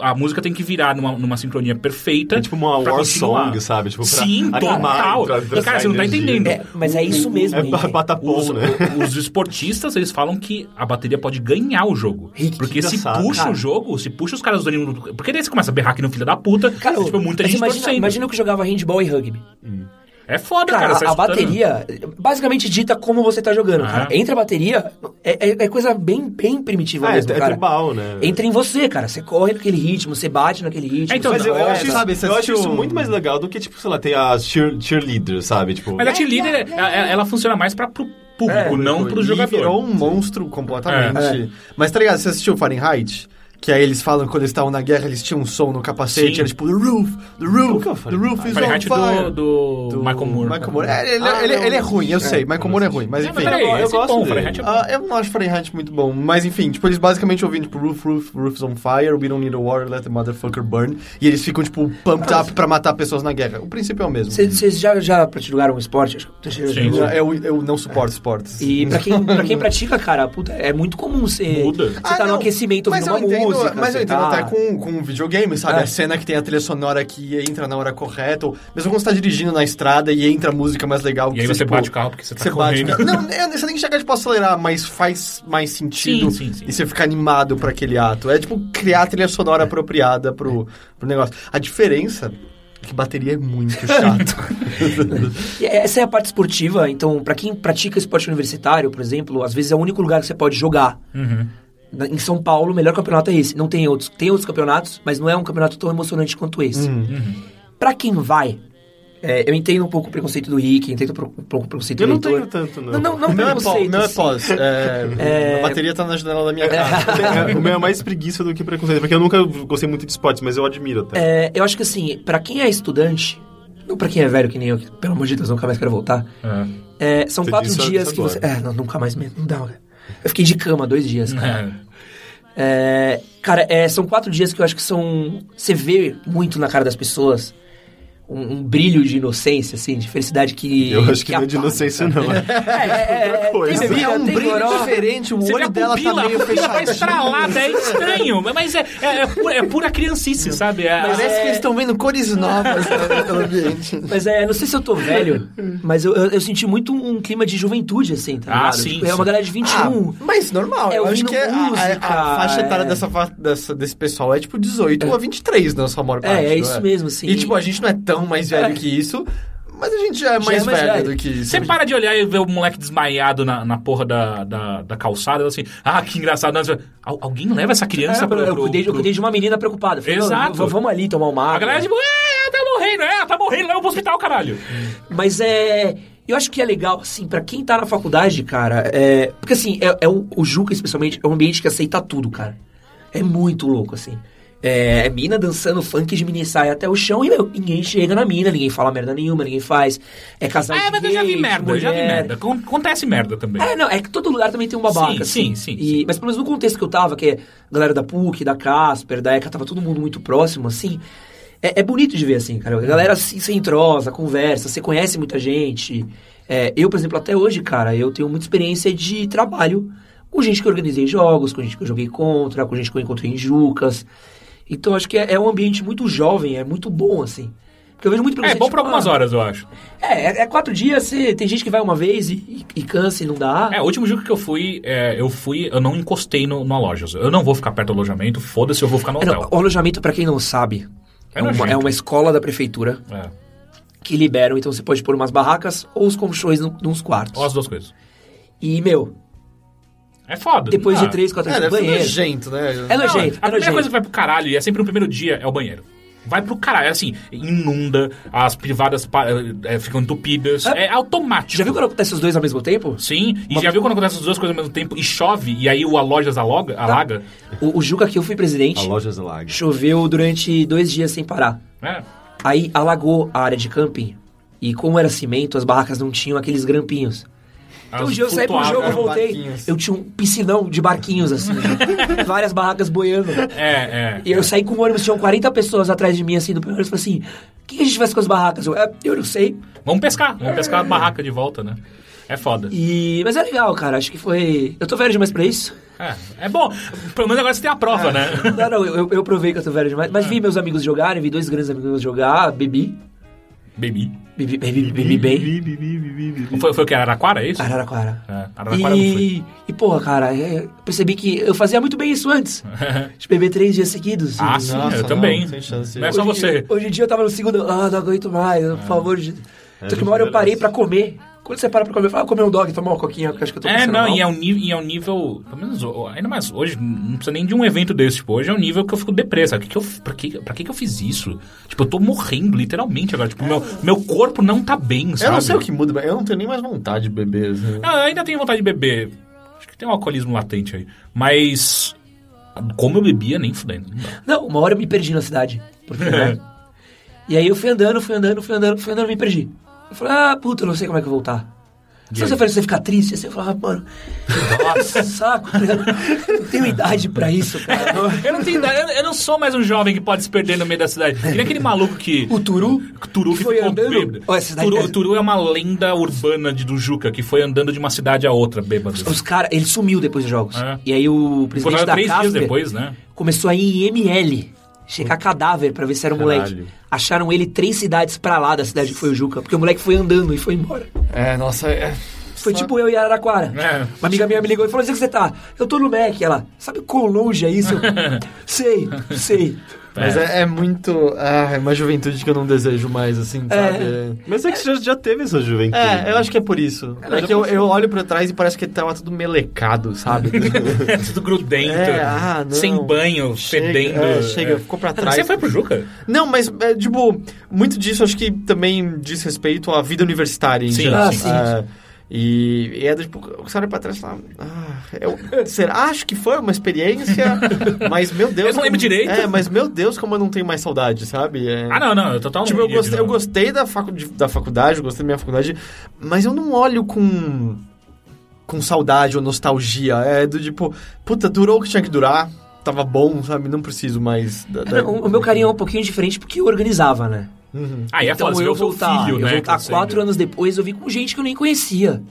a música tem que virar numa, numa sincronia perfeita. É tipo uma pra war continuar. song, sabe? Tipo, pra Sim, animar, total. pra- pra E, cara, você não tá energia. entendendo. É, mas é isso mesmo. É hein? ba- batapom, Os, né? o- os esportistas, eles falam que a bateria pode ganhar o jogo. Rick, porque se engraçado, puxa cara. o jogo, se puxa os caras do anime... Porque daí você começa a berrar que não filho da puta. Cara, tipo, muita mas gente imagina, torcendo. imagina que eu jogava handball e rugby. É foda, cara. Cara, você a, a escutando. bateria basicamente dita como você tá jogando, Ah. cara. Entra a bateria, é, é- é coisa bem, bem primitiva Ah, é, mesmo, é cara. tribal, né? Entra em você, cara. Você corre naquele ritmo, você bate naquele ritmo. É, então, você Mas eu, corre, eu acho, isso, sabe, eu acho isso assistiu- muito mais legal do que, tipo, sei lá, tem as cheer, cheerleaders, sabe? Tipo, Mas a cheerleader, é- ela, ela funciona mais pra, pro público, não pro E jogador. É. virou um monstro completamente. Mas tá ligado, você assistiu Fahrenheit? Que aí eles falam que quando eles estavam na guerra, eles tinham um som no capacete, Sim. era tipo, the roof, the roof, Nunca the roof is on Fahrenheit fire. é do, do, Michael Moore. Michael Moore. É, ele, Ah, ele- ele é ruim, eu sei. Michael Moore é ruim, mas Mas, enfim. peraí, eu eu gosto gosto dele. Fahrenheit é bom. Ah, eu não acho Fahrenheit muito bom, mas enfim, tipo, eles basicamente ouvem, tipo, Roof, Roof, Roof's on fire, we don't need a war, let the motherfucker burn. E eles ficam, tipo, pumped up pra matar pessoas na guerra. O princípio é o mesmo. Vocês vocês já, já praticaram um esporte? Acho que- Sim. Eu, eu não suporto esportes. E pra quem, pra quem pratica, cara, puta, é muito comum você, Muda. você Ah, tá no não, aquecimento mas ouvindo uma eu entendo, música. Mas eu você entendo tá- até com, com videogame, sabe? É. A cena que tem a trilha sonora que entra na hora correta, ou mesmo quando você tá dirigindo na estrada e entra a música mais legal. E que aí você tipo, bate o carro porque você tá Você bate. correndo. Não, é, você nem chega tipo, a acelerar, mas faz mais sentido. Sim, sim, sim. E você fica animado pra aquele ato. É tipo criar a trilha sonora É. apropriada pro, pro negócio. A diferença é que bateria é muito chato. E Essa é a parte esportiva, então, pra quem pratica esporte universitário, por exemplo, às vezes é o único lugar que você pode jogar. Na- Em São Paulo, o melhor campeonato é esse. Não tem outros. Tem outros campeonatos, mas não é um campeonato tão emocionante quanto esse. Uhum. Pra quem vai, é, eu entendo um pouco o preconceito do Rick, entendo um pro- um pouco o preconceito Eu do não Heitor. tenho tanto, não. Não, não, não, não é pós. preconceito. Não é assim. pós. É, A bateria tá na janela da minha casa. o meu é mais preguiça do que preconceito, porque eu nunca gostei muito de esportes, mas eu admiro até. É, eu acho que assim, pra quem é estudante, não pra quem é velho que nem eu, que, pelo amor de Deus, nunca mais quero voltar. É, são Você quatro disse dias isso que você. É, não, nunca mais mesmo. Não dá, cara. Eu fiquei de cama dois dias, É. cara. É. É, cara, é, são quatro dias que eu acho que são. Você vê muito na cara das pessoas um, um brilho de inocência, assim, de felicidade que. Eu acho que, não é de apaga. inocência, não. É, é, é, coisa. Tem bebida, é um tem brilho goró. diferente, o Você vê olho a dela pupila, tá meio a pupila tá fechadinho. estralada, é estranho, mas é, é, é pura, é pura criancice, sabe? É- Parece que eles estão vendo cores novas né, pelo ambiente. Mas é, não sei se eu tô velho, mas eu, eu, eu senti muito um clima de juventude, assim, tá Ah, ligado? sim, Tipo, sim. É uma galera de 21. Ah, mas normal, É eu acho ouvindo que a, a- a música, faixa etária é. dessa, fa- dessa- desse pessoal é tipo 18 a 23 na sua maior parte. é, não é isso mesmo, assim. E tipo, a gente não é tão mais velho que isso, mas a gente já é Já mais, é mais velho, velho. do que isso. Você para de olhar e ver o moleque desmaiado na, na porra da, da, da calçada, assim, ah, que engraçado. Não, você fala, "Al- alguém leva essa criança É, pro, eu, pro- cuidei, eu pro- cuidei de uma menina preocupada. Falei, não, Exato. v- vamos ali tomar uma água. A galera, tipo, é, tá morrendo, é, tá morrendo, leva pro hospital, caralho. Mas é. Eu acho que é legal, assim, pra quem tá na faculdade, cara, é. Porque assim, é, é o, o Juca, especialmente, é um ambiente que aceita tudo, cara. É muito louco, assim. É, é mina dançando funk de mini saia até o chão e meu, ninguém chega na mina, ninguém fala merda nenhuma, ninguém faz. É casal Ah, de mas eu já vi gay, de merda, eu já vi mulher. merda. Con- Acontece merda também. É, não, é que todo lugar também tem um Sim, babaca. assim. sim, sim, E- sim. Mas pelo menos no contexto que eu tava, que é galera da PUC, da Casper, da ECA, tava todo mundo muito próximo, assim. É, é bonito de ver, assim, cara. A galera se, se entrosa, conversa, você conhece muita gente. É, eu, por exemplo, até hoje, cara, eu tenho muita experiência de trabalho com gente que eu organizei jogos, com gente que eu joguei contra, com gente que eu encontrei em Jucas. Então, acho que é, é um ambiente muito jovem, é muito bom, assim. Porque eu vejo muito É preconceito, bom por tipo, algumas ah, horas, eu acho. É, é, é quatro dias, você- tem gente que vai uma vez e, e, e cansa e não dá. É, o último jogo que eu fui, é, eu fui, eu não encostei no, no loja. Eu não vou ficar perto do alojamento, foda-se, eu vou ficar no É, não, hotel. o alojamento, pra quem não sabe, É é uma, nojento. é uma escola da prefeitura É, que liberam, então você pode pôr umas barracas ou os colchões num- nos quartos. ó as duas coisas. E, meu, É foda. depois Ah, de três, quatro É, horas deve de ser banheiro. nojento, né? É Não, nojento, a é primeira coisa nojento. que vai pro caralho, e é sempre no primeiro dia, é o banheiro. Vai pro caralho, é assim, inunda, as privadas pa- é, ficam entupidas. É, automático. Já viu quando acontece os dois ao mesmo tempo? Sim, e já viu quando acontece as duas coisas ao mesmo tempo e chove, e aí o Alojas aloga, Tá. alaga? O, o Juca, que eu fui A presidente, loja Zelag. choveu durante dois dias sem parar. É. Aí alagou a área de camping. E como era cimento, as barracas não tinham aqueles grampinhos. Então um As dia eu saí pro flutuadas. jogo, eu eram voltei. barquinhos. Eu tinha um piscinão de barquinhos, assim. várias barracas boiando. É, é. E eu saí com o ônibus, tinham 40 pessoas atrás de mim, assim, do primeiro ônibus, falei assim, o que a gente faz com as barracas? Eu, "É, eu não sei. Vamos pescar, vamos pescar a barraca de volta, né? É foda. E... Mas é legal, cara, acho que foi... Eu tô velho demais pra isso? É, é bom. Pelo menos agora você tem a prova, É. né? Não, não, eu, eu provei que eu tô velho demais, mas vi meus amigos jogarem, vi dois grandes amigos meus jogar, bebi, Baby. bebi, bebi, bebi bem, Foi, foi o que? Araquara, é isso? Araraquara. É, Araraquara não foi. e, e, porra, cara, é, eu percebi que eu fazia muito bem isso antes, de beber três dias seguidos. Ah, sim, Nossa, eu não, também. sem chance. Não é só Hoje- você. É. Hoje em dia eu tava no segundo. Ah, não aguento mais, por favor. De... Só que uma hora eu parei pra comer. Quando você para pra comer, eu falo, ah, vou comer um dog, tomar uma coquinha, porque eu acho que eu tô É, passando não, mal. e é, um nível, e é um nível. Pelo menos, o- ainda mais hoje, não precisa nem de um evento desse. Tipo, hoje é um nível que eu fico depressa. Que que eu, pra, que, pra que que eu fiz isso? Tipo, eu tô morrendo, literalmente, agora. Tipo, meu, meu corpo não tá bem, sabe? Eu não sei o que muda, mas eu não tenho nem mais vontade de beber. assim. Não, eu ainda tenho vontade de beber. Acho que tem um alcoolismo latente aí. Mas. Como eu bebia, nem fudendo. Não dá. Não, uma hora eu me perdi na cidade. Porque, É. né? e aí eu fui andando, fui andando, fui andando, fui andando, me perdi. Eu falei, ah, puta, eu não sei como é que eu vou voltar. Só você fala, você ficar triste, assim, eu falava, mano, nossa, saco, tá ligado? Eu não tenho idade pra isso, cara. Eu não tenho idade, eu, eu não sou mais um jovem que pode se perder no meio da cidade. E nem aquele maluco que. O Turu? Turu que, que foi ficou andando. bêbado. Ó, essa cidade Turu, dessa- Turu é uma lenda urbana de, do Juca que foi andando de uma cidade a outra bêbado. Os caras, ele sumiu depois dos jogos. É. E aí o presidente Encontraram da três dias Casper- depois, né? começou a ir em ML. Checar cadáver pra ver se era um moleque. Acharam ele três cidades pra lá da cidade que foi o Juca. Porque o moleque foi andando e foi embora. É, nossa, é. Foi tipo eu e Araraquara. É. Uma amiga minha me ligou e falou: onde é que você tá? Eu tô no Mac. Ela, sabe quão longe é isso? Eu, sei, sei. Mas é, é muito. Ah, é uma juventude que eu não desejo mais, assim, sabe? Mas é que você já, já teve essa juventude. É, eu acho que é por isso. É que eu, eu olho pra trás e parece que tava tudo melecado, sabe? É tudo grudento, É, ah, não. sem banho, Chega, fedendo. é, chega, é. ficou pra Ah, trás. Você foi pro Juca? Não, mas, é, tipo, muito disso acho que também diz respeito à vida universitária em Sim, geral. ah, sim. Ah, e, e é do tipo, você olha pra trás e fala, ah, eu, será? Acho que foi uma experiência, mas meu Deus. Eu não lembro como- direito. É, mas meu Deus, como eu não tenho mais saudade, sabe? É, Ah, não, não, eu totalmente. Tipo, eu gostei, eu gostei da, facu de- da faculdade, eu gostei da minha faculdade, mas eu não olho com. com saudade ou nostalgia. É do tipo, puta, durou o que tinha que durar, tava bom, sabe? Não preciso mais. da- da- Tá. É, Não, o meu carinho é um pouquinho diferente porque eu organizava, né? Aí é então foda, você vê eu o seu voltar, filho, eu né? voltar crescendo. quatro anos depois, eu vi com gente que eu nem conhecia.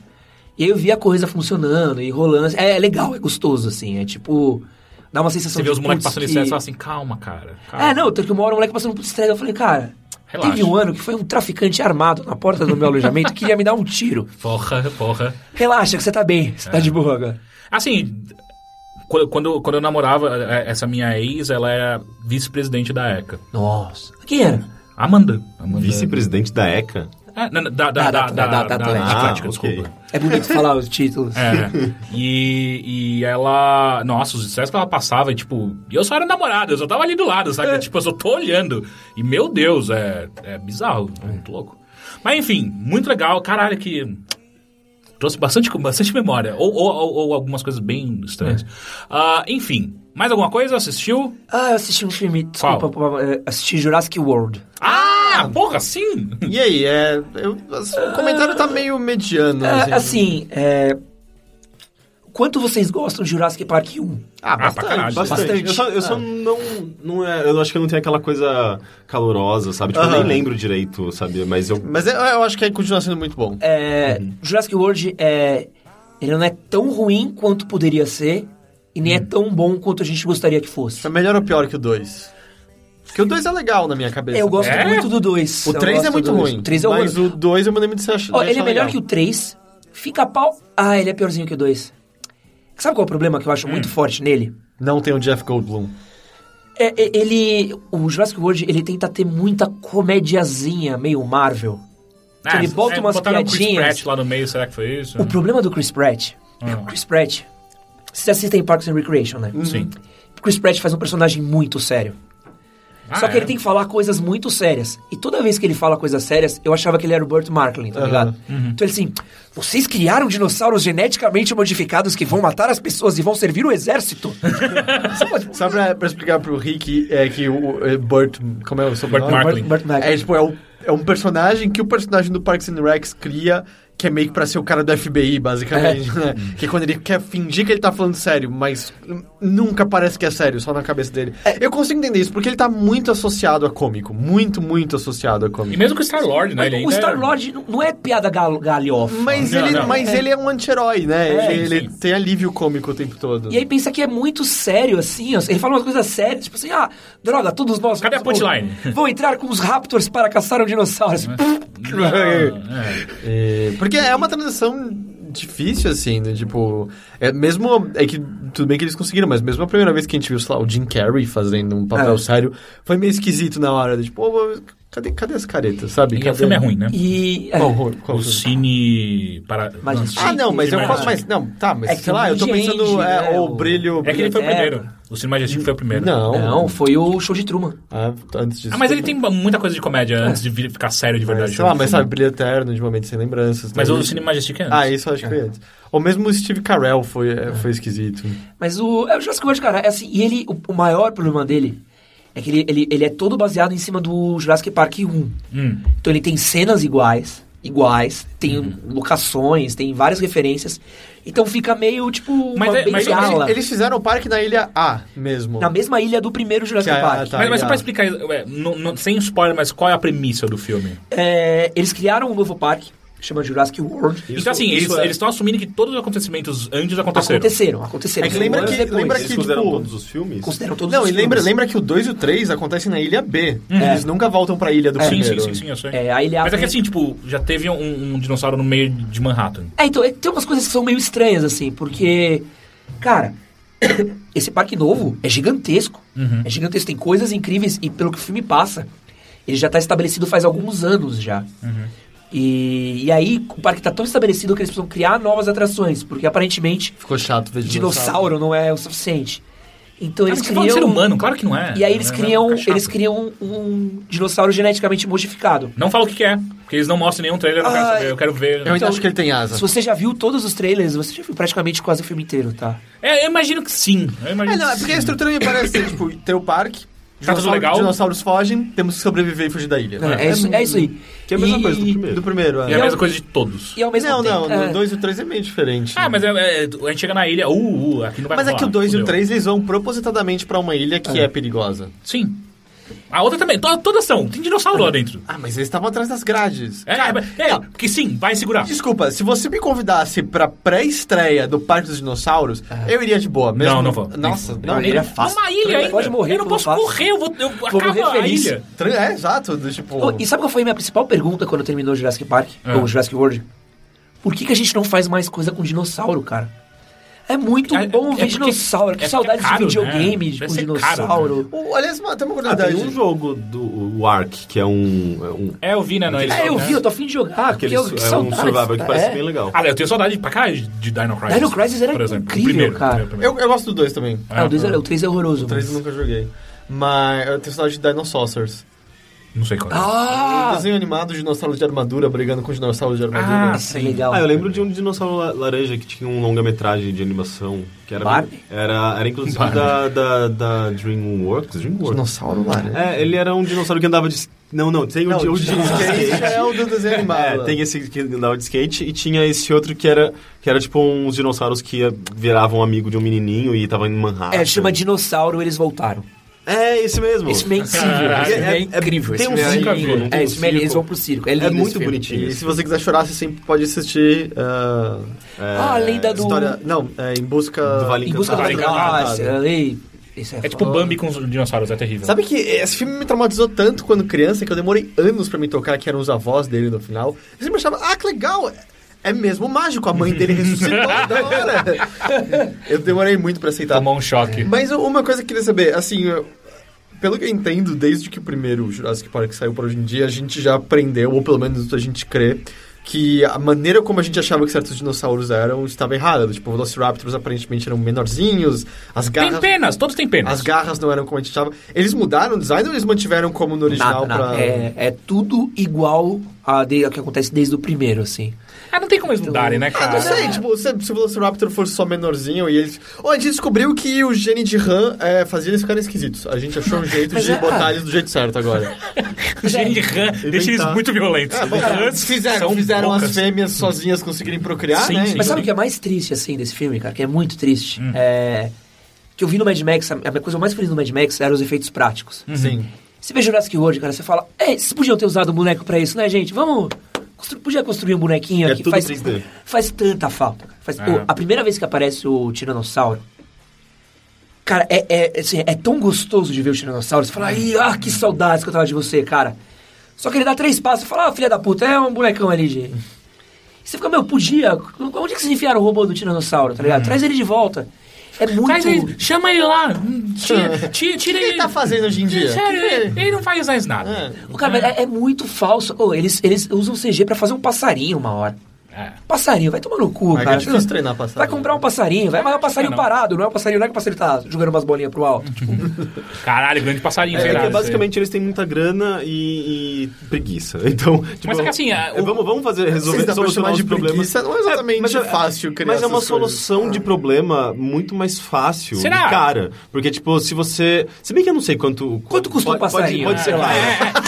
E aí eu vi a coisa funcionando e rolando. É, é legal, é gostoso, assim. É tipo. Dá uma sensação Você de. vê os moleques putz, passando que- licença e fala assim, calma, cara. calma. É, não, tanto que uma hora o moleque passando por estresse, eu falei, cara. Relaxa. Teve um ano que foi um traficante armado na porta do meu alojamento que queria me dar um tiro. Porra, porra. Relaxa, que você tá bem, É. você tá de boa agora. Assim, quando, quando, quando eu namorava, eh, essa minha ex, ela era vice-presidente da ECA. Nossa. Quem era? Amanda. Amanda- Vice-presidente da ECA? É, não, não, da, da, da, da, da, da Atlética, Ah, ok. desculpa. É bonito falar os títulos. É. E, e ela. Nossa, os sucessos que ela passava, e, tipo. E eu só era namorado, eu só tava ali do lado, É. sabe? Tipo, eu só tô olhando. E meu Deus, é, é bizarro, é muito louco. Mas enfim, muito legal. Caralho, que. Trouxe bastante, bastante memória. Ou, ou, ou- ou algumas coisas bem É. estranhas. Ah, enfim, mais alguma coisa? Assistiu? Ah, eu assisti um filme. Desculpa, é, assisti Jurassic World. Ah, porra, sim! E aí, é. eu- assim, o comentário tá meio Ah, mediano. É, assim, é. Quanto vocês gostam de Jurassic Park 1? Ah, pra bastante. caralho, bastante. Bastante. Eu só, eu É. só não, não é, eu acho que eu não tenho aquela coisa calorosa, sabe? Tipo, eu nem Aham. lembro direito, sabe? Mas eu Mas eu, eu acho que aí continua sendo muito bom. É, Uhum. Jurassic World é. Ele não é tão ruim quanto poderia ser, e nem é Uhum. tão bom quanto a gente gostaria que fosse. É melhor ou pior que o 2? Porque o 2 é legal na minha cabeça. Eu gosto É? muito do 2. O 3 é muito ruim. O 3 é Mas horroroso. o 2 eu me lembro de ser achado. Ó, ele é melhor que o 3. Fica pau. Ah, ele é piorzinho que o 2. Sabe qual é o problema que eu acho Hum. muito forte nele? Não tem o Jeff Goldblum. É, é, ele. O Jurassic World, ele tenta ter muita comediazinha, meio Marvel. Ah, Ele bota é, umas botaram o Chris piadinhas. Pratt lá no meio, será que foi Hum. isso? O problema do Chris Pratt é que o Chris Pratt. Vocês assistem Parks and Recreation, né? Sim. Chris Pratt faz um personagem muito sério. Ah, Só que é? ele tem que falar coisas muito sérias. E toda vez que ele fala coisas sérias, eu achava que ele era o Burt Marklin, tá ligado? Uhum. Então ele assim, vocês criaram dinossauros geneticamente modificados que vão matar as pessoas e vão servir o exército. Tipo, Você pode- Só pra, pra explicar pro Rick é que o é Burt. Como é o seu Burt Marklin. Burt, Burt Marklin. É, tipo, é, o- é um personagem que o personagem do Parks and Recs cria, que é meio que pra ser o cara do FBI, basicamente, né? Que é quando ele quer fingir que ele tá falando sério, mas n- nunca parece que é sério, só na cabeça dele. É. Eu consigo entender isso, porque ele tá muito associado a cômico. Muito, muito associado a E cômico. mesmo com o Star-Lord, né? ele o ainda é- Star-Lord não- não é piada gal galhofa. Mas, Não, ele, assim, não. mas ele é um anti-herói, né? É, ele, ele sim. tem alívio cômico o tempo todo. E aí pensa que é muito sério, assim, ó. ele fala umas coisas sérias, tipo assim, ah, droga, todos nós... Cadê a vamos- punchline? Uhum. Vão entrar com os Raptors para caçar um dinossauro. Assim, Não, é. É, porque é uma transição difícil, assim, né? Tipo, é mesmo. É que tudo bem que eles conseguiram, mas mesmo a primeira vez que a gente viu, sei lá, o Jim Carrey fazendo um papel É. sério, foi meio esquisito na hora. Tipo, ô, cadê, cadê as caretas, sabe? E Cadê? o filme é ruim, né? E... é, Qual, ru- qual O filme? Cine para... Mas- Não, Cine- Ah, não, mas eu Cine faço Majestico. mais. Não, tá, mas É que sei lá, eu tô tem pensando. gente, é, né, o o- brilho. É que ele foi o É. primeiro. O Cine Majestico foi o primeiro. Não. Não, foi o show de Truman. Ah, tá, antes disso. Ah, mas ele tem muita coisa de comédia antes de vir- ficar sério de verdade. Mas, sei lá, no mas filme. sabe, brilho eterno, de momentos sem lembranças. assim, né? Mas tem- o Cine Majestico é antes. Ah, isso eu acho que foi antes. Ou mesmo o Steve Carell foi, é, foi esquisito. Mas o, é o Jurassic World, cara, é assim, e ele, o, o maior problema dele é que ele, ele, ele é todo baseado em cima do Jurassic Park 1. Hum. Então ele tem cenas iguais, iguais, tem Uhum. locações, tem várias referências. Então fica meio, tipo, uma Mas é- mas ele- bengala. Eles fizeram o parque na ilha A mesmo. Na mesma ilha do primeiro Jurassic Que é- Park. tá. mas, mas ligado. só pra explicar, é, não- não- sem spoiler, mas qual é a premissa do filme? É, eles criaram um novo parque, chama Jurassic World. Isso- então, assim, isso eles é- estão assumindo que todos os acontecimentos antes aconteceram. Aconteceram, aconteceram. É que lembra Anos que- depois. lembra Eles que, consideram tipo, todos os filmes? Consideram todos Não, os e lembra, filmes. lembra que o 2 e o 3 acontecem na ilha B. Eles nunca voltam pra ilha do Sim, sim, primeiro. sim, sim, eu sei. É, a ilha mas é que foi- assim, tipo, já teve um, um dinossauro no meio de Manhattan. É, então, é, tem umas coisas que são meio estranhas, assim, porque, cara, esse parque novo é gigantesco. Uhum. É gigantesco, tem coisas incríveis e pelo que o filme passa, ele já tá estabelecido faz alguns anos já. Uhum. E, e aí, o parque tá tão estabelecido que eles precisam criar novas atrações, porque aparentemente Ficou chato ver dinossauro não é o suficiente. Então Eles eles um ah, criam... ser criam. humano, claro que não é. E aí eles Não, criam, fica chato. eles criam um dinossauro geneticamente modificado. Não fala o que que é, porque eles não mostram nenhum trailer, eu não quero Ai. saber, eu quero ver. né? Eu ainda Então, acho que ele tem asa. Se você já viu todos os trailers, você já viu praticamente quase o filme inteiro, tá? É, eu imagino que sim. Eu imagino É, não, é que porque a sim. estrutura me parece ser, tipo, ter o parque, Tá tudo dinossauro- legal? dinossauros fogem, temos que sobreviver e fugir da ilha. É, é isso, é isso aí. Que é a mesma E- coisa do primeiro. Do primeiro, é. É a eu- mesma coisa de todos. E ao mesmo não, tempo. não, é, o 2 e o 3 é meio diferente. Ah, mas é, é, a gente chega na ilha, uh, uh, aqui não vai Mas é rolar, que o 2 e o fudeu. 3 eles vão propositadamente pra uma ilha que é perigosa. Sim. A outra também. to- Todas são. Tem dinossauro É. lá dentro. Ah, mas eles estavam atrás das grades. É, Cara, é, é não. porque sim, vai segurar. Desculpa, se você me convidasse pra pré-estreia do Parque dos Dinossauros, Ah. eu iria de boa. Mesmo... Não, não vou. Nossa, Não, não, ele ele é é fácil. Uma ilha ainda. Pode morrer, eu não tudo posso fácil. morrer, eu vou. Eu morrer acabo a feliz. ilha. Tra- É, exato. do Tipo... Pô, E sabe qual foi a minha principal pergunta quando terminou o Jurassic Park? É. Ou Jurassic World? Por que, que a gente não faz mais coisa com dinossauro, cara? É muito É- bom é ver porque- dinossauro. Que é porque é saudade caro, de videogame né? com Vai ser dinossauro. O- aliás, uma- tem uma Ah, curiosidade. tem um jogo do o Ark, que é um... é um- É, eu vi, né? Não, eles- É, eu vi, eu tô afim de jogar. porque aquele, eu, su- que é um saudade. survival que parece É. bem legal. Ah, eu tenho saudade pra cá de Dino Crisis. Dino Crisis era por exemplo. incrível, o primeiro, cara. o primeiro. Eu, eu gosto do dois também. Ah, o 3 é, o três é horroroso. O 3 eu mas- nunca joguei. Mas eu tenho saudade de Dinosaurs. Não sei qual é. Um Ah! desenho animado, dinossauro de armadura, brigando com dinossauro de armadura. Ah, Nossa, sim. é legal. Ah, eu lembro de um dinossauro la- laranja que tinha um longa-metragem de animação. Que era, Barbie? era, era inclusive Barbie. da, da, da DreamWorks. DreamWorks. dinossauro lá, né? É, ele era um dinossauro que andava de. s- Não, não, tem o Não, de- o de skate. já é o do desenho É, animado. tem esse que andava de skate e tinha esse outro que era, que era tipo uns dinossauros que ia- viravam amigo de um menininho e tava em Manhattan. É, chama Dinossauro, eles voltaram. É, esse mesmo. Esse filme é incrível. Caraca, Esse filme é, é- é- incrível. esse tem um filme é circo, incrível. não tem É, um esse filme é- eles circo. vão pro circo. É, lindo é esse muito filme. bonitinho. E se você quiser chorar, você sempre pode assistir. ah, É. Ah, a lenda do... História. Não, é em busca. Do Vale Em busca do Encantado. Vale Encantado. Ah, Galáxia. Ei, esse né? É tipo foda. Bambi com os dinossauros, é terrível. Sabe que esse filme me traumatizou tanto quando criança que eu demorei anos pra me tocar que eram os avós dele no final. Eu sempre achava, ah, que legal! É mesmo mágico, a mãe dele ressuscitou da hora. Eu demorei muito pra aceitar. Tomou um choque. Mas uma coisa que eu queria saber, assim, eu- pelo que eu entendo, desde que o primeiro Jurassic Park saiu pra hoje em dia, a gente já aprendeu, ou pelo menos a gente crê, que a maneira como a gente achava que certos dinossauros eram estava errada. Tipo, Velociraptors aparentemente eram menorzinhos, as Tem garras penas, todos têm penas. as garras não eram como a gente achava. Eles mudaram o design ou eles mantiveram como no original Nada, nada. pra. É, é tudo igual a de- ao que acontece desde o primeiro, assim. Ah, não tem como eles mudarem, né, Ah, cara? não sei, tipo, se, se o Velociraptor fosse só menorzinho e eles. Ou a gente descobriu que o gene de RAM é, fazia eles ficarem esquisitos. A gente achou um jeito Mas de é, botar cara. eles do jeito certo agora. Gente, rã, deixa eles muito violentos. Rãs fizeram são Ah, fizeram as poucas. fêmeas sozinhas conseguirem procriar, Sim, né? sim. Mas sabe Sim. o que é mais triste, assim, desse filme, cara? Que é muito triste. Hum. É... Que eu vi no Mad Max, a a coisa mais feliz do Mad Max eram os efeitos práticos. Hum. Sim. Você vê Jurassic World, cara, você fala, é, vocês podiam ter usado o boneco pra isso, né, gente? Vamos. constru- Podia construir um bonequinho É que tudo faz, 3D. faz tanta falta. cara. Faz, pô, a primeira vez que aparece o Tiranossauro. Cara, é, é, assim, é tão gostoso de ver o Tiranossauro. Você fala, "Ih, ah, que saudades que eu tava de você, cara. Só que ele dá três passos e fala, ah, filha da puta, é um bonecão ali de. Você fica, meu, podia. Onde é que vocês enfiaram o robô do Tiranossauro, tá ligado? Traz ele de volta. É muito. Traz ele, chama ele lá. hum, Tira, tira, tira O que ele ele. tá fazendo hoje em dia? Sério, Que que ele, ele não faz mais nada. Ô, Cara, mas é, é muito falso. Ô, eles, eles usam CG pra fazer um passarinho uma hora. Ah. É. Passarinho, vai tomar no cu, Mas cara. é difícil treinar passarinho. Vai comprar um passarinho, vai, mas é um passarinho né? Não. parado, não é um passarinho, não é que o passarinho tá jogando umas bolinhas pro alto. É, Caralho, grande passarinho, sei É, lá, que não sei. basicamente eles têm muita grana e, e preguiça. Então, tipo, Mas é que assim, a- é, vamos, vamos fazer Vocês resolver dá pra chamar solucionar os de problemas. preguiça, não é exatamente fácil criar Mas é uma essas coisas. solução de problema muito mais fácil Será? e cara. Porque, tipo, se você. Se bem que eu não sei quanto. Quanto custa um pode- pode- passarinho? Pode, ser Ah, caro.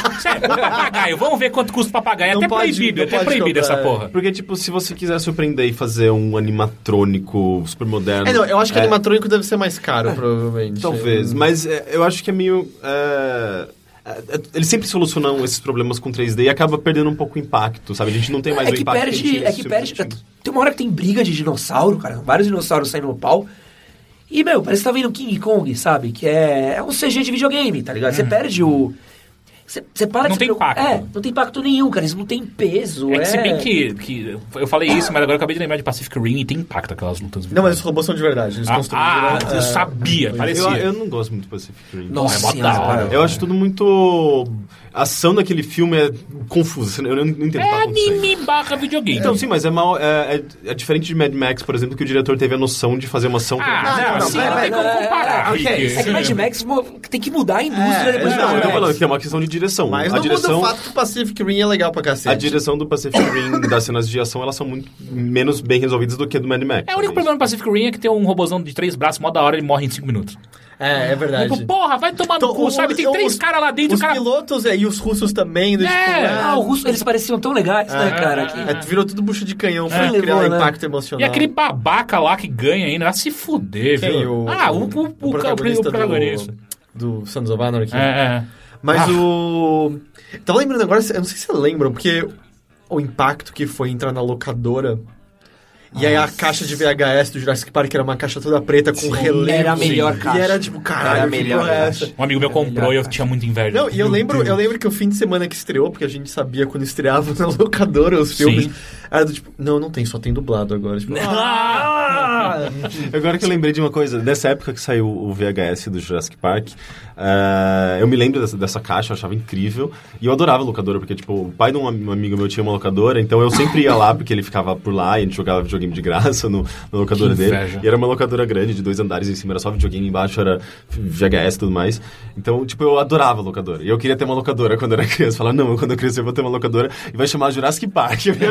É, é. Sério, um papagaio. Vamos ver quanto custa o papagaio. É Não até pode- proibido, não é até pode proibido comprar, essa porra. Porque, tipo, se você quiser surpreender e fazer um animatrônico super moderno. É, não, eu acho que é, animatrônico deve ser mais caro, provavelmente. Talvez, Hum. mas é, eu acho que é meio. é, é, é, eles sempre solucionam esses problemas com 3D e acaba perdendo um pouco o impacto, sabe? A gente não tem mais é o que impacto. tipo que a gente perde, tinha é nesse tipo que filme. perde. Tem uma hora que tem briga de dinossauro, cara, vários dinossauros saindo no pau. E, meu, parece que tá vendo King Kong, sabe? Que é, é um CG de videogame, tá ligado? Você perde o. Você, você para Uhum. Não de se tem preocupar. impacto. É, não tem impacto nenhum, cara. Isso não tem peso. É É, que se bem que, que eu falei isso, mas agora eu acabei de lembrar de Pacific Rim e tem impacto aquelas lutas. Não, mas os robôs são de verdade. Eles Ah, construíram. ah, é, eu sabia, parecia. Eu, eu não gosto muito do Pacific Rim. Nossa, É mó senhora, da hora. cara. Eu acho tudo muito. A ação daquele filme é confusa. Eu não, não entendo o que É tá acontecendo. anime barra videogame. Então, sim, mas é, mal, é, é- é diferente de Mad Max, por exemplo, que o diretor teve a noção de fazer uma ação. ah, não, não, não, assim pera, não pera, tem como pera, comparar. pera, ok. Rick. É que Mad Max mo- tem que mudar a indústria É, depois é, de não, eu Mad tô Max. falando que é uma questão de direção. Mas a não direção. muda o fato que o Pacific Rim é legal pra cacete. A direção do Pacific Rim das cenas de ação elas são muito menos bem resolvidas do que a do Mad Max. É, o único problema do Pacific Rim é que tem um robozão de três braços, mó da hora, ele morre em cinco minutos. É, é verdade. Tipo, porra, vai tomar Então, no cu, os- sabe? Tem três os- caras lá dentro, o Os cara... pilotos é, e os russos também. Do, É, tipo, Ah, o russo, eles pareciam tão legais, né, cara? Que- é, virou tudo bucha de canhão pra É. criar um Levou, né? impacto E emocional. aquele babaca lá que ganha ainda, vai se fuder, Quem? viu? O, ah, o, o, o, o protagonista. do, do Sons of Anarchy. É, é. Mas o. Tava lembrando agora, eu não sei se vocês lembram, porque o impacto que foi entrar na locadora. E aí a caixa de VHS do Jurassic Park era uma caixa toda preta com relevo. era a melhor caixa. E era tipo, caralho, Era a que melhor porra é caixa. essa? Um amigo meu comprou e eu tinha muita inveja. Não, e eu lembro, eu lembro que o fim de semana que estreou, porque a gente sabia quando estreava na locadora os filmes, Sim. era do tipo, não, não tem, só tem dublado agora. Tipo, Ah! Agora que eu lembrei de uma coisa, nessa época que saiu o VHS do Jurassic Park, eh, eu me lembro dessa, dessa caixa, eu achava incrível. E eu adorava a locadora, porque, tipo, o pai de um am- amigo meu tinha uma locadora, então eu sempre ia lá, porque ele ficava por lá e a gente jogava videogame de graça no, na locadora Que dele. inveja. E era uma locadora grande, de dois andares em cima, era só videogame, embaixo era VHS e tudo mais. Então, tipo, eu adorava a locadora. E eu queria ter uma locadora quando eu era criança. Falar, não, quando eu crescer eu vou ter uma locadora e vai chamar Jurassic Park.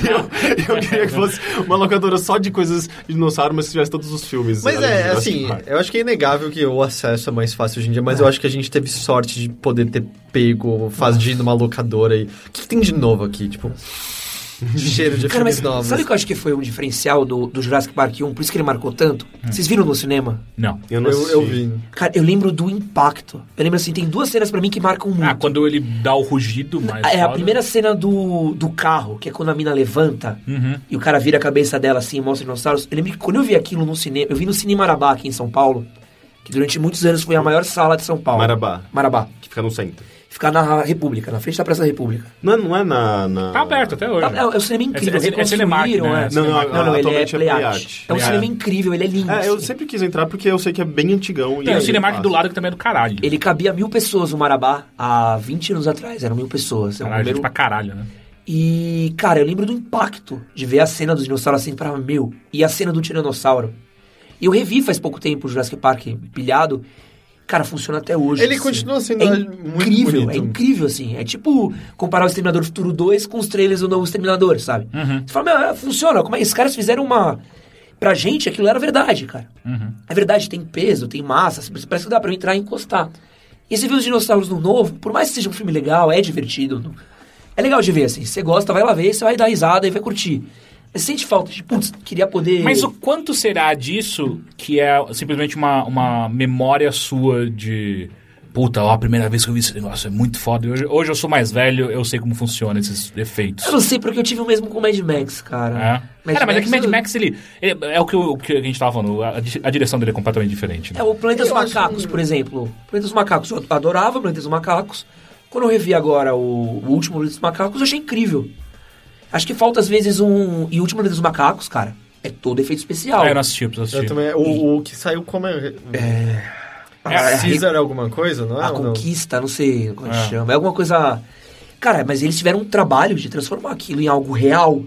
Eu, eu, eu queria que fosse uma locadora só de coisas de dinossauro, mas que tivesse todos os filmes. Mas além de é, Jurassic assim, Park. eu acho que é inegável que o acesso é mais fácil hoje em dia, mas eu acho que a gente teve sorte de poder ter pego, faz de ir numa locadora e. O que, que tem de novo aqui? Tipo. De cheiro de Cara, mas filmes novos. sabe o que eu acho que foi um diferencial do, do Jurassic Park 1? Por isso que ele marcou tanto? Vocês viram no cinema? Não. Eu não eu, eu assisti. vi. Cara, eu lembro do impacto. Eu lembro assim, tem duas cenas pra mim que marcam muito. Ah, quando ele dá o rugido mais É, a foda. primeira cena do, do carro, que é quando a mina levanta Uhum. e o cara vira a cabeça dela assim e mostra os dinossauros. Eu lembro que quando eu vi aquilo no cinema, eu vi no Cine Marabá aqui em São Paulo, que durante muitos anos foi a maior sala de São Paulo. Marabá. Marabá. Que fica no centro. Ficar na República, na frente da Praça da República. Não é, não é na, na- Tá aberto até hoje. Tá, é, é um cinema incrível. É, é, é Cinemark, reconstruíram, né? é. Não, não, Não, não, ele é atualmente é Play Play Art. É Art. um Play cinema Art. incrível, ele é lindo. É, eu assim. sempre quis entrar porque eu sei que é bem antigão. e Tem aí o Cinemark passa. do lado que também é do caralho. Ele cabia mil pessoas, o Marabá, há 20 anos atrás. Eram mil pessoas. É um Caralho, gente número... pra caralho, né? E, cara, eu lembro do impacto de ver a cena dos dinossauros assim pra meu. E a cena do Tiranossauro. E eu revi faz pouco tempo o Jurassic Park pilhado. Cara, funciona até hoje. Ele continua sendo é muito incrível, bonito. é incrível, assim. É tipo comparar o Exterminador Futuro 2 com os trailers do novo Exterminador, sabe? Uhum. Você fala, meu, é, funciona. Como é? Esses caras fizeram uma. Pra gente, aquilo era verdade, cara. Uhum. É verdade, tem peso, tem massa, assim, parece que dá pra eu entrar e encostar. E você vê os dinossauros no novo, por mais que seja um filme legal, é divertido. não- É legal de ver, assim. Você gosta, vai lá ver, você vai dar risada e vai curtir. Mas sente falta de, putz, queria poder. Mas o quanto será disso que é simplesmente uma, uma memória sua de. Puta, ó, a primeira vez que eu vi esse negócio é muito foda. Hoje, hoje eu sou mais velho, eu sei como funciona esses efeitos. Eu não sei, porque eu tive o mesmo com o Mad Max, cara. É. Mad Cara, mas é que Mad eu- Max, ele. ele- é o que, o que a gente tava falando, a, di- a direção dele é completamente diferente. Né? É, o Planeta dos Macacos, por exemplo. Planeta dos Macacos, eu adorava o Planeta dos Macacos. Quando eu revi agora o, o último Planeta dos Macacos, eu achei incrível. Acho que falta às vezes um. E o último Planeta dos Macacos, cara, é todo efeito especial. Ah, eu não assisti, eu preciso Eu assistir. também, o, o que saiu como é. Ah, é Caesar alguma coisa, não é? a Ou não? conquista, não sei como é que É. chama. É alguma coisa. Cara, mas eles tiveram um trabalho de transformar aquilo em algo real.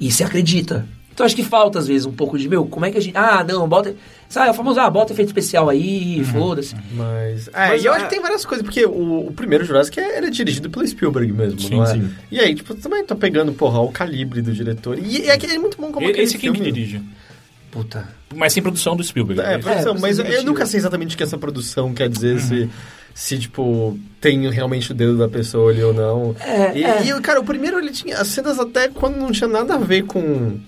E se acredita. Então acho que falta, às vezes, um pouco de, meu, como é que a gente. Ah, não, bota. Sabe, é o famoso, ah, bota efeito especial aí, foda-se. Mas. É, Mas e eu é- acho que tem várias coisas, porque o, o primeiro Jurassic é- ele é dirigido pelo Spielberg mesmo, Sim, não é? sim. E aí, tipo, também tá pegando, porra, o calibre do diretor. E, e é, que é muito bom como E- aquele Esse quem que filme- dirige? Puta. Mas sem produção Uhum. do Spielberg. né? É, produção, É, mas produção eu nunca sei exatamente o que essa produção quer dizer, se, se, tipo, tem realmente o dedo da pessoa ali ou não. É, e, é. e, cara, o primeiro ele tinha as cenas até quando não tinha nada a ver com.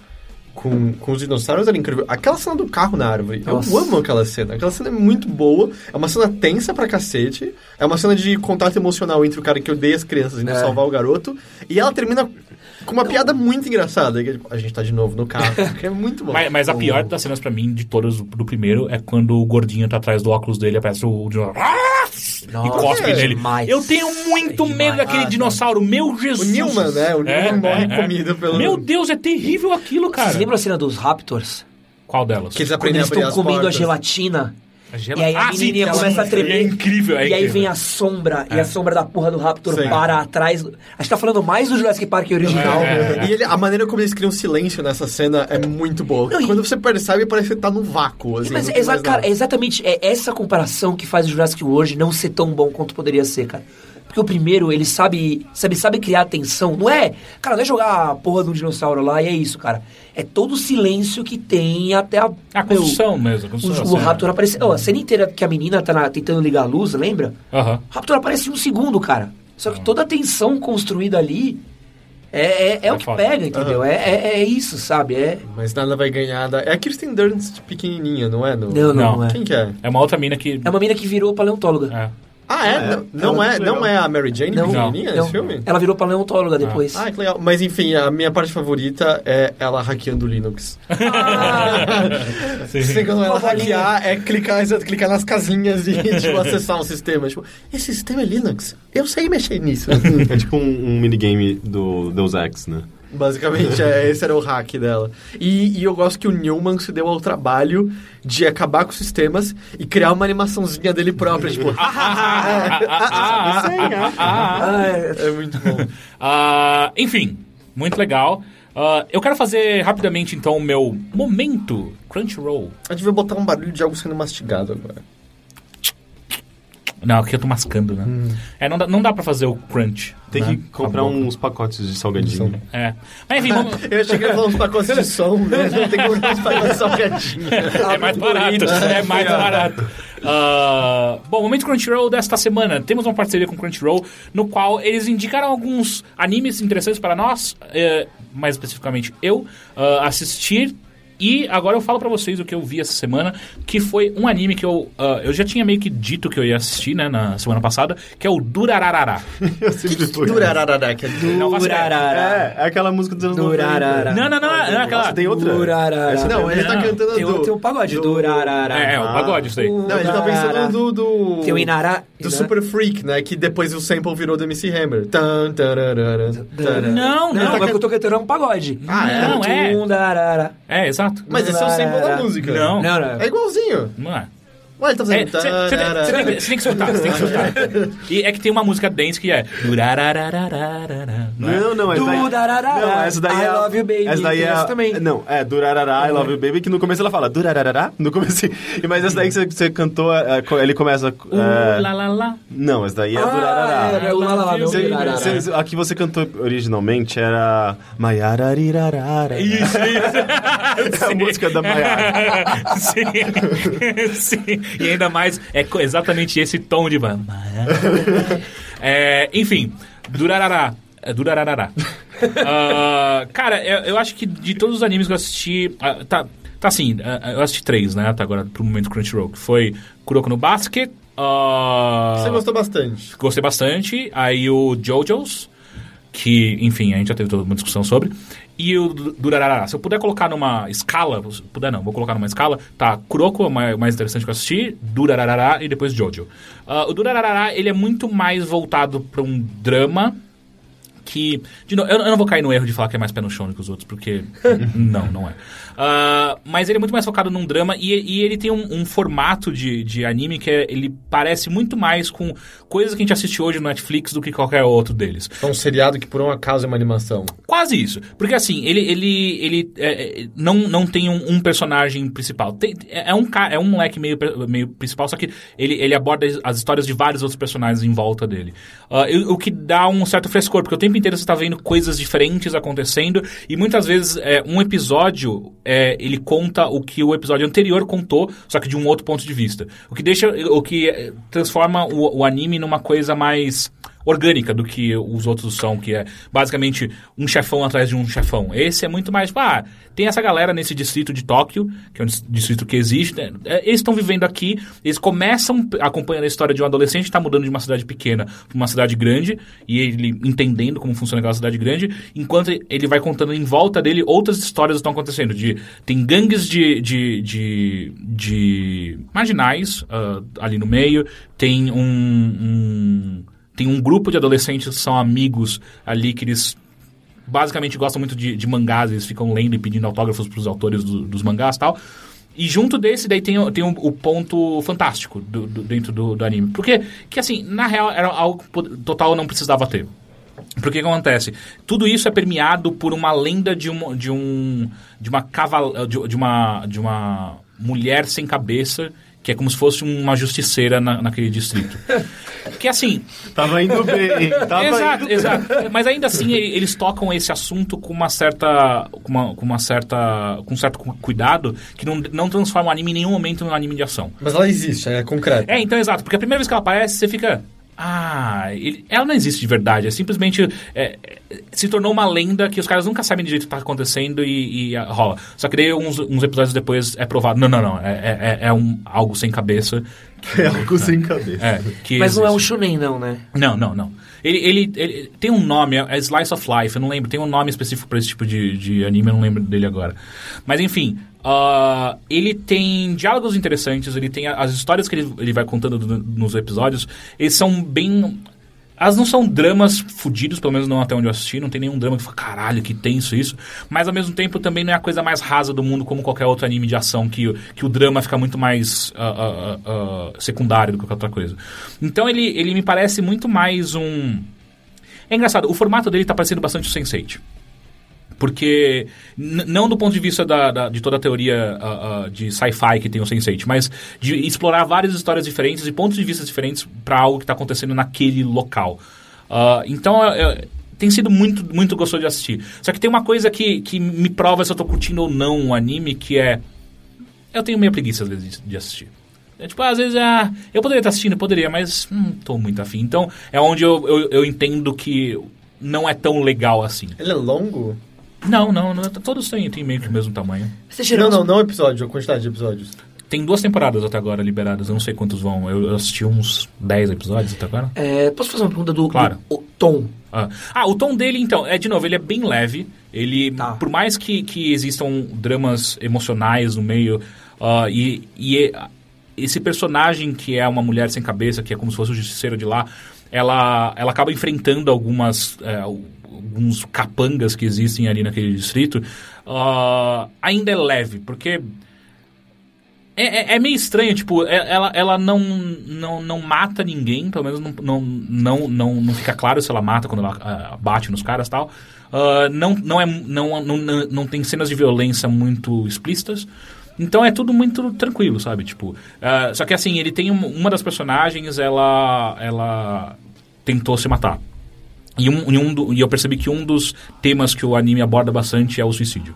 Com, com os dinossauros era incrível. Aquela cena do carro na árvore, eu Nossa. amo aquela cena. Aquela cena é muito boa, é uma cena tensa pra cacete, é uma cena de contato emocional entre o cara que odeia as crianças indo É. salvar o garoto, e ela termina com uma piada muito engraçada. que é tipo, a gente tá de novo no carro, que é muito bom. Mas, mas a O- pior das cenas pra mim, de todas do, do primeiro, é quando o gordinho tá atrás do óculos dele, aparece o dinossauro. Ah! e Nossa, cospe é nele. demais. Eu tenho muito É medo demais. daquele Ah, dinossauro. Meu Jesus. O Newman, né? O Newman morre comido pelo- Meu Deus, é terrível aquilo, cara. Vocês lembram a cena dos Raptors? Qual delas? Que eles Quando aprendem a eles abrir estão as comendo portas. a gelatina. A gela- E aí a Ah, sim, menininha ela- começa a tremer. É incrível, é E aí incrível. É. vem a sombra. E a sombra da porra do Raptor Sim. para atrás. Acho que tá falando mais do Jurassic Park original. É. E ele- a maneira como eles criam silêncio nessa cena é muito boa. Não, e- Quando você percebe, parece que tá num vácuo. Assim, Mas não é, tem exa- mais cara, nada. é exatamente é essa comparação que faz o Jurassic World não ser tão bom quanto poderia ser, cara. Porque o primeiro, ele sabe, sabe, sabe criar tensão. Não é, cara, não é jogar a porra de um dinossauro lá e é isso, cara. É todo o silêncio que tem até a. A meu, construção mesmo. A o, construção, o assim, Raptor aparece. ó, a cena inteira que a menina tá na- tentando ligar a luz, lembra? Aham. O Raptor aparece em um segundo, cara. Só Ah. que toda a tensão construída ali é, é, é o que foda. pega, entendeu? É, é, é isso, sabe? É. Mas nada vai ganhar. da- É a Kirsten Dunst pequenininha, não é? No... Não, não, Não. não é. Quem que é? É uma outra mina que... É uma mina que virou paleontóloga. É. Ah, é? é. Não- Não Ela é é, muito não é a Mary Jane Não, pequenininha não. é É esse filme? Ela virou paleontóloga depois. Ah, que legal. Mas enfim, a minha parte favorita é ela hackeando o Linux. então. Ah. Você quando ela hackear é clicar, exato, clicar nas casinhas e tipo, acessar um sistema. Tipo, esse sistema é Linux? Eu sei mexer nisso. É tipo um, um minigame do Deus Ex, né? Basicamente, é, esse era o hack dela. E, e eu gosto que o Newman se deu ao trabalho de acabar com os sistemas e criar uma animaçãozinha dele própria. Tipo, isso aí, ah. Ah, é. É muito bom. Ah, enfim, muito legal. Ah, eu quero fazer rapidamente, então, o meu momento Crunchyroll. A gente vai botar um barulho de algo sendo mastigado agora. Não, aqui eu tô mascando, né? É, não dá, não dá pra fazer o crunch. Tem né? que comprar Com a boca. uns pacotes de salgadinho. É. Mas enfim, vamos... Eu achei que ele falou uns pacotes de som, né? Não tem como uns pacotes de salgadinho. É mais barato, é mais barato. Ah, bom, momento Crunchyroll desta semana. Temos uma parceria com Crunchyroll, no qual eles indicaram alguns animes interessantes para nós, eh, mais especificamente eu, ah, assistir. E agora eu falo pra vocês o que eu vi essa semana, que foi um anime que eu, ah, eu já tinha meio que dito que eu ia assistir, né, na semana passada, que é o Durararará. Eu sempre fui. Durarararaca. Du... Não, faço ideia. É, Durarara. é aquela música dos anos 90. Durarara. Não, não, não, não, é aquela... Nossa, tem outra? Durarara. Essa Não, ele tá Não, cantando Tem, do... o- tem um pagode. Durarara. É, é, o pagode, isso aí. Não, ele tá pensando do... do... Tem o Inara. Do Super Freak, né? Que depois o sample virou do MC Hammer. Tan, tararara, tararara. Não, Não, não, mas o que eu tô cantando é um pagode. Ah, é? Não, é. Dundarara. É, exato. Mas esse é o sample da música. Não. Não, não. É igualzinho. Não é. Ué, ele tá É, fazendo... cê- cê tem- cê tem que- cê tem que escutar, cê tem que escutar. E é que tem uma música dance que é. Durarararararara, não é? Não, não, essa daí... Durararara. Não, essa daí I é... a- love you, baby. Essa daí Tem é... essa também. Não, é Durarara, I love you, baby, que no começo ela fala Durararará, no começo... Mas essa daí que você, você cantou, é, co- ele começa... Uh, é, lá, lá, lá. Não, essa daí é Ah, Durarará. era o Lalala, não, Você- Durarara. você- você- a que você cantou originalmente era Maiararirarara. Isso, isso. É a música da Maiara. Sim. Sim. E ainda mais, é co- exatamente esse tom de. ba- É, enfim, Durarará. É, Durararará. Ah, cara, eu, eu acho que de todos os animes que eu assisti. ah, tá, tá assim, ah, eu assisti três, né? Até agora, pro momento Crunchyroll, que foi Kuroko no Basket. ah, Você gostou bastante. gostei bastante. Aí o JoJo's, que, enfim, a gente já teve toda uma discussão sobre. E o Du- Durarara. Se eu puder colocar numa escala, se puder não, vou colocar numa escala, tá Kuroko, o mai- mais interessante que eu assisti, Durarara e depois Jojo. Ah, o Durarara, ele é muito mais voltado pra um drama que. De novo, eu, eu não vou cair no erro de falar que é mais pé no chão do que os outros, porque. não, não é. Ah, mas ele é muito mais focado num drama e, e ele tem um, um formato de, de anime que é- ele parece muito mais com coisas que a gente assiste hoje no Netflix do que qualquer outro deles. É um seriado que por um acaso é uma animação. Quase isso. Porque assim, ele, ele, ele é, é, não, não tem um, um personagem principal. Tem- é, é um, ca- é um moleque meio, pe- meio principal, só que ele, ele aborda as- as histórias de vários outros personagens em volta dele. Ah, e- o que dá um certo frescor, porque o tempo inteiro você está vendo coisas diferentes acontecendo e muitas vezes é, um episódio é, ele conta o que o episódio anterior contou, só que de um outro ponto de vista. O que deixa. O que eh, transforma o, o anime numa coisa mais orgânica do que os outros são, que é basicamente um chefão atrás de um chefão. Esse é muito mais, pá, tem essa galera nesse distrito de Tóquio, que é um dis- distrito que existe, né? É, eles estão vivendo aqui, eles começam p- acompanhando a história de um adolescente que está mudando de uma cidade pequena para uma cidade grande, e ele entendendo como funciona aquela cidade grande, enquanto ele vai contando em volta dele outras histórias estão acontecendo, de tem gangues de, de, de, de marginais ah, ali no meio, tem um- um tem um grupo de adolescentes que são amigos ali que eles basicamente gostam muito de, de mangás, eles ficam lendo e pedindo autógrafos pros autores do- dos mangás e tal. E junto desse, daí tem, o- tem o- o ponto fantástico do- do- dentro do, do anime. Porque, que assim, na real, era algo que po- total não precisava ter. Porque o que acontece? Tudo isso é permeado por uma lenda de um de um de uma caval de, de uma de uma mulher sem cabeça que é como se fosse uma justiceira na- naquele distrito. que assim, Tava indo bem, tava exato, indo bem. exato. Mas ainda assim e- eles tocam esse assunto com uma certa, com uma, com uma certa, com um certo cu- cuidado que não, não transforma o anime em nenhum momento num anime de ação. Mas ela existe, é concreto. É, então exato, porque a primeira vez que ela aparece você fica Ah, ele- ela não existe de verdade. É simplesmente. é, é, se tornou uma lenda que os caras nunca sabem direito o que tá acontecendo e, e, ah, rola. Só que daí uns, uns episódios depois é provado. Não, não, não. É, é- é um, algo sem cabeça. É algo sem cabeça. É, que Mas não é um existe. shonen, não, né? Não, não, não. Ele, ele, ele tem um nome, é é Slice of Life, eu não lembro, tem um nome específico pra esse tipo de, de anime, eu não lembro dele agora. Mas enfim, ah, ele tem diálogos interessantes, ele tem a- as histórias que ele, ele vai contando do- nos episódios, eles são bem. Elas não são dramas fudidos, pelo menos não até onde eu assisti, não tem nenhum drama que fala, caralho, que tenso isso. Mas ao mesmo tempo também não é a coisa mais rasa do mundo como qualquer outro anime de ação, que, que o drama fica muito mais ah, ah, ah, ah, secundário do que qualquer outra coisa. Então ele, ele me parece muito mais um. É engraçado, o formato dele tá parecendo bastante o Sense8. Porque, n- não do ponto de vista da, da- de toda a teoria ah, ah, de sci-fi que tem o Sense8, mas de explorar várias histórias diferentes e pontos de vista diferentes para algo que está acontecendo naquele local. Ah, então, é- é- tem sido muito, muito gostoso de assistir. Só que tem uma coisa que, que me prova se eu tô curtindo ou não o anime, que é... Eu tenho meio preguiça, às vezes, de assistir. É, tipo, às vezes, ah, eu poderia estar assistindo, poderia, mas não tô muito afim. Então, é onde eu, eu, eu entendo que não é tão legal assim. Ele é longo? Não, não, não todos têm, têm meio que o mesmo tamanho. Você Não, geralmente... não, não episódio, a quantidade de episódios. Tem duas temporadas até agora liberadas, eu não sei quantos vão. Eu eu assisti uns 10 episódios até agora. É, posso fazer uma pergunta do, Claro. do- o Tom? Ah. Ah, o tom dele, então, é de novo, ele é bem leve. Ele, Tá. por mais que, que existam dramas emocionais no meio, ah, e, e e- esse personagem que é uma mulher sem cabeça, que é como se fosse o justiceiro de lá, ela, ela acaba enfrentando algumas. eh, alguns capangas que existem ali naquele distrito. Ah, ainda é leve, porque É, é- é meio estranho, tipo, é- ela, ela não, não, não mata ninguém, pelo menos não, não, não, não, não fica claro se ela mata quando ela ah, bate nos caras e tal. Ah, não, não, é, não, não, não, não tem cenas de violência muito explícitas. Então é tudo muito tranquilo, sabe? Tipo, ah, só que assim, ele tem um- uma das personagens, ela, ela tentou se matar. E, um, e, um do- e eu percebi que um dos temas que o anime aborda bastante é o suicídio.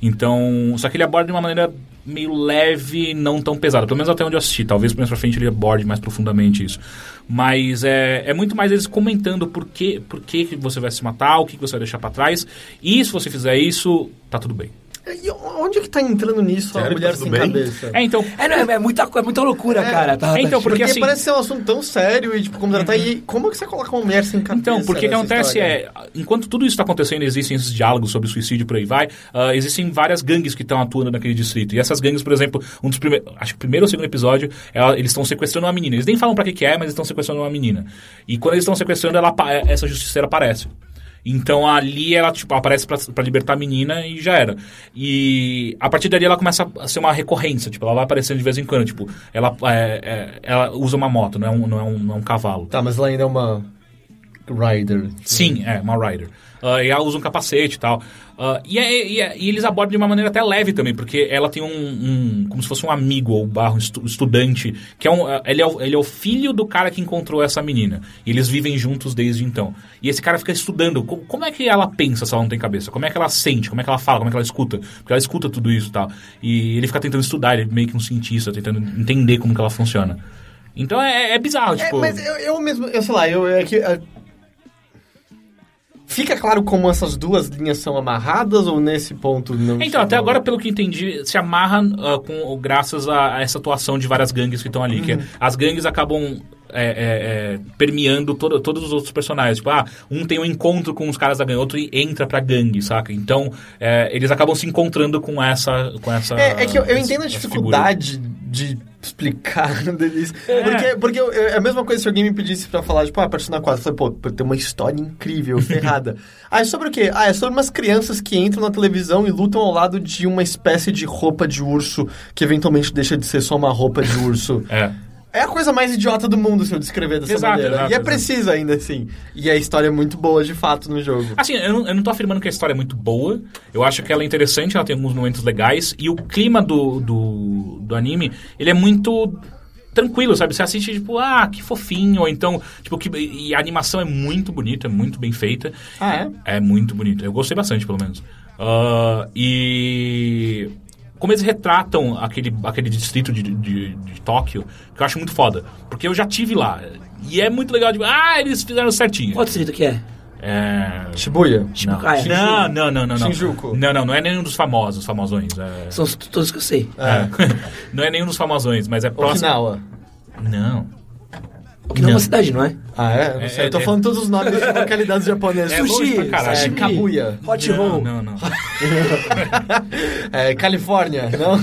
Então, só que ele aborda de uma maneira meio leve, não tão pesada. Pelo menos até onde eu assisti. Talvez mais pra frente ele aborde mais profundamente isso. Mas é, é muito mais eles comentando por que, por que que você vai se matar, o que que você vai deixar pra trás. E se você fizer isso, tá tudo bem. E onde é que tá entrando nisso Sério? a mulher Tudo sem bem? cabeça? É, então... É, não, é, é muita, co- é muita loucura, cara. Tá, É, então, tá- porque Porque, assim- parece ser um assunto tão sério e, tipo, como tratar. E como é que você coloca uma mulher sem cabeça? Então, porque o que nessa acontece história? é, enquanto tudo isso está acontecendo, existem esses diálogos sobre suicídio por aí vai, ah, existem várias gangues que estão atuando naquele distrito. E essas gangues, por exemplo, um dos primeiros, acho que o primeiro ou segundo episódio, ela- eles estão sequestrando uma menina. Eles nem falam pra que que é, mas estão sequestrando uma menina. E quando eles estão sequestrando, ela, apa- é, essa justiceira aparece. Então ali ela tipo, aparece pra, pra libertar a menina e já era. E a partir dali ela começa a ser uma recorrência, tipo, ela vai aparecendo de vez em quando, tipo, ela, é, é, ela usa uma moto, não é um, não é um, não é um cavalo. Tá, mas ela ainda é uma. Rider. Sim, é, uma rider. Ah, e ela usa um capacete e tal. Ah, e, é- e é- e eles abordam de uma maneira até leve também, porque ela tem um, um- como se fosse um amigo ou barro estu- estudante, que é um, ah, ele, é o, ele é o filho do cara que encontrou essa menina. E eles vivem juntos desde então. E esse cara fica estudando co- como é que ela pensa se ela não tem cabeça, como é que ela sente, como é que ela fala, como é que ela escuta, porque ela escuta tudo isso e tal. E ele fica tentando estudar, ele é meio que um cientista, tentando entender como que ela funciona. Então é, é bizarro, É, tipo... mas eu, eu mesmo, eu sei lá, eu. É que, é- Fica claro como essas duas linhas são amarradas ou nesse ponto não? Então, até chegou? agora, pelo que entendi, se amarra ah, com, graças a, a essa atuação de várias gangues que estão ali. Uhum. Que as gangues acabam é, é, é, permeando todo- todos os outros personagens. Tipo, ah, um tem um encontro com os caras da gangue, outro entra pra gangue, saca? Então, é, eles acabam se encontrando com essa. Com essa É, é que eu, eu entendo a Ah, essa figura. dificuldade de explicar isso. É. Porque, porque eu- eu- é a mesma coisa se alguém me pedisse pra falar, tipo, ah, Persona 4. Eu falei, pô, tem uma história incrível, ferrada. ah, é sobre o quê? Ah, é sobre umas crianças que entram na televisão e lutam ao lado de uma espécie de roupa de urso que eventualmente deixa de ser só uma roupa de urso. É. É a coisa mais idiota do mundo se eu descrever dessa Exato, maneira. exato, e é exato. preciso ainda, assim. E a história é muito boa, de fato, no jogo. Assim, eu não, eu não tô afirmando que a história é muito boa. Eu acho que ela é interessante, ela tem alguns momentos legais. E o clima do, do, do anime, ele é muito tranquilo, sabe? Você assiste, tipo, ah, que fofinho. Ou então, tipo, que, e a animação é muito bonita, é muito bem feita. Ah, é? É muito bonito. Eu gostei bastante, pelo menos. Ah, e... como eles retratam aquele, aquele distrito de, de, de Tóquio, que eu acho muito foda. Porque eu já tive lá. E é muito legal de. Ah, eles fizeram certinho. Qual distrito que é? É. Shibuya. Não. Shibukaia. é. não, não, não, não, não. Shinjuku. Não, não, não é nenhum dos famosos, famosões. é- São os- todos que eu sei. É. não é nenhum dos famosões, mas é próximo. Okinawa. Não. O que não é Não. uma cidade, não é? Ah, é? Não É, sei. Eu tô é- falando todos os nomes de localidades japonesas. É longe pra caralho. é, Kabuya. Hot não, Roll. não, não. É, Califórnia, não?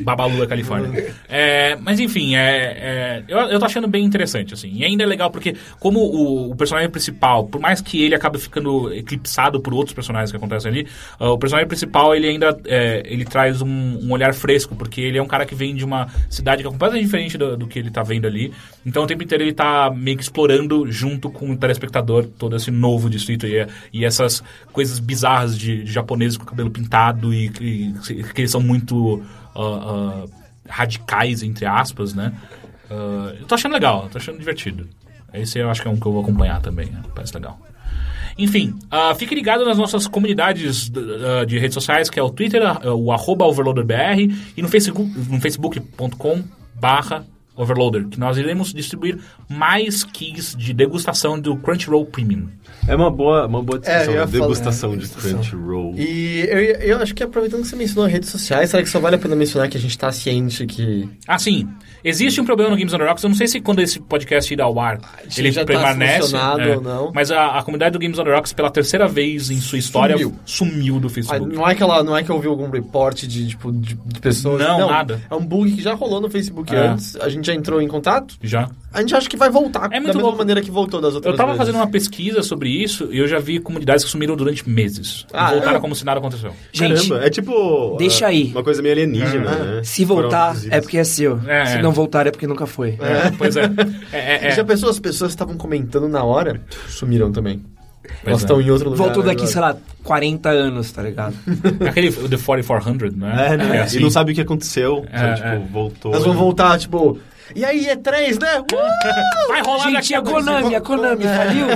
Babalu da Califórnia. É, mas enfim, é, é, eu, eu tô achando bem interessante, assim. E ainda é legal porque, como o, o personagem principal, por mais que ele acabe ficando eclipsado por outros personagens que acontecem ali, ah, o personagem principal, ele ainda é, ele traz um, um olhar fresco, porque ele é um cara que vem de uma cidade que é completamente diferente do, do que ele tá vendo ali. Então, o tempo inteiro ele tá meio que explorando, junto com o telespectador, todo esse novo distrito e, e essas coisas bizarras de, de japoneses com cabelo pintado e que- que eles são muito ah, ah, radicais, entre aspas, né? Ah, eu tô achando legal, tô achando divertido. Esse eu acho que é um que eu vou acompanhar também, né? parece legal. Enfim, ah, fique ligado nas nossas comunidades ah, de redes sociais, que é o Twitter, ah, o arroba overloaderbr, e no Facebook, no facebook.com barra overloader, que nós iremos distribuir mais keys de degustação do Crunchyroll Premium. É uma boa, uma boa discussão, É, eu ia degustação falar, de degustação. Crunchyroll. E eu, ia- eu acho que aproveitando que você mencionou redes sociais, será que só vale a pena mencionar que a gente tá ciente que Ah, sim. Existe um problema no Games on the Rocks. Eu não sei se quando esse podcast ir ao ar se ele já tá permanece. funcionado é, ou não. Mas a, a comunidade do Games on the Rocks, pela terceira vez em sua história, Sumiu. sumiu do Ah, Facebook. Não é que ela, não é que eu ouvi algum reporte de tipo de, de pessoas. Não, nada. É um bug que já rolou no Facebook É. antes. A gente já entrou em contato. Já. A gente acha que vai voltar da É muito mesma louco. maneira que voltou das outras Eu tava vezes. fazendo uma pesquisa sobre isso e eu já vi comunidades que sumiram durante meses. Ah, e voltaram é? como se nada aconteceu. Gente, Caramba, é tipo. deixa ah, aí. Uma coisa meio alienígena, Ah. né? se voltar, Foram é porque é seu. É, Se é. não voltar, é porque nunca foi. É, pois é. É, é, E é. já pensou, as pessoas que estavam comentando na hora sumiram também. Elas é. estão em outro lugar. né, Voltou daqui, agora. sei lá, 40 anos, tá ligado? Aquele o The 4400, né? É, né? É assim. E não sabe o que aconteceu. É, sabe, tipo, é. voltou. Elas vão voltar, tipo. E aí, E3, né? Uh! Vai rolar Gente, daqui a É. a Konami, a Konami faliu.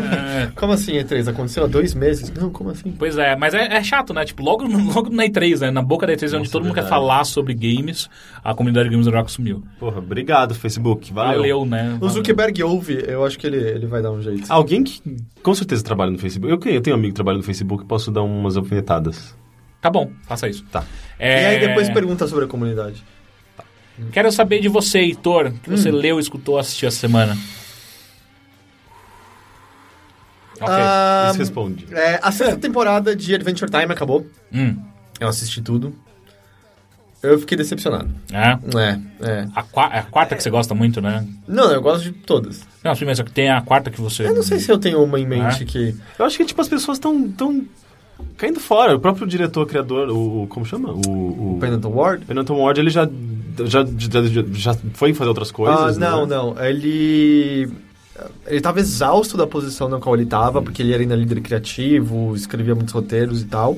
Como assim, E3? Aconteceu há dois meses? Não, como assim? Pois é, mas é, é chato, né? Tipo, logo, no- logo na E3, né? Na boca da E3, onde todo mundo quer verdade. falar sobre games, a comunidade Games on the Rock sumiu. Porra, obrigado, Facebook. Valeu. Valeu, né? O Valeu. Zuckerberg ouve, eu acho que ele, ele vai dar um jeito. Ah, Alguém que com certeza trabalha no Facebook. Eu, eu tenho um amigo que trabalha no Facebook, posso dar umas alfinetadas. Tá bom, faça isso. Tá. E É, aí depois pergunta sobre a comunidade. Quero saber de você, Heitor, que você Hum. leu, escutou, assistiu essa semana. Ok. Ah, Isso responde. é, a sexta temporada de Adventure Time acabou. Hum. Eu assisti tudo. Eu fiquei decepcionado. É. É, é. A, qua- a quarta que você gosta muito, né? Não, eu gosto de todas. Não, sim, mas só que tem a quarta que você. Eu não sei se eu tenho uma em Né? mente que. Eu acho que, tipo, as pessoas estão tão caindo fora. O próprio diretor, criador, o... o- Como chama? O... o Pendant Ward? Pendleton Ward, ele já, já, já, já foi fazer outras coisas, Ah, não, né? não. Ele. Ele tava exausto da posição na qual ele tava, porque ele era ainda líder criativo, escrevia muitos roteiros e tal.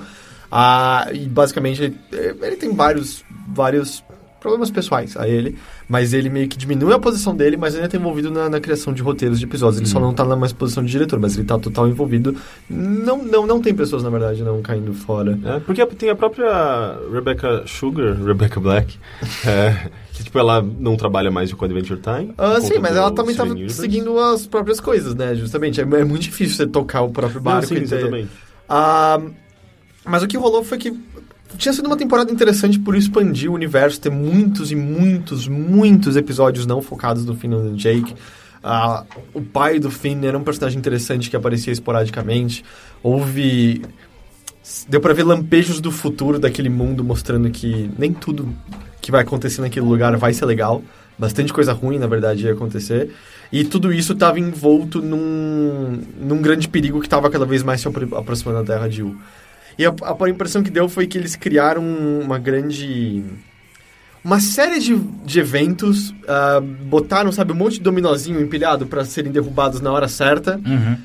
Ah, e basicamente ele, ele tem vários, vários problemas pessoais a ele, mas ele meio que diminui a posição dele, mas ainda tá envolvido na, na criação de roteiros de episódios. Ele só Hum. não tá na mais posição de diretor, mas ele tá total envolvido. Não, não, não tem pessoas, na verdade, não caindo fora. É, porque tem a própria Rebecca Sugar, Rebecca Black, é, que, tipo, ela não trabalha mais com Adventure Time. Ah, por sim, conta mas do ela também tava Steven Universe. seguindo as próprias coisas, né? Justamente. É, é muito difícil você tocar o próprio Não, barco e sim, ter- exatamente. Ah, mas o que rolou foi que tinha sido uma temporada interessante por expandir o universo, ter muitos e muitos, muitos episódios não focados do Finn e Jake. Ah, o pai do Finn era um personagem interessante que aparecia esporadicamente. Houve. Deu pra ver lampejos do futuro daquele mundo mostrando que nem tudo que vai acontecer naquele lugar vai ser legal. Bastante coisa ruim, na verdade, ia acontecer. E tudo isso estava envolto num, num grande perigo que estava cada vez mais se apro- aproximando da Terra de U. E a, a impressão que deu foi que eles criaram um, uma grande. Uma série de, de eventos, ah, botaram, sabe, um monte de dominozinho empilhado para serem derrubados na hora certa. Uhum.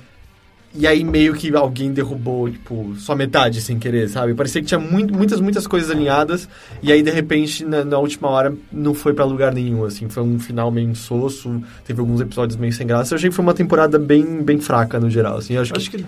E aí meio que alguém derrubou, tipo, só metade sem querer, sabe? Parecia que tinha muito, muitas, muitas coisas alinhadas. E aí, de repente, na, na última hora, não foi pra lugar nenhum, assim. Foi um final meio insosso, teve alguns episódios meio sem graça. Eu achei que foi uma temporada bem, bem fraca, no geral, assim. Eu acho que... é, Acho que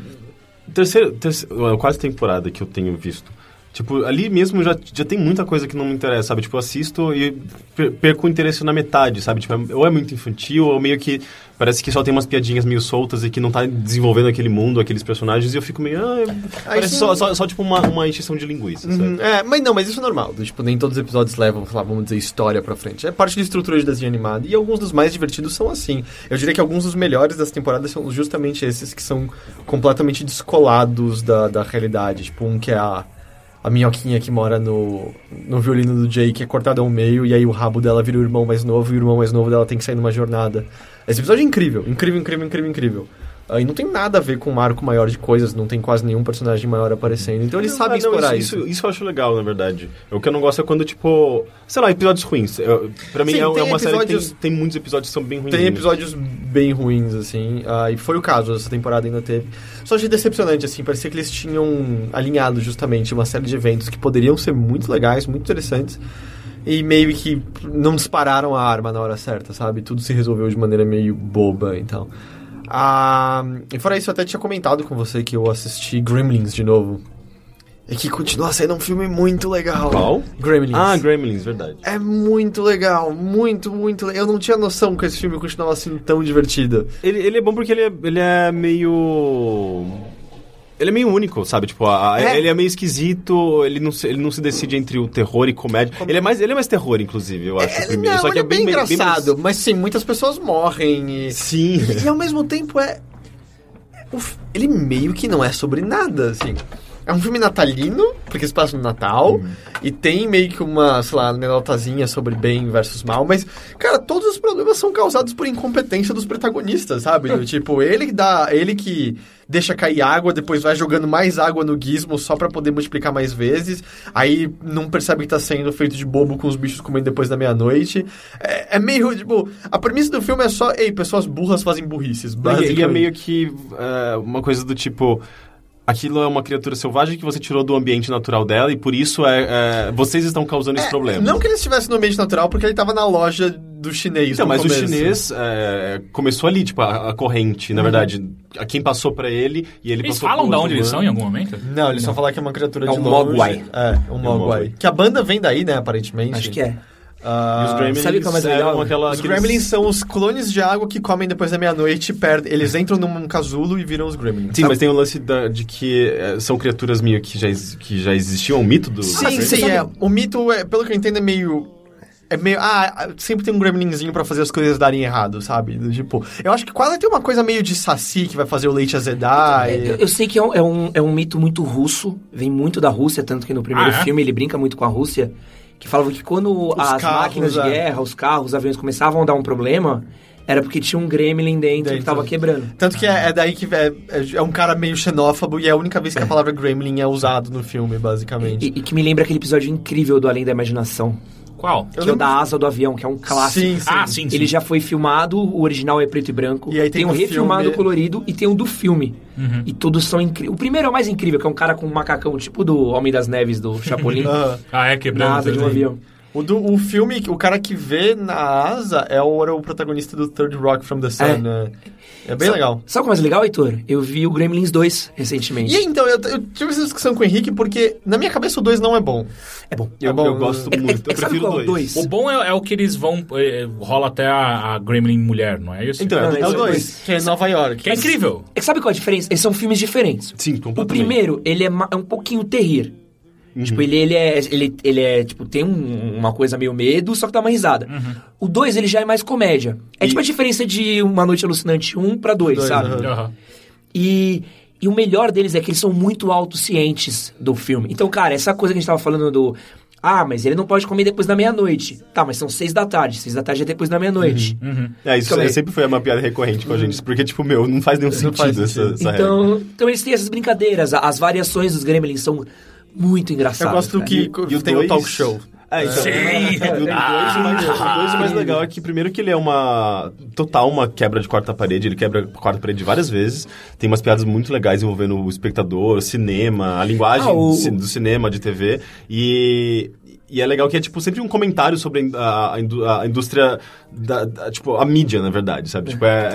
terceira, terceira, a quarta temporada que eu tenho visto Tipo, ali mesmo já, já tem muita coisa que não me interessa, sabe? Tipo, eu assisto e per- perco o interesse na metade, sabe? Tipo, é- ou é muito infantil, ou meio que parece que só tem umas piadinhas meio soltas e que não tá desenvolvendo aquele mundo, aqueles personagens, e eu fico meio... Ah, parece sim. só, só, só, tipo uma, uma encheção de linguiça, Uhum, sabe? É, mas não, mas isso é normal. do Tipo, nem todos os episódios levam, sei lá, vamos dizer, história pra frente. É parte de estrutura de desenho animado. E alguns dos mais divertidos são assim. Eu diria que alguns dos melhores dessa temporada são justamente esses que são completamente descolados da, da realidade. Tipo, um que é a, a minhoquinha que mora no, no violino do Jay, que é cortada ao meio, e aí o rabo dela vira o irmão mais novo, e o irmão mais novo dela tem que sair numa jornada. Esse episódio é incrível, incrível, incrível, incrível, incrível. Ah, e não tem nada a ver com um arco maior de coisas, não tem quase nenhum personagem maior aparecendo. Então eles Não, sabem ah, não, explorar isso, isso. Isso eu acho legal, na verdade. O que eu não gosto é quando, tipo... Sei lá, episódios ruins. Eu, pra mim Sim, é, é tem uma série que episódios- tem, tem muitos episódios que são bem ruins. Tem episódios bem ruins, assim. ah, e foi o caso, essa temporada ainda teve. Só achei decepcionante, assim. Parecia que eles tinham alinhado justamente uma série de eventos que poderiam ser muito legais, muito interessantes. E meio que não dispararam a arma na hora certa, sabe? Tudo se resolveu de maneira meio boba, então. Ah, e fora isso, eu até tinha comentado com você que eu assisti Gremlins de novo. E que continua sendo um filme muito legal. né? Qual? Gremlins. Ah, Gremlins, verdade. É muito legal, muito, muito. le- Eu não tinha noção que esse filme continuava sendo tão divertido. Ele, ele é bom porque ele é, ele é meio. Ele é meio único, sabe? Tipo, a- a- É. ele é meio esquisito, ele não, se, ele não se decide entre o terror e comédia. Ele é mais, ele é mais terror, inclusive, eu acho, o primeiro. não, Só ele que é bem, mais- engraçado, mas sim, muitas pessoas morrem e. mais- Sim. E ao mesmo tempo é. o f- Ele meio que não é sobre nada, assim. É um filme natalino, porque se passa no Natal, Uhum. e tem meio que uma, sei lá, anedotazinha sobre bem versus mal, mas, cara, todos os problemas são causados por incompetência dos protagonistas, sabe? Do tipo, ele que dá. Ele que deixa cair água, depois vai jogando mais água no gizmo só pra poder multiplicar mais vezes, aí não percebe que tá sendo feito de bobo com os bichos comendo depois da meia-noite. É, é meio, tipo, a premissa do filme é só, ei, pessoas burras fazem burrices, Ele- basicamente. Ele é meio que é, uma coisa do tipo. Aquilo é uma criatura selvagem que você tirou do ambiente natural dela e por isso é, é, vocês estão causando esse problema. Não que ele estivesse no ambiente natural, porque ele tava na loja do chinês Então, no mas começo. o chinês é, começou ali, tipo, a, a corrente, Uhum. na verdade. A quem passou pra ele e ele Eles passou falam pra de outro onde eles humano. são em algum momento? Não, eles só falaram que é uma criatura É de um longe. Mogwai. É, um Mogwai. Mogwai. Que a banda vem daí, né, aparentemente. Acho que é. Ah, E os Gremlins Sabe o que é mais eram legal? aquela- Os aqueles- Gremlins são os clones de água que comem depois da meia-noite e perdem. Eles entram num casulo e viram os Gremlins. Sim, Sabe? mas tem o lance da- de que eh, são criaturas meio que já, ex- que já existiam, um mito do... Sim, do- sim, é. O mito, é, pelo que eu entendo, é meio. É meio. Ah, sempre tem um gremlinzinho pra fazer as coisas darem errado, sabe? Do Tipo, eu acho que quase tem uma coisa meio de saci que vai fazer o leite azedar. e- Eu, eu sei que é um, é, um, é um mito muito russo, vem muito da Rússia, tanto que no primeiro Ah, é? filme ele brinca muito com a Rússia, que falava que quando carros, as máquinas de é. guerra, os carros, os aviões começavam a dar um problema, era porque tinha um gremlin dentro, Dentro. que tava quebrando. Tanto que é, é daí que é, é- é um cara meio xenófobo e é a única vez que a palavra gremlin é usado no filme, basicamente. E, e que me lembra aquele episódio incrível do Além da Imaginação, Qual? que Eu é o lembro- da asa do avião, que é um clássico. Sim, sim. Ah, sim, sim. Ele já foi filmado, o original é preto e branco. E aí tem um o refilmado filme- Uhum. colorido e tem um do filme. E todos são incríveis. O primeiro é o mais incrível, que é um cara com um macacão tipo do Homem das Neves, do Chapolin, Aham. Uhum. Ah, é na quebrando. asa de um tudo. avião. O, do, o filme, o cara que vê na asa é o, era o protagonista do Third Rock from the Sun. É. né? É, bem Sa- legal. Sabe o que é mais legal, Heitor? Eu vi o Gremlins 2 recentemente. E aí, então, eu, eu tive essa discussão com o Henrique porque na minha cabeça o 2 não é bom. É bom. Eu, É bom, eu gosto É- é- muito, é- eu sabe prefiro qual é o dois. dois? O bom é, é o que eles vão. é, rola até a, a Gremlin mulher, não é isso? Então, Não, é, É o o esse- dois. 2, que é em Nova York. Que é incrível. É que sabe qual é a diferença? Eles são filmes diferentes. Sim, O completamente. primeiro, ele é, ma- é um pouquinho terrir. Tipo, ele, ele é. Ele, ele é, tipo, tem um- uma coisa meio medo, só que dá uma risada. O dois ele já é mais comédia. É E- tipo a diferença de Uma Noite Alucinante 1 pra 2, Dois, sabe? aham. Aham. E, e o melhor deles é que eles são muito autocientes do filme. Então, cara, essa coisa que a gente tava falando do. Ah, mas ele não pode comer depois da meia-noite. Tá, mas são seis da tarde. Seis da tarde é depois da meia-noite. Uhum, É, isso Calma aí. é- sempre foi uma piada recorrente com a gente, porque, tipo, meu, não faz nenhum sentido, faz essa, sentido. essa regra. Então, então eles têm essas brincadeiras. A- As variações dos Gremlins são muito engraçadas. Eu gosto cara. que tem o dois- talk show. É, então. Sim. O dois, o mais, o dois o mais legal é que, primeiro, que ele é uma. Total, uma quebra de quarta parede. Ele quebra a quarta parede várias vezes. Tem umas piadas muito legais envolvendo o espectador, o cinema, a linguagem Ah, o- do, ci- do cinema, de TV. E. E é legal que é, tipo, sempre um comentário sobre a, a indú- a indústria, da, da- tipo, a mídia, na verdade, sabe? Tipo, é,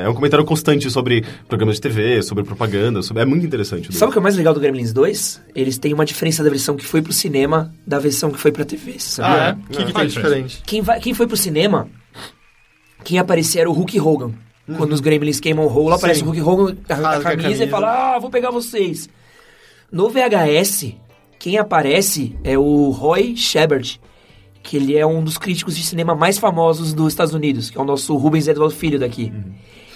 é, é um comentário constante sobre programas de TV, sobre propaganda, sobre, é muito interessante. Sabe o que é mais legal do Gremlins 2? Eles têm uma diferença da versão que foi pro cinema da versão que foi pra TV, sabe? Ah, é? É. O que, que É. tem Faz de diferente? Quem, vai, quem foi pro cinema, quem aparecia era o Hulk Hogan. Quando os Gremlins queimam o rolo, aparece Uhum. Sim. o Hulk Hogan arranca a Rasga a camisa, camisa. e fala, ah, vou pegar vocês. No VHS, quem aparece é o Roy Shepard, que ele é um dos críticos de cinema mais famosos dos Estados Unidos, que é o nosso Rubens Edward Filho daqui. Uhum.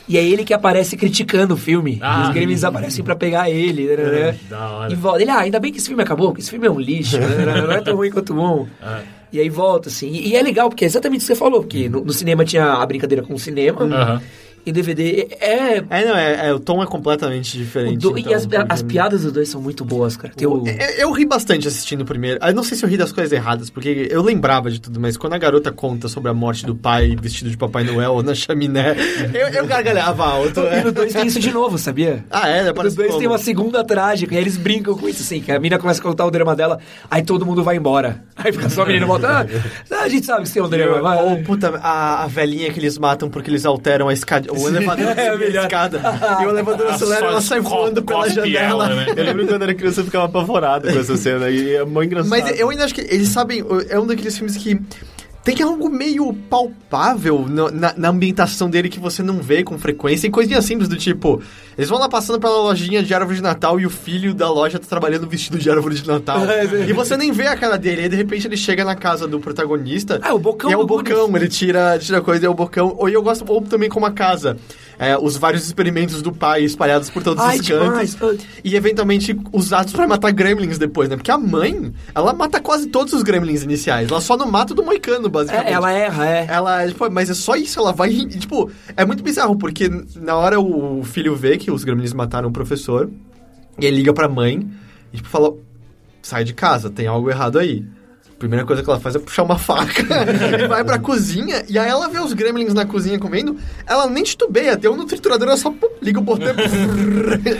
E é ele que aparece criticando o filme. Ah. os Gremlins aparecem pra pegar ele. né, né, É. né. Da E hora. volta. Ele, ah, ainda bem que esse filme acabou, porque esse filme é um lixo, né? não é tão ruim quanto bom. Ah. E aí volta, assim. E, e é legal, porque é exatamente o que você falou, porque no, no cinema tinha a brincadeira com o cinema, Então, Aham. e DVD é... É, não, é, é, o tom é completamente o diferente. do- então, e as, porque- as piadas dos dois são muito boas, cara. Tem o... Eu, É, eu ri bastante assistindo o primeiro. Ah, Eu não sei se eu ri das coisas erradas, porque eu lembrava de tudo, mas quando a garota conta sobre a morte do pai vestido de Papai Noel na chaminé, eu, eu gargalhava alto. E no É. 2 tem isso de novo, sabia? Ah, é? Os Parece dois como? tem uma segunda trágica, e eles brincam com isso, assim, que a mina começa a contar o drama dela, aí todo mundo vai embora. Aí fica só a menina volta, ah, a gente sabe que você é um drama, vai. Ou, puta, a, a velhinha que eles matam porque eles alteram a escada. O elevador É, subir a melhor. escada. e o elevador acelera e ela sai Só voando pela cospe janela. ela, né? Eu lembro quando era criança eu ficava apavorado com essa cena e é mó engraçado. Mas eu ainda acho que eles sabem, é um daqueles filmes que tem algo meio palpável na, na- na ambientação dele que você não vê com frequência. E coisinhas simples do tipo, eles vão lá passando pela lojinha de árvore de Natal e o filho da loja tá trabalhando vestido de árvore de Natal. É, e você nem vê a cara dele. Aí de repente ele chega na casa do protagonista. Ah, o bocão E é o do bocão, ele tira, tira coisa e é o bocão. Ou e eu gosto, ou também como a casa. É, os vários experimentos do pai espalhados por todos Ai, os cantos demais. e eventualmente usados pra matar gremlins depois, né? Porque a mãe, ela mata quase todos os gremlins iniciais. Ela só não mata o do Moicano, basicamente. É, ela erra, é. Ela, tipo, mas é só isso, ela vai. e, Tipo, é muito bizarro, porque na hora o filho vê que os gremlins mataram o professor, e ele liga pra mãe, e tipo, fala: sai de casa, tem algo errado aí. Primeira coisa que ela faz é puxar uma faca e vai pra cozinha, e aí ela vê os gremlins na cozinha comendo, ela nem titubeia, tem um no triturador, ela só pum, liga o botão.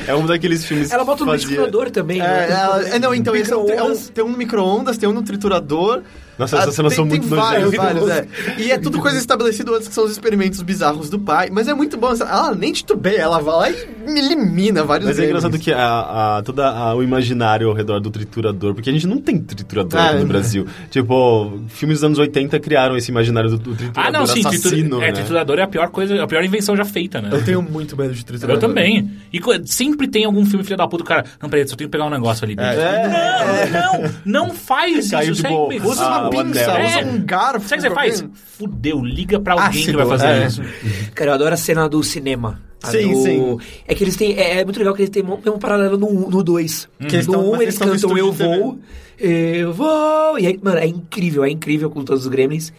É um daqueles filmes Ela bota que no fazia... liquidificador também. É, né? ela- é, não, então esse é um, é um- Micro-ondas. tem um no micro-ondas, tem um no triturador. Nossa, essas Ah, cenas tem- são tem muito né? vários, nojentas. vários, é. E é tudo coisa estabelecida antes, que são os experimentos bizarros do pai. Mas é muito bom. essa- Ela nem titubeia, ela vai lá e elimina vários Mas é deles. engraçado que a, a- toda a- o imaginário ao redor do triturador, porque a gente não tem triturador Ah, aqui não. no Brasil. Tipo, filmes dos anos 80 criaram esse imaginário do, do triturador Ah, não, sim, assassino, tritura- né? é, triturador é a pior coisa, a pior invenção já feita, né? Eu tenho muito medo de triturador. Eu também. E co- sempre tem algum filme filho da puta, o cara. Não, peraí, só tenho que pegar um negócio É. ali. dentro." Não, não, não faz Caiu isso. de segue- boa. Usa uma Ah, o pinça, anel. usa É. um garfo. Sabe o que você faz? alguém- Fudeu, liga pra alguém Ácido, que vai fazer é. isso. Cara, eu adoro a cena do cinema. A Sim, do- sim. É que eles têm. É, é muito legal que eles têm um, tem um paralelo no no dois Uhum. Que eles no tão- 1 um, mas eles eles tão no cantam Eu estúdio de Vou, Eu Vou. E aí, mano, é incrível, é incrível com todos os gremlins.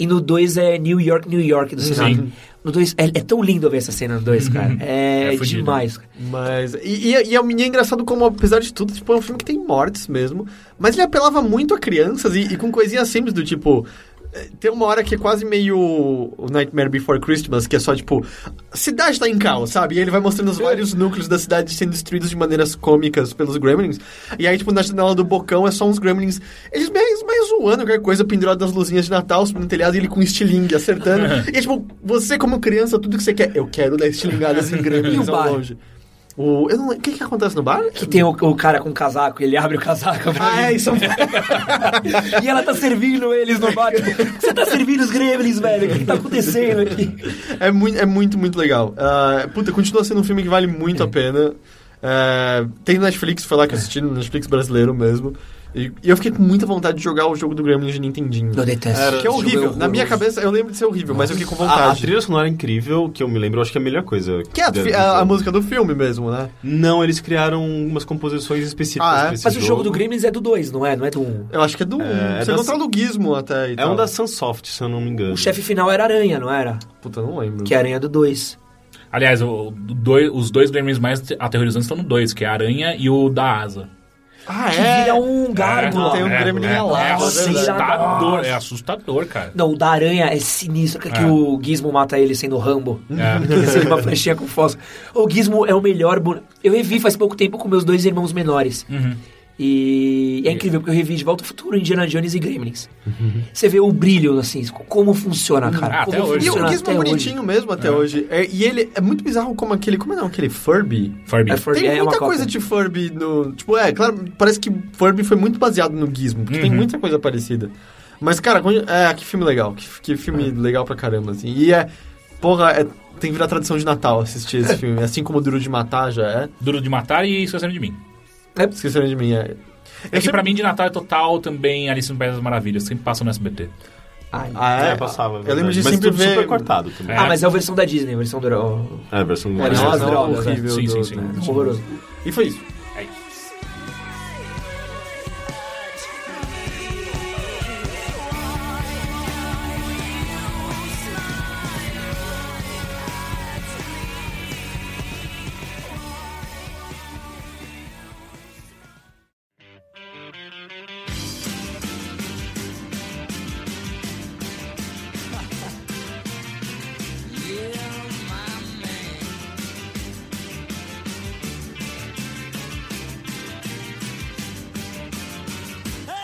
E no dois é New York, New York do Sinatra. No dois é, é tão lindo ver essa cena no Uhum. dois cara. É, É fudido. demais, cara. Mas. E, e, e é, e é engraçado como, apesar de tudo, tipo, é um filme que tem mortes mesmo. Mas ele apelava muito a crianças e, e com coisinhas simples do tipo. eh, Tem uma hora que é quase meio o Nightmare Before Christmas, que é só tipo. "A Cidade tá em caos, sabe? E ele vai mostrando os É. vários núcleos da cidade sendo destruídos de maneiras cômicas pelos gremlins. E aí, tipo, na janela do bocão é só uns gremlins. Eles meio, meio zoando qualquer coisa pendurado nas luzinhas de Natal, subindo no telhado e ele com um estilingue acertando. e é tipo, você como criança, tudo que você quer. Eu quero dar estilingadas em gremlins E o ao bar? longe. O, eu não lembro. O que, que acontece no bar? Que tem o, o cara com casaco, ele abre o casaco pra Ah, é, isso E ela tá servindo eles no bar. tipo, Você tá servindo os gremlins, velho? O que que tá acontecendo aqui? é, muito, é muito, muito legal. Ah, puta, continua sendo um filme que vale muito a pena. É, tem no Netflix, foi lá É. que eu assisti, no Netflix brasileiro mesmo. E, e eu fiquei com muita vontade de jogar o jogo do Gremlins de Nintendinho. Eu Que detesto. é Esse jogo horrível. Na minha horroroso. cabeça, eu lembro de ser horrível, mas eu fiquei com A, a vontade. trilha sonora é incrível, que eu me lembro, eu acho que é a melhor coisa. que é a, de- fi- do a- a jogo. música do filme mesmo, né? Não, eles criaram umas composições específicas Ah, é? pra esse Mas o jogo do Gremlins é do 2, não é? Não é do 1. Um. Eu acho que é do. É, é você da- encontra o Lugismo até. e É um tal. da Sunsoft, se eu não me engano. O chefe final era aranha, não era? Puta, não lembro. Que é a aranha do 2. Aliás, o- o dois- os dois gremlins mais te- aterrorizantes estão no dois, que é a aranha e o da asa. Ah, Que vira um gárgula. tem um é, gremlin é, alado, É assustador, verdade. é assustador, cara. Não, o da aranha é sinistro. Que, que É. o Gizmo mata ele sendo o Rambo. É. Que Sendo uma flechinha Uhum. com fósforo. O Gizmo é o melhor boneco. Eu revi faz pouco tempo com meus dois irmãos menores. E é incrível, porque eu revi de Volta ao Futuro, Indiana Jones e Gremlins. Você vê o brilho, assim, como funciona, cara. Ah, como até hoje. E o funciona Gizmo é até hoje. bonitinho mesmo até hoje. É, e ele é muito bizarro como aquele. Como é não? Aquele Furby? Furby. É Furby, tem é uma muita cópia. coisa de Furby no. Tipo, é, claro, parece que Furby foi muito baseado no Gizmo, porque tem muita coisa parecida. Mas, cara, quando- é, que filme legal. Que, que É. filme legal pra caramba, assim. E é. Porra, é- tem que virar tradição de Natal assistir esse filme. Assim como Duro de Matar já é. Duro de matar e esquecendo de mim. Esqueceram de mim, é. É que pra mim de Natal é total também Alice no País das Maravilhas, sempre passa no SBT. Ai. Ah, Ah, é? É, passava. Eu verdade. lembro de Mas sempre tudo ver. super cortado também. É. mas é a versão da Disney, a versão do... É, a versão É, Nossa, Nossa, era drogas, horrível. Sim, do- sim, sim. do- Horroroso. E foi isso. É isso.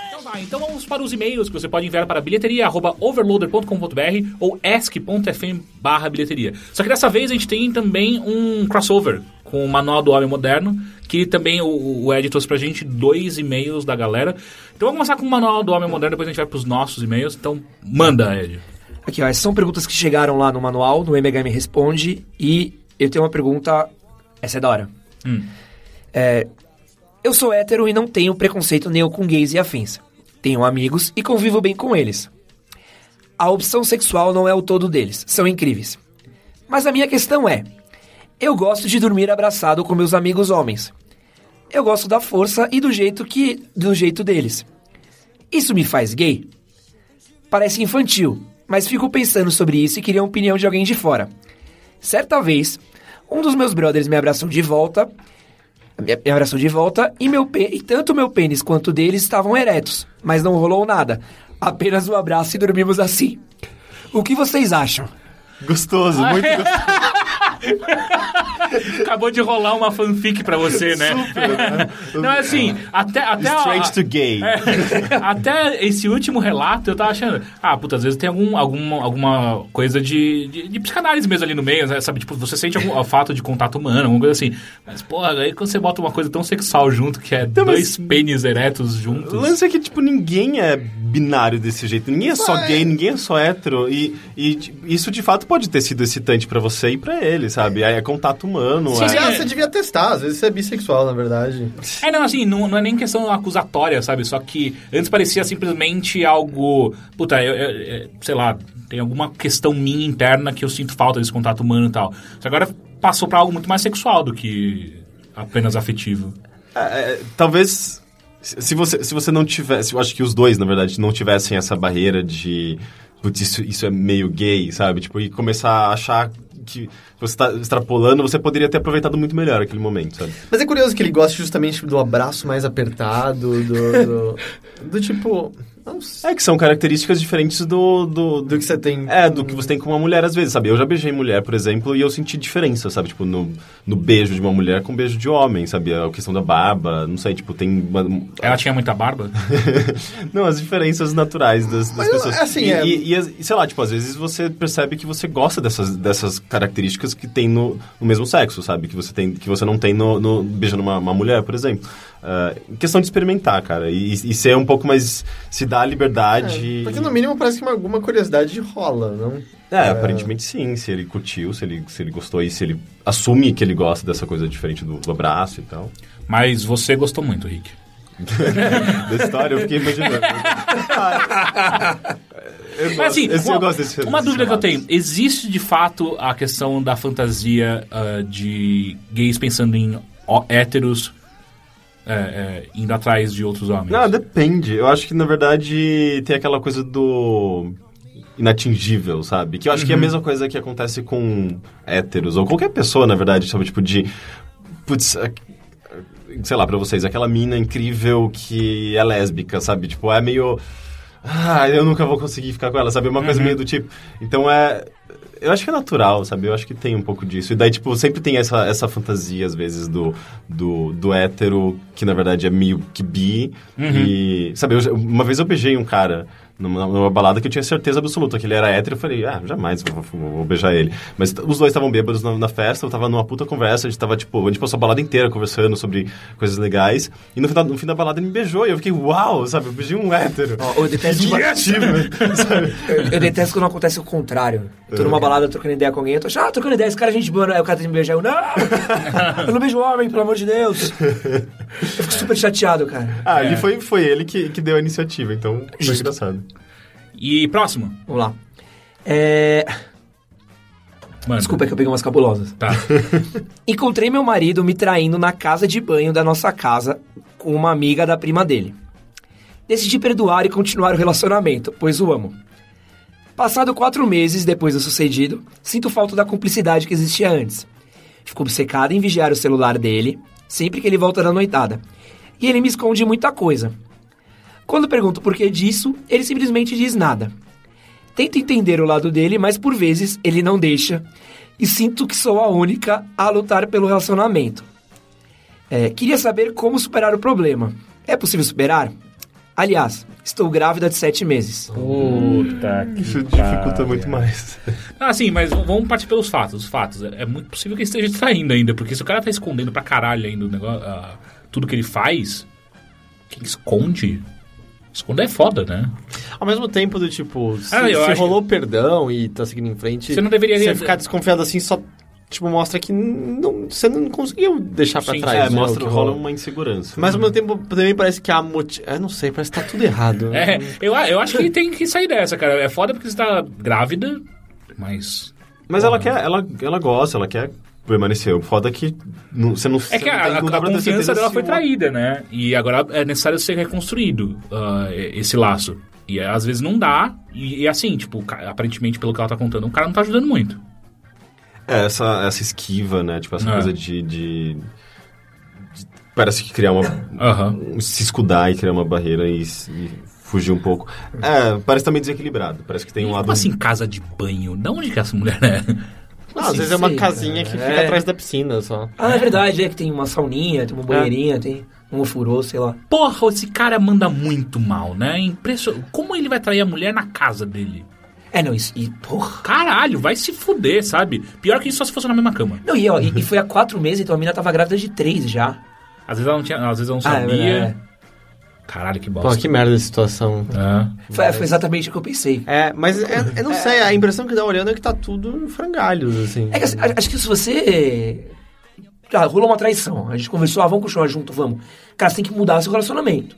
Então tá, então vamos para os e-mails que você pode enviar para bilheteria.overloader.com.br ou ask.fm barra bilheteria. Só que dessa vez a gente tem também um crossover com o Manual do Homem Moderno, que também o, o Ed trouxe pra gente dois e-mails da galera. Então vamos começar com o Manual do Homem Moderno, depois a gente vai pros nossos e-mails. Então manda, Ed. Aqui, ó, essas são perguntas que chegaram lá no manual, no MHM Responde, e eu tenho uma pergunta, essa é da hora. É, eu sou hétero e não tenho preconceito nenhum com gays e afins. Tenho amigos e convivo bem com eles. A opção sexual não é o todo deles, são incríveis. Mas a minha questão é, eu gosto de dormir abraçado com meus amigos homens. Eu gosto da força e do jeito que, do jeito deles. Isso me faz gay? Parece infantil, mas fico pensando sobre isso e queria a opinião de alguém de fora. Certa vez, um dos meus brothers me abraçou de volta, me me abraçou de volta e meu pê- e tanto meu pênis quanto deles estavam eretos, mas não rolou nada. Apenas um abraço e dormimos assim. O que vocês acham? Gostoso, muito gostoso. Acabou de rolar uma fanfic pra você, né? Não, é assim, até, até a- Straight to gay. É, até esse último relato eu tava achando. Ah, puta, às vezes tem algum, alguma, alguma coisa de, de, de psicanálise mesmo ali no meio, né? sabe? Tipo, você sente algum falta de contato humano, alguma coisa assim. Mas, porra, aí quando você bota uma coisa tão sexual junto, que é dois pênis eretos juntos. O lance é que, tipo, ninguém é binário desse jeito. Ninguém é só gay, ninguém é só hétero. E, e t- isso, de fato, pode ter sido excitante pra você e pra ele, sabe? É, é contato humano. Sim, é... sim. Ah, você devia testar, às vezes você é bissexual, na verdade. É, não, assim, não, não é nem questão acusatória, sabe? Só que antes parecia simplesmente algo. Puta, eu, eu- eu- sei lá, tem alguma questão minha interna que eu sinto falta desse contato humano e tal. Só que agora passou pra algo muito mais sexual do que apenas afetivo. É, é, talvez se se você, se você não tivesse, eu acho que os dois, na verdade, não tivessem essa barreira de putz, isso, isso é meio gay, sabe? Tipo, e começar a achar que você está extrapolando, você poderia ter aproveitado muito melhor aquele momento, sabe? Mas é curioso que ele gosta justamente do abraço mais apertado, do. Do, do tipo. Não sei É que são características diferentes do, do, do que você tem. É, do que você tem com uma mulher às vezes, sabe? Eu já beijei mulher, por exemplo, e eu senti diferença, sabe? Tipo, no, no beijo de uma mulher com beijo de homem, sabe? A questão da barba, não sei, tipo, tem... uma- Ela tinha muita barba? Não, as diferenças naturais das, das Mas, pessoas. assim, e, é- e- e as- e, sei lá, tipo, às vezes você percebe que você gosta dessas, dessas características que tem no, no mesmo sexo, sabe? Que você, tem, que você não tem no, no- beijando uma, uma mulher, por exemplo. Ah, questão de experimentar, cara. E, e ser um pouco mais. se dar a liberdade. É, Porque no mínimo parece que uma- alguma curiosidade rola, não? É, aparentemente sim, se ele curtiu, se ele, se ele gostou e se ele assume que ele gosta dessa coisa diferente do, do abraço e tal. Mas você gostou muito, Rick. Dessa história eu fiquei imaginando. eu, gosto, Mas assim, esse- uma, eu gosto desse, uma desses dúvida que eu relatos. tenho. Existe de fato a questão da fantasia ah, de gays pensando em ó- héteros é, é, indo atrás de outros homens? Não, depende. Eu acho que, na verdade, tem aquela coisa do inatingível, sabe? Que eu acho que é a mesma coisa que acontece com héteros, ou qualquer pessoa, na verdade, sabe? Tipo, de... Putz, a- sei lá, pra vocês, aquela mina incrível que é lésbica, sabe? Tipo, é meio... Ah, eu nunca vou conseguir ficar com ela, sabe? É Uma coisa meio do tipo... Então, é... Eu acho que é natural, sabe? Eu acho que tem um pouco disso. E daí, tipo, sempre tem essa, essa fantasia, às vezes, do, do, do hétero, que na verdade é meio que bi. E, sabe, eu- uma vez eu beijei um cara numa, numa balada que eu tinha certeza absoluta que ele era hétero. Eu falei, ah, jamais vou, vou- vou beijar ele. Mas t- os dois estavam bêbados na, na festa, eu tava numa puta conversa, a gente tava, tipo, a gente passou a balada inteira conversando sobre coisas legais. E no, final, no fim da balada ele me beijou e eu fiquei, uau, sabe? Eu beijei um hétero. Ó, eu detesto Que ba- ativo, sabe? Eu, eu detesto quando acontece o contrário. Eu tô numa balada trocando ideia com alguém, eu tô achando, ah, trocando ideia, esse cara é gente boa, né? aí o cara tem que me beijar. Eu, não! Eu não beijo homem, pelo amor de Deus! Eu fico super chateado, cara. Ah, ele foi, foi ele que, que deu a iniciativa, então foi Justo. engraçado. E próximo. Vamos lá. É... Mano, Desculpa é que eu peguei umas cabulosas. Tá. Encontrei meu marido me traindo na casa de banho da nossa casa com uma amiga da prima dele. Decidi perdoar e continuar o relacionamento, pois o amo. Passado quatro meses depois do sucedido, sinto falta da cumplicidade que existia antes. Fico obcecado em vigiar o celular dele sempre que ele volta da noitada. E ele me esconde muita coisa. Quando pergunto por que disso, ele simplesmente diz nada. Tento entender o lado dele, mas por vezes ele não deixa. E sinto que sou a única a lutar pelo relacionamento. É, queria saber como superar o problema. É possível superar? Aliás, estou grávida de sete meses. Puta que Isso dificulta muito mais. Ah, sim, mas v- vamos partir pelos fatos. Os fatos. É é muito possível que ele esteja traindo ainda, porque se o cara tá escondendo pra caralho ainda o negócio, ah, tudo que ele faz, quem esconde? Esconder é foda, né? Ao mesmo tempo do tipo, se, Ah, eu se acho rolou perdão e tá seguindo em frente. Você não deveria- Você ficar desconfiado assim só. Tipo, mostra que não, você não conseguiu deixar pra Sim, trás. é, né, mostra, o que rola rolou. uma insegurança. Mas ao mesmo tempo também parece que a moti... Eu não sei, parece que tá tudo errado. É, eu, a- eu acho que ele tem que sair dessa, cara. É foda porque você tá grávida, mas. Mas ela quer, ela, ela gosta, ela quer permanecer. O foda é que não- você não tá É que a, a- a confiança dela foi traída, né? E agora é necessário ser reconstruído ah, e- esse laço. E é, às vezes não dá, e, e assim, tipo, o ca- aparentemente, pelo que ela tá contando, o cara não tá ajudando muito. É, essa, essa esquiva, né? Tipo, essa É. coisa de, de- de- Parece que criar uma. um, Aham. se escudar e criar uma barreira e, s- e fugir um pouco. É, parece também desequilibrado. Parece que tem um Como lado. assim, casa de banho? De onde que essa mulher é? Ah, Assim, às vezes é uma sei, casinha cara. que É. fica atrás da piscina só. Ah, é verdade, é que tem uma sauninha, tem uma banheirinha, tem um ofurô, sei lá. Porra, esse cara manda muito mal, né? Impressionante. Como ele vai trair a mulher na casa dele? É, não, isso. E, porra. Caralho, vai se fuder, sabe? Pior que isso só se fosse na mesma cama. Não, e, ó, e, e foi há quatro meses, então a mina tava grávida de três já. Às vezes ela não, tinha, às vezes ela não Ah, é sabia. verdade. Caralho, que Pô, bosta. que merda essa situação. É. Foi, foi exatamente o que eu pensei. É, mas é- eu não sei, a impressão que dá olhando é que tá tudo em frangalhos, assim. É que assim, a- acho que se você. Ah, rolou uma traição. A gente conversou, ah, vamos continuar junto, vamos. Cara, você tem que mudar seu relacionamento.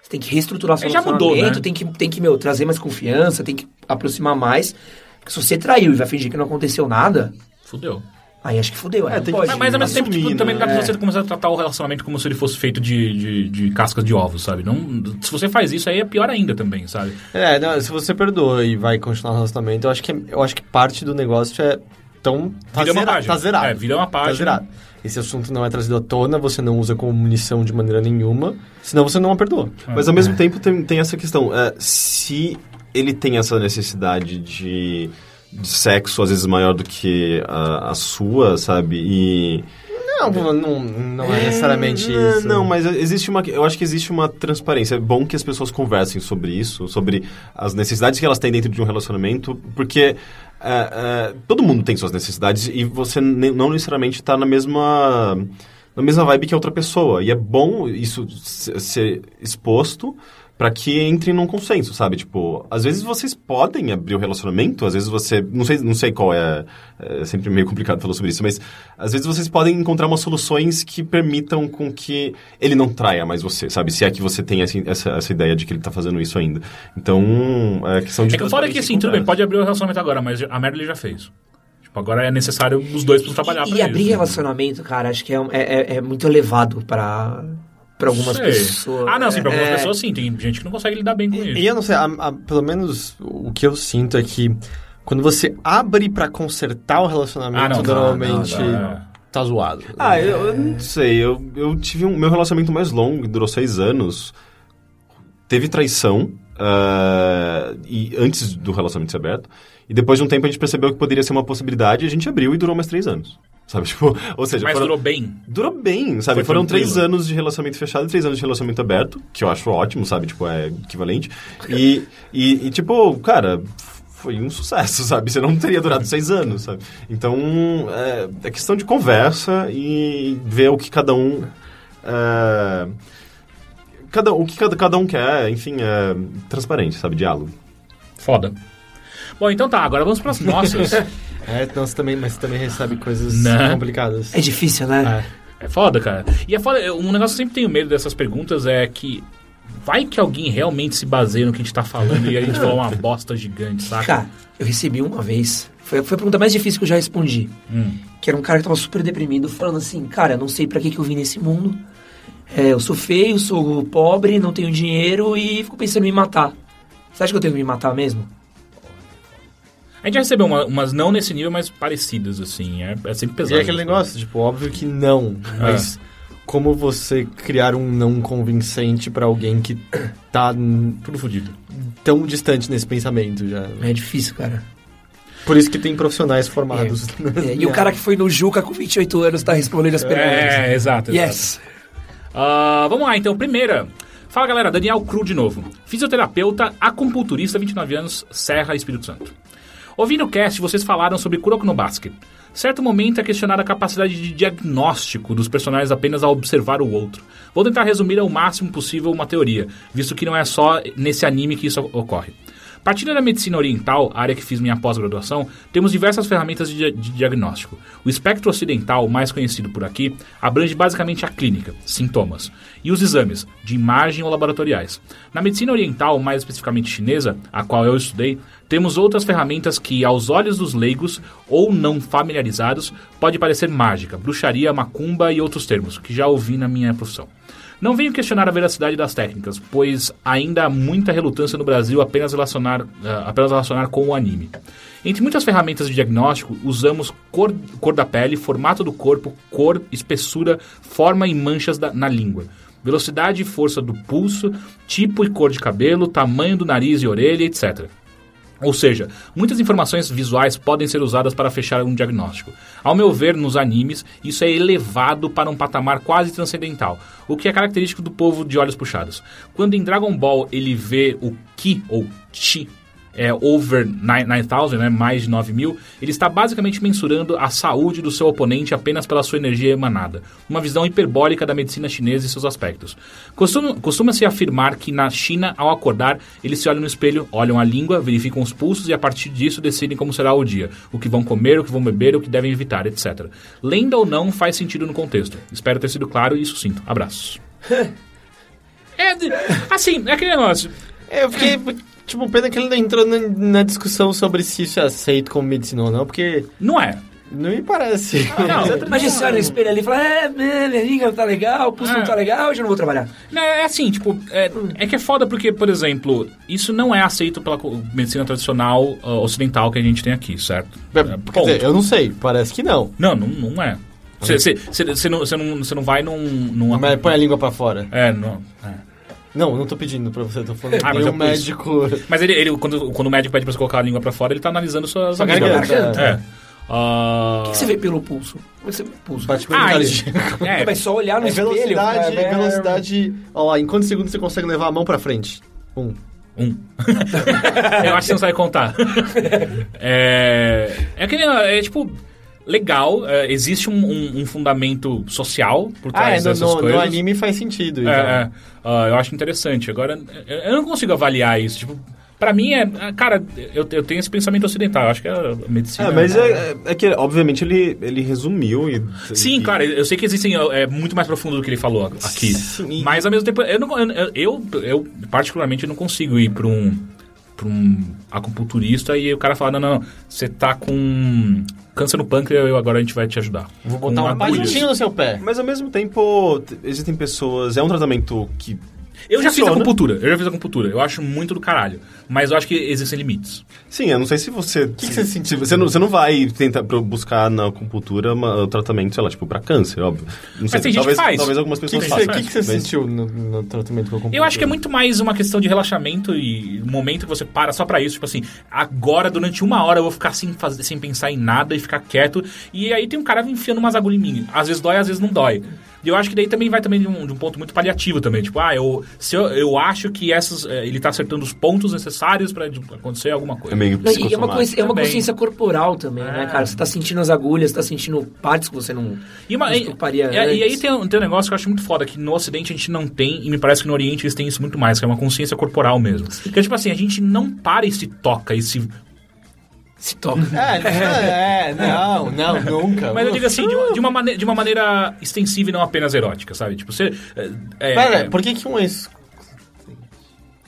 Você tem que reestruturar seu É, já mudou, relacionamento. né? Tem que, tem que, meu, trazer mais confiança, tem que aproximar mais. Porque se você traiu e vai fingir que não aconteceu nada, Fudeu. aí acho que fudeu. aí É, não tem que- pode. Mas, mas ao mesmo tempo, assumir, tipo, também né? dá pra você começar a tratar o relacionamento como se ele fosse feito de, de, de cascas de ovos, sabe? Não, se você faz isso, aí é pior ainda também, sabe? É, não, se você perdoa e vai continuar o relacionamento, eu acho que, eu acho que parte do negócio é tão... Tá, Vira uma zera- página. tá zerado. É, vira uma Tá página. zerado. Esse assunto não é trazido à tona, você não usa como munição de maneira nenhuma, senão você não a perdoa. Mas ao mesmo tempo tem, tem essa questão. é, se ele tem essa necessidade de, de sexo, às vezes maior do que a, a sua, sabe? E. Não, não, não é necessariamente É, isso. Não, mas existe uma. Eu acho que existe uma transparência. É bom que as pessoas conversem sobre isso, sobre as necessidades que elas têm dentro de um relacionamento, porque. é, é, todo mundo tem suas necessidades e você ne- não necessariamente está na mesma na mesma vibe que a outra pessoa e é bom isso se- ser exposto para que entre num consenso sabe tipo às vezes vocês podem abrir o relacionamento às vezes você não sei não sei qual é é sempre meio complicado falar sobre isso, mas às vezes vocês podem encontrar umas soluções que permitam com que ele não traia mais você, sabe? Se é que você tem assim, essa, essa ideia de que ele tá fazendo isso ainda. Então, é questão de. É que fora que assim, tudo bem, pode abrir o relacionamento agora, mas a merda ele já fez. Tipo, agora é necessário os dois pra trabalhar E, pra né? e abrir isso. relacionamento, cara, acho que é, um- é- é- é muito elevado pra, pra algumas Sei. pessoas. Ah, não, sim, pra algumas É. pessoas sim. Tem gente que não consegue lidar bem com isso. E eu não sei, a- a- pelo menos o que eu sinto é que quando você abre pra consertar o relacionamento, Ah, não, não, normalmente não, é. não, não. tá zoado. Ah, eu, eu não sei. Eu, eu tive um. Meu relacionamento mais longo, que durou seis anos. Teve traição. ah, e antes do relacionamento ser aberto. E depois de um tempo a gente percebeu que poderia ser uma possibilidade e a gente abriu e durou mais três anos. Sabe, tipo, ou seja... Mas foram- durou bem. Durou bem, sabe? Foi Foram tranquilo. três anos de relacionamento fechado e três anos de relacionamento aberto, que eu acho ótimo, sabe? Tipo, é equivalente. E, e, e, tipo, cara, foi um sucesso, sabe? Você não teria durado seis anos, sabe? Então, é, é questão de conversa e ver o que cada um. é, cada, o que cada, cada um quer, enfim, é transparente, sabe? Diálogo. Foda. Bom, então tá, agora vamos para as nossas. É, então você também, mas você também recebe coisas Né? complicadas. É difícil, né? É foda, cara. E é foda, eu- um negócio que eu sempre tenho medo dessas perguntas é que vai que alguém realmente se baseia no que a gente tá falando e a gente fala uma bosta gigante, saca? Cara, eu recebi uma vez. Foi, foi a pergunta mais difícil que eu já respondi. Hum. Que era um cara que tava super deprimido, falando assim: Cara, não sei pra que, que eu vim nesse mundo. É, eu sou feio, sou pobre, não tenho dinheiro e fico pensando em me matar. Você acha que eu tenho que me matar mesmo? A gente já recebeu uma- umas não nesse nível, mas parecidas, assim. É, é sempre E pesado. é aquele negócio, tipo, óbvio que não, mas Ah. como você criar um não convincente pra alguém que tá n- Tudo fodido. tão distante nesse pensamento já? É difícil, cara. Por isso que tem profissionais formados. É, e o cara que foi no Juca com 28 anos tá respondendo as perguntas. É, exato. exato. yes. Ah, vamos lá, então. Primeira. Fala, galera. Daniel Cru de novo. Fisioterapeuta, acupunturista, 29 anos, Serra, Espírito Santo. Ouvindo o cast, vocês falaram sobre Kuroko no Basket. Certo momento é questionada a capacidade de diagnóstico dos personagens apenas ao observar o outro. Vou tentar resumir ao máximo possível uma teoria, visto que não é só nesse anime que isso ocorre. Partindo da medicina oriental, a área que fiz minha pós-graduação, temos diversas ferramentas de, dia- de diagnóstico. O espectro ocidental, mais conhecido por aqui, abrange basicamente a clínica, sintomas, e os exames, de imagem ou laboratoriais. Na medicina oriental, mais especificamente chinesa, a qual eu estudei, temos outras ferramentas que, aos olhos dos leigos ou não familiarizados, pode parecer mágica, bruxaria, macumba e outros termos, que já ouvi na minha profissão. Não venho questionar a veracidade das técnicas, pois ainda há muita relutância no Brasil apenas relacionar, ah, apenas relacionar com o anime. Entre muitas ferramentas de diagnóstico, usamos cor, cor da pele, formato do corpo, cor, espessura, forma e manchas da- na língua. Velocidade e força do pulso, tipo e cor de cabelo, tamanho do nariz e orelha, etc. Ou seja, muitas informações visuais podem ser usadas para fechar um diagnóstico. Ao meu ver, nos animes, isso é elevado para um patamar quase transcendental, o que é característico do povo de olhos puxados. Quando em Dragon Ball ele vê o Ki ou Chi, é over 9 9000, né, mais de 9000, ele está basicamente mensurando a saúde do seu oponente apenas pela sua energia emanada, uma visão hiperbólica da medicina chinesa e seus aspectos. Costuma- Costuma-se afirmar que na China, ao acordar, eles se olham no espelho, olham a língua, verificam os pulsos e a partir disso decidem como será o dia, o que vão comer, o que vão beber, o que devem evitar, etc. Lenda ou não faz sentido no contexto. Espero ter sido claro e sucinto. Abraços. é, de- assim, é aquele negócio. É, eu fiquei, tipo, pena que ele não entrou na, na discussão sobre se isso é aceito como medicina ou não, porque Não é. não me parece. Ah, não. Imagina você olha no espelho ali e fala: É, né, minha língua não tá legal, o pulso É. não tá legal, hoje eu não vou trabalhar. Não, é assim, tipo, é, é que é foda porque, por exemplo, isso não é aceito pela co- medicina tradicional ah, ocidental que a gente tem aqui, certo? É, É, Quer ponto. dizer, eu não sei, parece que não. Não, não, não é. Você não, cê não, cê não vai num. num Mas põe a língua pra fora. É, não. é. Não, não tô pedindo pra você, tô falando Ah, ah, mas um é por isso. médico. Mas ele, ele quando, quando o médico pede pra você colocar a língua pra fora, ele tá analisando suas Sua amígdalas. garganta. É. Ah, O que você vê pelo pulso? Como é que você vê o pulso? Bate pelo Ah, cara isso- de- é, Mas só olhar no É espelho. velocidade, cara, é- velocidade. Olha lá, em quantos segundos você consegue levar a mão pra frente? Um. Um. eu acho que você não sabe contar. é, é que é tipo. Legal, é, existe um, um- um fundamento social por Ah, é, trás no, dessas no, no coisas. anime faz sentido. É, então. é. Ah, eu acho interessante. Agora, eu, eu não consigo avaliar isso. Tipo, pra mim é. ah, Cara, eu, eu tenho esse pensamento ocidental. Eu acho que é a medicina. É, mas é, é- é que, obviamente, ele, ele resumiu e. Sim, e- claro, eu sei que existem. É muito mais profundo do que ele falou aqui. Sim. Mas ao mesmo tempo, eu, não, eu, eu, eu, particularmente não consigo ir pra um, pra um acupunturista e o cara fala: não, não, não, você tá com câncer no pâncreas, eu, agora a gente vai te ajudar. Vou botar Com uma agulhas. pajutinha no seu pé. Mas ao mesmo tempo, t- existem pessoas. É um tratamento que Eu já fiz Funciona. acupuntura, eu já fiz acupuntura. Eu acho muito do caralho. Mas eu acho que existem limites. Sim, eu não sei se você. O que que você sentiu? Você não, você não vai tentar pro- buscar na acupuntura uma- o tratamento, sei lá, tipo, pra câncer, óbvio. Não sei, tem gente que talvez, faz. Talvez algumas O que, pessoas que você, façam. que que você Mas- sentiu no, no tratamento com a Eu acho que é muito mais uma questão de relaxamento e momento que você para só pra isso. Tipo assim, agora durante uma hora eu vou ficar sem, fazer, sem pensar em nada e ficar quieto. E aí tem um cara enfiando umas agulhas em mim. Às vezes dói, às vezes não dói. E eu acho que daí também vai também de um, de um ponto muito paliativo também. Tipo, ah, eu, se eu, eu acho que essas, eh, ele tá acertando os pontos necessários pra tipo, acontecer alguma coisa. É meio Não, e é uma, psicossomático. coisa, é uma Também. É. consciência corporal também, né, cara? Você tá sentindo as agulhas, você tá sentindo partes que você não. E, uma- não e- estuparia e- e aí antes. tem, um- tem um negócio que eu acho muito foda, que no Ocidente a gente não tem, e me parece que no Oriente eles têm isso muito mais, que é uma consciência corporal mesmo. Que é tipo assim, a gente não para e se toca e se Se toca. É, é, não, não, nunca. Mas eu digo assim, de uma, de uma mane- de uma maneira extensiva e não apenas erótica, sabe? Tipo, você. É, é- Pera, por que que um ex...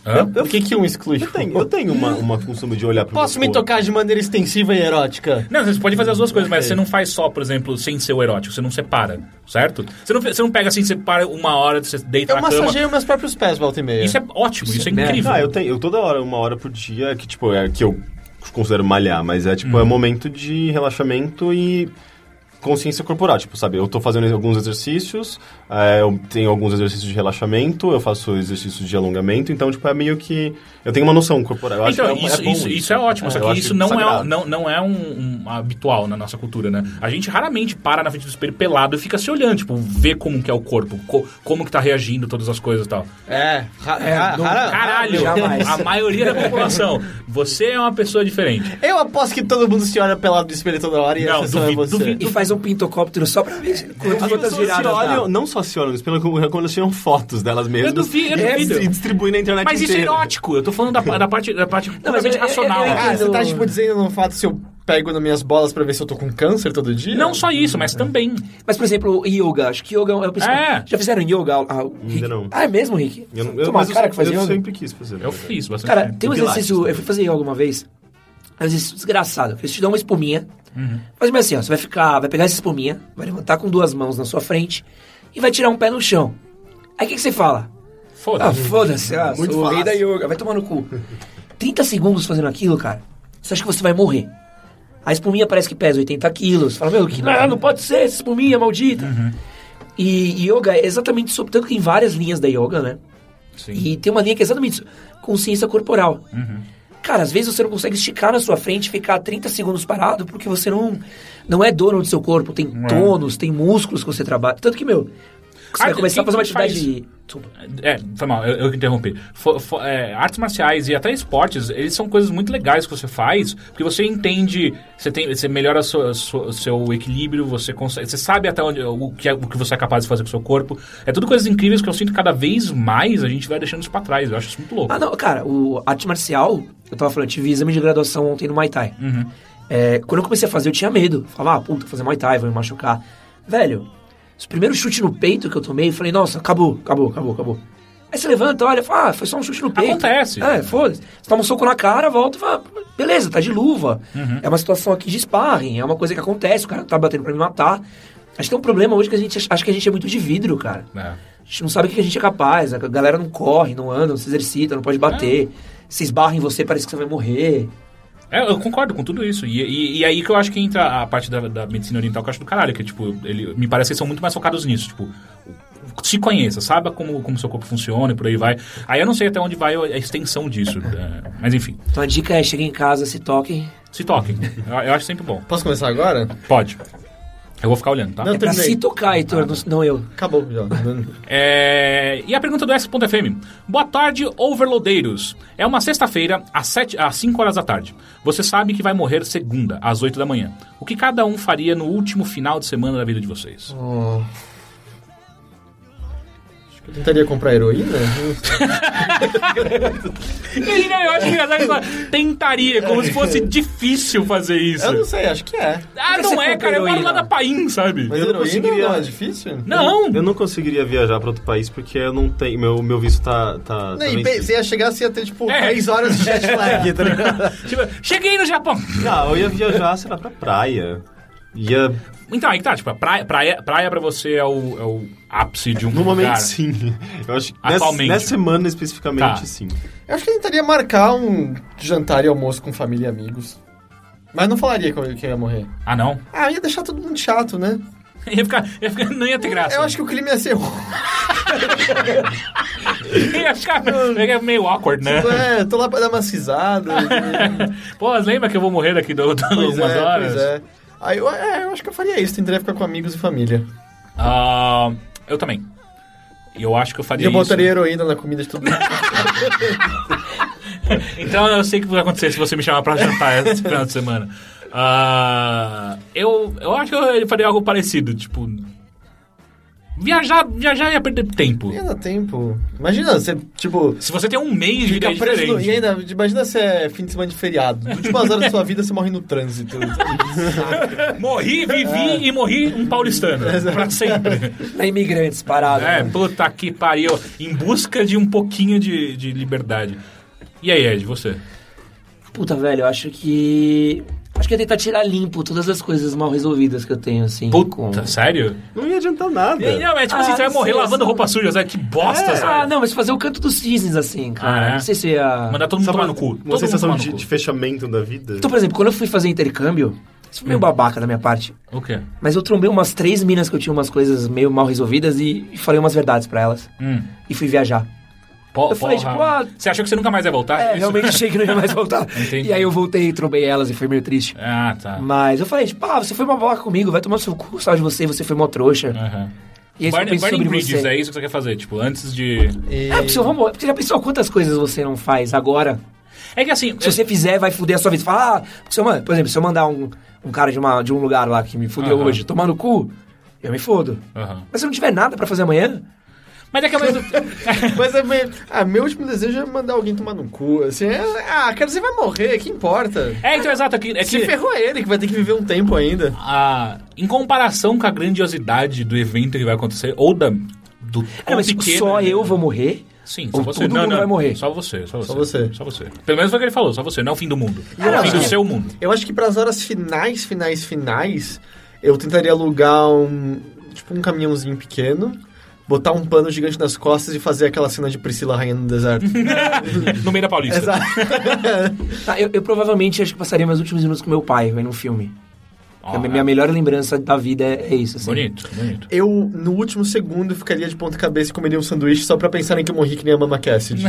Hã? Por que que um exclui? Eu tenho, eu tenho uma, uma costume de olhar pro Posso me tocar de maneira extensiva e erótica? Não, você pode fazer as duas coisas, É. mas você não faz só, por exemplo, sem ser o erótico, você não separa, certo? Você não, fe- você não pega assim, você para uma hora, você deita Eu na cama. massageio meus próprios pés volta e meia. Isso é ótimo, isso, é merda. incrível. Ah, eu tenho. Eu toda hora, uma hora por dia, que tipo, é que eu considero malhar, mas é Uhum. tipo, é momento de relaxamento e consciência corporal, tipo, sabe, eu tô fazendo alguns exercícios, é, eu tenho alguns exercícios de relaxamento, eu faço exercícios de alongamento, então, tipo, é meio que... Eu tenho uma noção corporal, eu Então, acho que é, isso, é bom isso, isso é ótimo, só eu que acho isso não é, sagrado. não, não é um, um habitual na nossa cultura, né? A gente raramente para na frente do espelho pelado e fica se olhando, tipo, vê como que é o corpo, co- como que tá reagindo todas as coisas e tal. É, ra- ra- não- ra- Caralho, jamais. a maioria da população. Você é uma pessoa diferente. Eu aposto que todo mundo se olha pelado no espelho toda hora e Não, essa só é duvido, você. duvido. E faz um pintocóptero só pra ver se- É. As quantas, quantas pessoas se viradas. dá. olham, não só se olham, mas pelo que quando elas tiram fotos delas mesmas duvido, eu e duvido. dis- e distribuem na internet Mas isso é inteira. erótico. Eu tô falando da, da parte, da parte puramente eu- eu- racional. eu- eu- Cara, Entendo. você tá tipo dizendo no fato se eu pego nas minhas bolas pra ver se eu tô com câncer todo dia? não só isso, mas também. Mas, por exemplo, yoga. Acho que yoga é o principal. É. Já fizeram yoga? Ah, o Rick? Ainda não. Ah, é mesmo, Rick? Eu, não- Tem eu, uma mas eu, cara que faz eu yoga? sempre quis fazer. na Eu verdade. fiz bastante. Cara, tem um Pilates né? exercício. também. Eu fui fazer yoga uma vez. É um exercício desgraçado. Eles te dão uma espuminha. Uhum. Faz mais assim, ó. Você vai ficar. Vai pegar essa espuminha, vai levantar com duas mãos na sua frente e vai tirar um pé no chão. Aí o que, que você fala? Ah, Foda-se. foda-se. Ah, Muito sou o rei da fácil. yoga. Vai tomar no cu. 30 segundos fazendo aquilo, cara. Você acha que você vai morrer. A espuminha parece que pesa 80 quilos. Você Fala, meu, que Uhum. não, não pode ser essa espuminha maldita. E yoga é exatamente sobre... Tanto que tem várias linhas da yoga, né? Sim. E tem uma linha que é exatamente isso. Consciência corporal. Cara, às vezes você não consegue esticar na sua frente e ficar 30 segundos parado porque você não, não é dono do seu corpo. Tem tônus, tem músculos que você trabalha. Tanto que, meu, você Ah, vai começar quem a fazer uma que faz? atividade... Desculpa. É, foi mal, eu, eu que interrompi. Fo- fo- é, artes marciais e até esportes, eles são coisas muito legais que você faz, porque você entende, você, tem, você melhora a sua- a sua- o seu equilíbrio, você consegue, você sabe até onde o que, é- o que você é capaz de fazer com o seu corpo. É tudo coisas incríveis que eu sinto que cada vez mais a gente vai deixando isso pra trás. Eu acho isso muito louco. Ah, não, cara, o arte marcial, eu tava falando, eu tive exame de graduação ontem no Muay Thai. Uhum. É, quando eu comecei a fazer, eu tinha medo. Falava, ah, puta, fazer Muay Thai, vou me machucar. Velho, os primeiros chutes no peito que eu tomei, eu falei, nossa, acabou, acabou, acabou, acabou. Aí você levanta, olha, fala, ah, foi só um chute no peito. Acontece. É, foda-se. Você toma um soco na cara, volta e fala, beleza, tá de luva. Uhum. É uma situação aqui de sparring, é uma coisa que acontece, o cara tá batendo pra me matar. Acho que tem um problema hoje que a gente acha- acha que a gente é muito de vidro, cara. É. A gente não sabe o que a gente é capaz. A galera não corre, não anda, não se exercita, não pode bater. Se esbarra em você, parece que você vai morrer. É, eu concordo com tudo isso. E, e, e aí que eu acho que entra a parte da, da medicina oriental que eu acho do caralho, que, tipo, ele, me parece que eles são muito mais focados nisso. Tipo, se conheça, saiba como, como seu corpo funciona e por aí vai. Aí eu não sei até onde vai a extensão disso. é, mas enfim, Então a dica é, cheguem em casa, se É toquem. se toquem. Eu, eu acho sempre bom. Posso começar agora? Pode. Eu vou ficar olhando, tá? Não. É pra terminei. se tocar, Heitor, não, não eu. Acabou, já. É, E a pergunta do S.FM. Boa tarde, overloadeiros. É uma sexta-feira, às, sete, às 5 horas da tarde. Você sabe que vai morrer segunda, às 8 da manhã. O que cada um faria no último final de semana da vida de vocês? Oh. Acho que eu tentaria comprar heroína? Ele não, eu acho engraçado que fala, tentaria, como se fosse difícil fazer isso. Eu não sei, acho que é. Ah, Por que não você é, cara, comprou eu moro lá heroína? da Paim, sabe? Mas Eu não heroína conseguiria. não é difícil? Não, Eu não conseguiria viajar pra outro país porque eu não tenho. Meu, meu visto tá. tá, tá Não, e vencido. pe- você ia chegar, você ia ter, tipo, É. 3 horas de jet lag, tá ligado? tipo, cheguei no Japão. Não, eu ia viajar, sei lá, pra praia. Ia. Então, aí que tá, tipo, a praia, praia, praia pra você é o, é o ápice de um Normalmente lugar. sim. Eu acho que nessa, Atualmente. nessa semana especificamente Tá. sim. Eu acho que eu tentaria marcar um jantar e almoço com família e amigos. Mas não falaria que eu que eu ia morrer. Ah, não? Ah, ia deixar todo mundo chato, né? Ia ficar, ia ficar, não ia ter graça. Eu acho que o clima ia ser ruim. ia ficar ia ficar é meio awkward, né? É, tô lá pra dar umas risadas. né? Pô, mas lembra que eu vou morrer daqui do, do, Pois umas é, horas? Pois é. Aí eu, é, eu acho que eu faria isso, tentaria ficar com amigos e família. Ah, eu também. E eu acho que eu E faria eu isso. botaria heroína na comida de todo mundo. Então eu sei o que vai acontecer se você me chamar pra jantar esse final de semana. Ah, eu, eu acho que eu faria algo parecido, tipo. Viajar, viajar ia perder tempo. Ia dar tempo. Imagina, você, tipo, Se você tem um mês de vida fica preso no, diferente. E ainda, imagina se é fim de semana de feriado. Nas últimas horas da sua vida, você morre no trânsito. Morri, É. vivi e morri um paulistano. pra sempre. Na é Imigrantes, parado. É, né? puta que pariu. Em busca de um pouquinho de, de liberdade. E aí, Ed, você? Puta, velho, eu acho que... Acho que ia tentar tirar limpo todas as coisas mal resolvidas que eu tenho, assim. com- Puta, Tá sério? Não ia adiantar nada. Não, é tipo assim, Ah, você vai não morrer sei, lavando assim. roupa suja, sabe? Que bosta, Ah, sabe? não, mas fazer o canto dos cisnes, assim, cara. Ah, é? Não sei se ia... Mandar todo mundo Sabe tomar uma- no cu. Uma todo sensação mundo tomar de, no de cu. fechamento da vida. Então, por exemplo, quando eu fui fazer intercâmbio, isso Hum. foi meio babaca da minha parte, O quê? mas eu trombei umas três minas que eu tinha umas coisas meio mal resolvidas e, e falei umas verdades pra elas. Hum. E fui viajar. Po- Eu falei, porra. tipo, ah, Você achou que você nunca mais ia voltar? É, Isso? realmente achei que não ia mais voltar. Entendi. E aí eu voltei e trombei elas e foi meio triste. Ah, tá. Mas eu falei, tipo, ah, você foi uma babaca comigo, vai tomar no seu cu, sabe de você, você foi mó trouxa. Aham. E aí você Burn- pensa Burning sobre Bridges, você. é isso que você quer fazer, tipo, antes de... E- É, porque, vamos, porque já pensou quantas coisas você não faz agora? É que assim... Se você fizer, vai fuder a sua vida. Você Fala, ah, porque se eu, man- por exemplo, se eu mandar um, um cara de, uma, de um lugar lá que me fudeu Aham. hoje tomar no cu, eu me fodo. é, Aham. Mas se eu não tiver nada pra fazer amanhã, Mas é que ao mesmo tempo... Mas é meio- ah, meu último desejo é mandar alguém tomar no cu. Assim, é, ah, cara, você vai morrer, que importa? É, então, exato. É que, é Se que ferrou ele, que vai ter que viver um tempo ainda. a- em comparação com a grandiosidade do evento que vai acontecer, ou da... Do é, mas pequeno, né? só eu vou morrer. Sim, só ou você. todo não, mundo não. vai morrer. Só você, só você. você. Só você. Pelo menos foi o que ele falou, só você. Não é o fim do mundo. é o não, fim do mas- seu mundo. Eu acho que pras horas finais, finais, finais, eu tentaria alugar um. Tipo, um caminhãozinho pequeno, botar um pano gigante nas costas e fazer aquela cena de Priscila Rainha no deserto. No meio da Paulista. Exato. Tá, eu, eu provavelmente acho que passaria meus últimos minutos com meu pai, vendo um filme. Ó, né? a minha minha melhor lembrança da vida é, é isso, assim. Ah, Bonito, bonito. Eu, no último segundo, ficaria de ponta cabeça e comeria um sanduíche só pra pensarem que eu morri que nem a Mama Cassidy.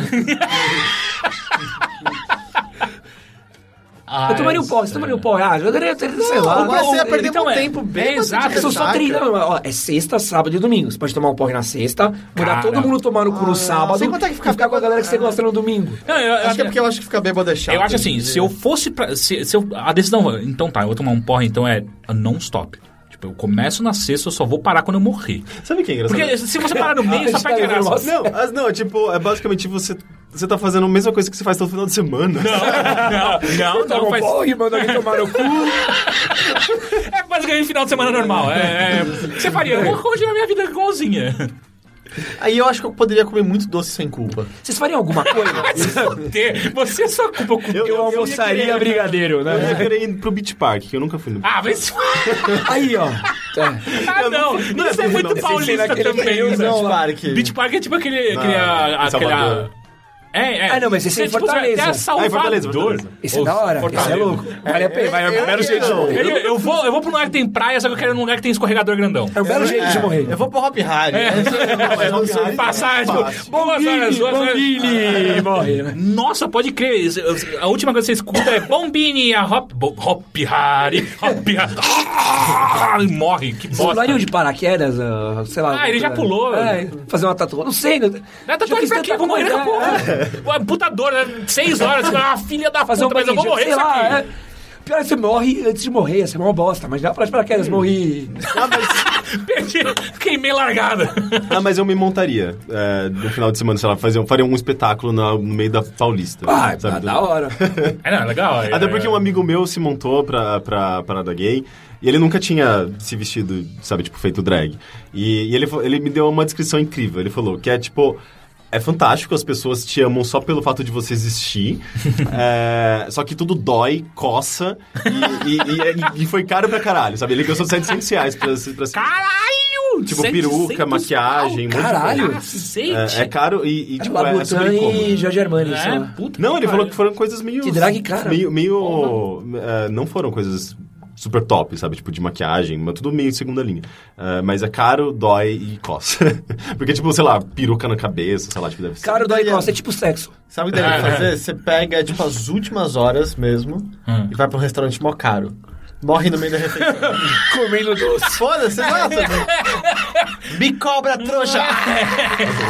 Ah, Eu tomaria é- um pó, você tomaria um pó. Ah, eu daria, sei lá. Não, mas você ia perder então um é- tempo bem. é exato, bastante Eu sou só ressaca. trinta. Ó, é sexta, sábado e domingo. Você pode tomar um porre na sexta, Cara. mandar todo mundo tomar no cu no sábado Ah, sem contar que ficar e ficar com a galera que você gosta no domingo. Não, eu, eu Acho que é porque eu acho que ficar bêbado é chato. Eu acho né? assim, se eu fosse pra. Se, se eu, a decisão. Então tá, eu vou tomar um porre, então é non-stop. Tipo, eu começo na sexta, eu só vou parar quando eu morrer. Sabe o que é engraçado? Porque se você parar no meio, Ah, só isso perde tá nervoso. graça. Não, as- não, é tipo, é basicamente você, você tá fazendo a mesma coisa que você faz todo final de semana. Não, não, tá não faz. porre, um manda alguém tomar no cu. É basicamente final de semana normal. É, é, você faria, eu vou continuar minha vida igualzinha. Aí eu acho que eu poderia comer muito doce sem culpa. Vocês fariam alguma coisa? Se fuder, você é só culpa com. Eu- né? eu- almoçaria querer- brigadeiro, Eu ia querer ir pro Beach Park, que eu nunca fui no Ah, vai se Aí, ó. Ah, não. não é Isso é muito não. paulista também, né? Beach Park. Beach Park é tipo aquele. aquele, Não, a- aquele em a- Salvador. é, é. Ah, não, mas esse é em tipo, Fortaleza. Até a Ah, em Fortaleza, Salvador. Fortaleza. Esse é da hora. Esse é Fortaleza. louco. Vale a pena. Vai, é um então, eu- belo jeito de eu- morrer. Eu, eu vou, eu vou pra um lugar que tem praia, só que eu quero ir num lugar que tem escorregador grandão. É um belo jeito de morrer. Eu vou pro Hop Hari. É, Passar, tipo, boas horas, Bombini, boas horas. Bombini, morre, né? Nossa, pode crer. isso- A última coisa que você escuta é Bombini, a Hop. Bo, hop Hari, Hop Hari. Ah, e morre, que Vocês bosta. pulariam de paraquedas, ah, sei lá. Ah, ele já coisa- pulou. É, fazer uma tatuagem. Não sei. né? Eu... Dá tatuagem Né, tá pra quê? Vou morrer É, daqui a pouco. Ué, Puta dor, né? Seis horas, ah, filha da Fazer um puta, mas eu vou morrer sei isso aqui. lá. É... Pior é que você morre antes de morrer, você é uma bosta, mas dá pra de paraquedas, Hum. morri. é. Perdi, queimei largada. Ah, mas eu me montaria é, no final de semana, sei lá, fazer, faria um espetáculo na- no meio da Paulista. Ah, tá sabe? da hora. É, não, é legal. é- Até porque um amigo meu se montou pra, pra parada gay e ele nunca tinha se vestido, sabe, tipo, feito drag. E, e ele, fa- ele me deu uma descrição incrível. Ele falou que é tipo. é fantástico, as pessoas te amam só pelo fato de você existir. É, só que tudo dói, coça e, e- e- e foi caro pra caralho, sabe? Ele gastou 700 reais pra, se- pra se- Caralho! Tipo, peruca, maquiagem, um monte de Caralho! coisa. Ah, Cacete! É, é caro e, e, Era um tipo, é, é super Labutan incômodo. e Jorge Armani, sei né? É, lá. puta Não, que ele falou pariu. que foram coisas meio. Que drag cara. Meio. meio é, não foram coisas super top, sabe? Tipo, de maquiagem, mas tudo meio segunda linha. É, mas é caro, dói e coça. Porque, tipo, sei lá, peruca na cabeça, sei lá, tipo, deve ser. Cara do Costa, é tipo sexo. Sabe o que Ah, deve é. fazer? Você pega, tipo, as últimas horas mesmo Ah. e vai pra um restaurante mó caro. Morre no meio da refeição. comendo doce. Foda-se, nossa! Me cobra, trouxa!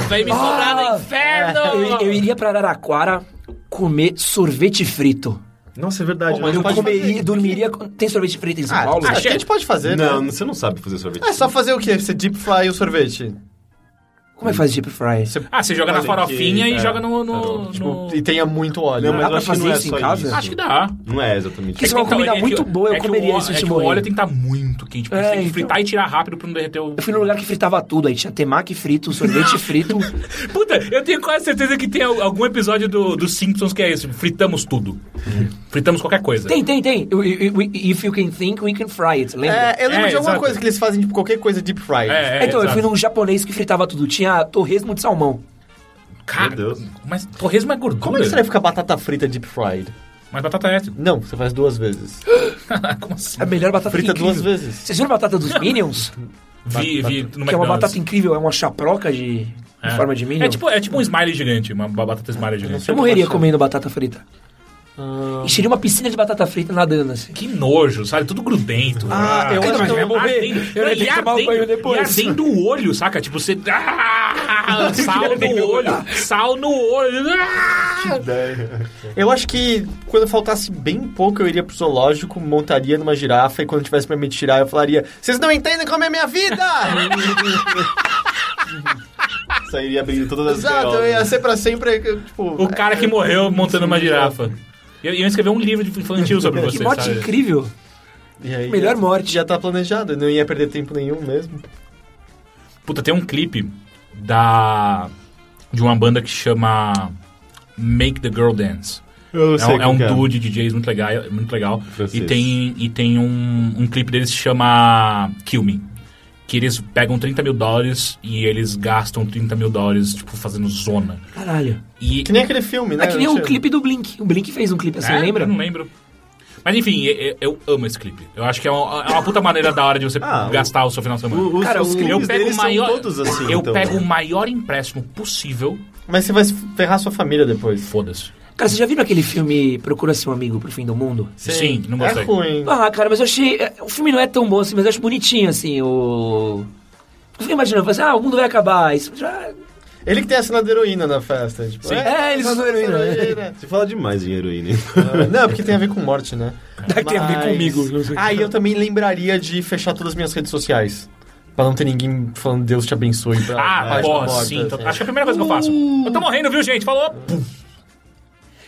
Vai me cobrar Ah! no inferno! Eu, eu iria pra Araraquara comer sorvete frito. Nossa, é verdade. Pô, mas né? Eu pode comeria, fazer. dormiria... com- Tem sorvete frito em São Ah, Paulo? acho que a gente pode fazer, Não, né? você não sabe fazer sorvete. É só fazer o quê? Você deep fry o sorvete. Como é que faz deep fry? Você- Ah, você joga na Olha que- farofinha e é, joga no. no- tá bom. no- tipo, E tenha muito óleo. Não, mas Dá eu pra acho que fazer não é isso em só casa? isso. Acho que dá. Não é exatamente. Que isso é uma comida que- muito boa, eu é que o comeria ó- isso é se que morrer. O óleo tem que estar muito quente, porque É, você tem que então. fritar e tirar rápido pra não derreter o. Eu fui num lugar que fritava tudo, aí tinha temaki frito, sorvete frito. Puta, eu tenho quase certeza que tem al- algum episódio do, dos Simpsons que é isso. Fritamos tudo. Fritamos qualquer coisa. Tem, tem, tem. You- you- you- If you can think, we can fry it, lembra? É, eu lembro É, de alguma exato. coisa que eles fazem, tipo, qualquer coisa deep fry. É, é, então, eu fui exato. num japonês que fritava tudo. Tinha torresmo de salmão. Cara, Meu Deus. Mas torresmo é gordura. Como é que você vai ficar batata frita deep fried? Mas batata é. Não, você faz duas vezes. Como assim? É A melhor batata Frita incrível. duas vezes. Vocês viram a batata dos Minions? Vi, vi no que é uma McDonald's. batata incrível, é uma chaproca de em forma de Minion. É tipo, é tipo um smiley gigante, uma batata smiley gigante. eu morreria comendo batata frita. Ah. Encheria uma piscina de batata frita nadando, assim. Que nojo, sabe? Tudo grudento. Ah, eu acho mas que eu vai vou morrer. ardendo. Eu ia ter E que tomar um ardendo. banho depois. E ardendo o olho, saca? Tipo, você... Ah, sal no olho. Sal no olho. Ah. Eu acho que quando faltasse bem pouco, eu iria pro zoológico, montaria numa girafa e quando tivesse pra me tirar, eu falaria: Vocês não entendem como é minha vida! Sairia abrindo todas as Exato, eu gaiolas. ia ser pra sempre, tipo. O cara que morreu montando uma girafa. Eu ia escrever um livro de infantil sobre que você, morte sabe? incrível. E aí, Melhor já- morte. Já tá planejado, eu não ia perder tempo nenhum mesmo. Puta, tem um clipe da... De uma banda que chama... Make the Girl Dance. Eu É sei um, é um qual que duo de DJs muito legal. é Muito legal. E Francês. tem, e tem um, um clipe deles que se chama Kill Me. Que eles pegam 30 mil dólares e eles gastam 30 mil dólares, tipo, fazendo zona. Caralho. E. Que nem aquele filme, né? É que nem o Alexandre? clipe do Blink. O Blink fez um clipe assim, É, lembra? eu Não lembro. Mas enfim, eu, eu amo esse clipe. Eu acho que é uma, é uma puta maneira da hora de você Ah, o- gastar o seu final de semana. O- os- Cara, os eu clipes eu pego deles o são maior. todos assim, eu então. pego o maior empréstimo possível. Mas você vai ferrar sua família depois. Foda-se. Cara, vocês já viram aquele filme Procura-se um Amigo pro Fim do Mundo? Sim, não gostei. É ruim. Ah, cara, mas eu achei. é, O filme não é tão bom assim, mas eu acho bonitinho, assim, o. Eu fico imaginando, eu falo assim, ah, o mundo vai acabar. Isso já. Ele que tem a cena da heroína na festa. Tipo, Sim. É, eles usam heroína, né? heroína. Você fala demais em heroína. Não, porque tem a ver com morte, né? Dá que tem a ver Mas- comigo. não sei. Ah, e eu também lembraria de fechar todas as minhas redes sociais. Pra não ter ninguém falando Deus te abençoe. Pra, Ah, página pô, morta, sim. assim. então- Acho que é a primeira coisa que eu faço. Uh! Eu tô morrendo, viu, gente? Falou. Pum.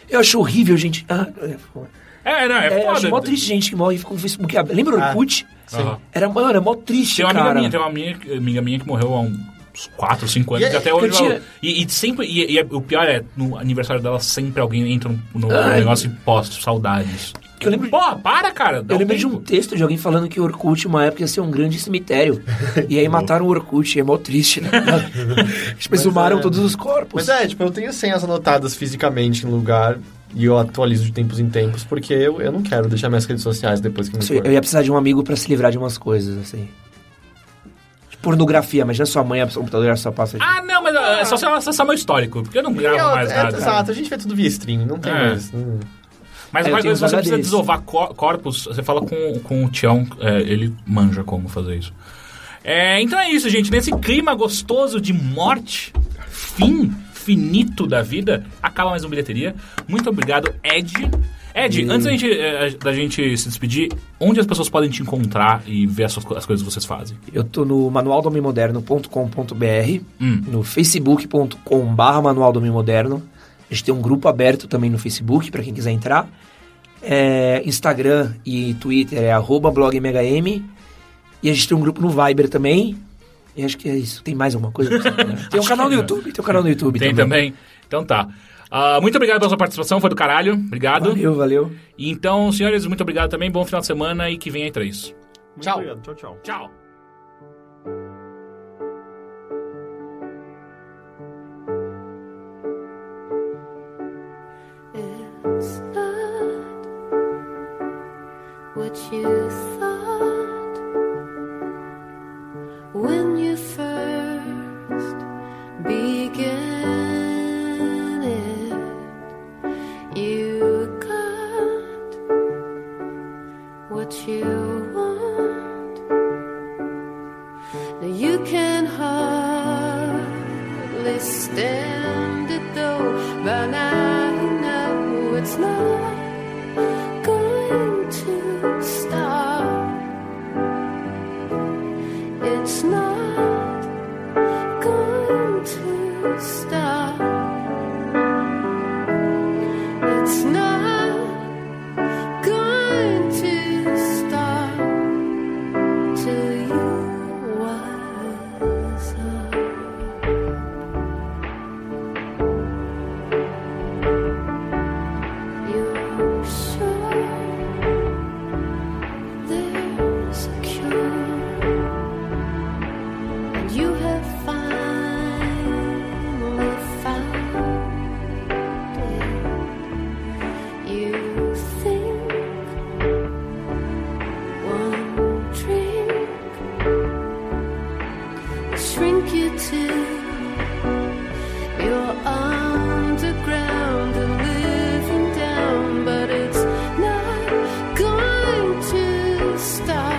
Eu acho horrível, gente. Ah, é, pô. É, não, é, É, eu foda. acho mó triste gente que morre e fica no Facebook. Lembra o Ah, Orkut? sim. Era, mano, era mó triste, Tem uma cara. amiga minha, tem uma amiga, amiga minha que morreu há uns 4, 5 anos, E- e até hoje. é, eu tinha- ela- E, e sempre. E, e o pior é, no aniversário dela, sempre alguém entra no, no Ai. negócio e posta saudades. Que eu lembro- Pô, para, cara. dá Eu lembrei de um tempo. texto de alguém falando que o Orkut, uma época, ia ser um grande cemitério. e aí mataram o Orkut, é mó triste, né? Eles presumaram é. todos os corpos. Mas é, tipo, eu tenho senhas anotadas fisicamente em lugar e eu atualizo de tempos em tempos, porque eu, eu não quero deixar minhas redes sociais depois que me Isso, Eu for. ia precisar de um amigo pra se livrar de umas coisas, assim. De Pornografia, imagina sua mãe, a sua computadora só passa de... Ah, não, mas ah, é só se ela acessar meu histórico, porque eu não gravo Eu- mais é, nada. exato, a gente vê tudo via stream, não tem É. mais. hum. Mas É, eu uma tenho coisa, uns se você precisa HDs. desovar cor- corpos, você fala com, com o Tião, é, ele manja como fazer isso. É, então é isso, gente. Nesse clima gostoso de morte, fim, finito da vida, acaba mais uma bilheteria. Muito obrigado, Ed. Ed, antes da gente, é, da gente se despedir, onde as pessoas podem te encontrar e ver as, suas co- as coisas que vocês fazem? Eu tô no manualdomemoderno.com.br, Hum. no facebook.com.br manualdomemoderno. A gente tem um grupo aberto também no Facebook, pra quem quiser entrar. É, Instagram e Twitter é arroba blogmhm. E a gente tem um grupo no Viber também, E acho que é isso. Tem mais alguma coisa? tem um canal no YouTube? Tem um canal no YouTube Tem também. Então tá. Ah, muito obrigado pela sua participação, foi do caralho. Obrigado. Valeu, valeu. E Então, senhores, muito obrigado também. Bom final de semana e que venha entre isso. Muito Tchau. obrigado. Tchau, tchau. Tchau. It's not what you thought when you first began it. You got what you want. Now you can hardly stand it though. By now you know it's not going to stop. It's not going to stop. It's not going to stop till you wise up. You're sure there's a cure, and you have finally found it. You think one drink shrink you to your underground and living down, but it's not going to stop.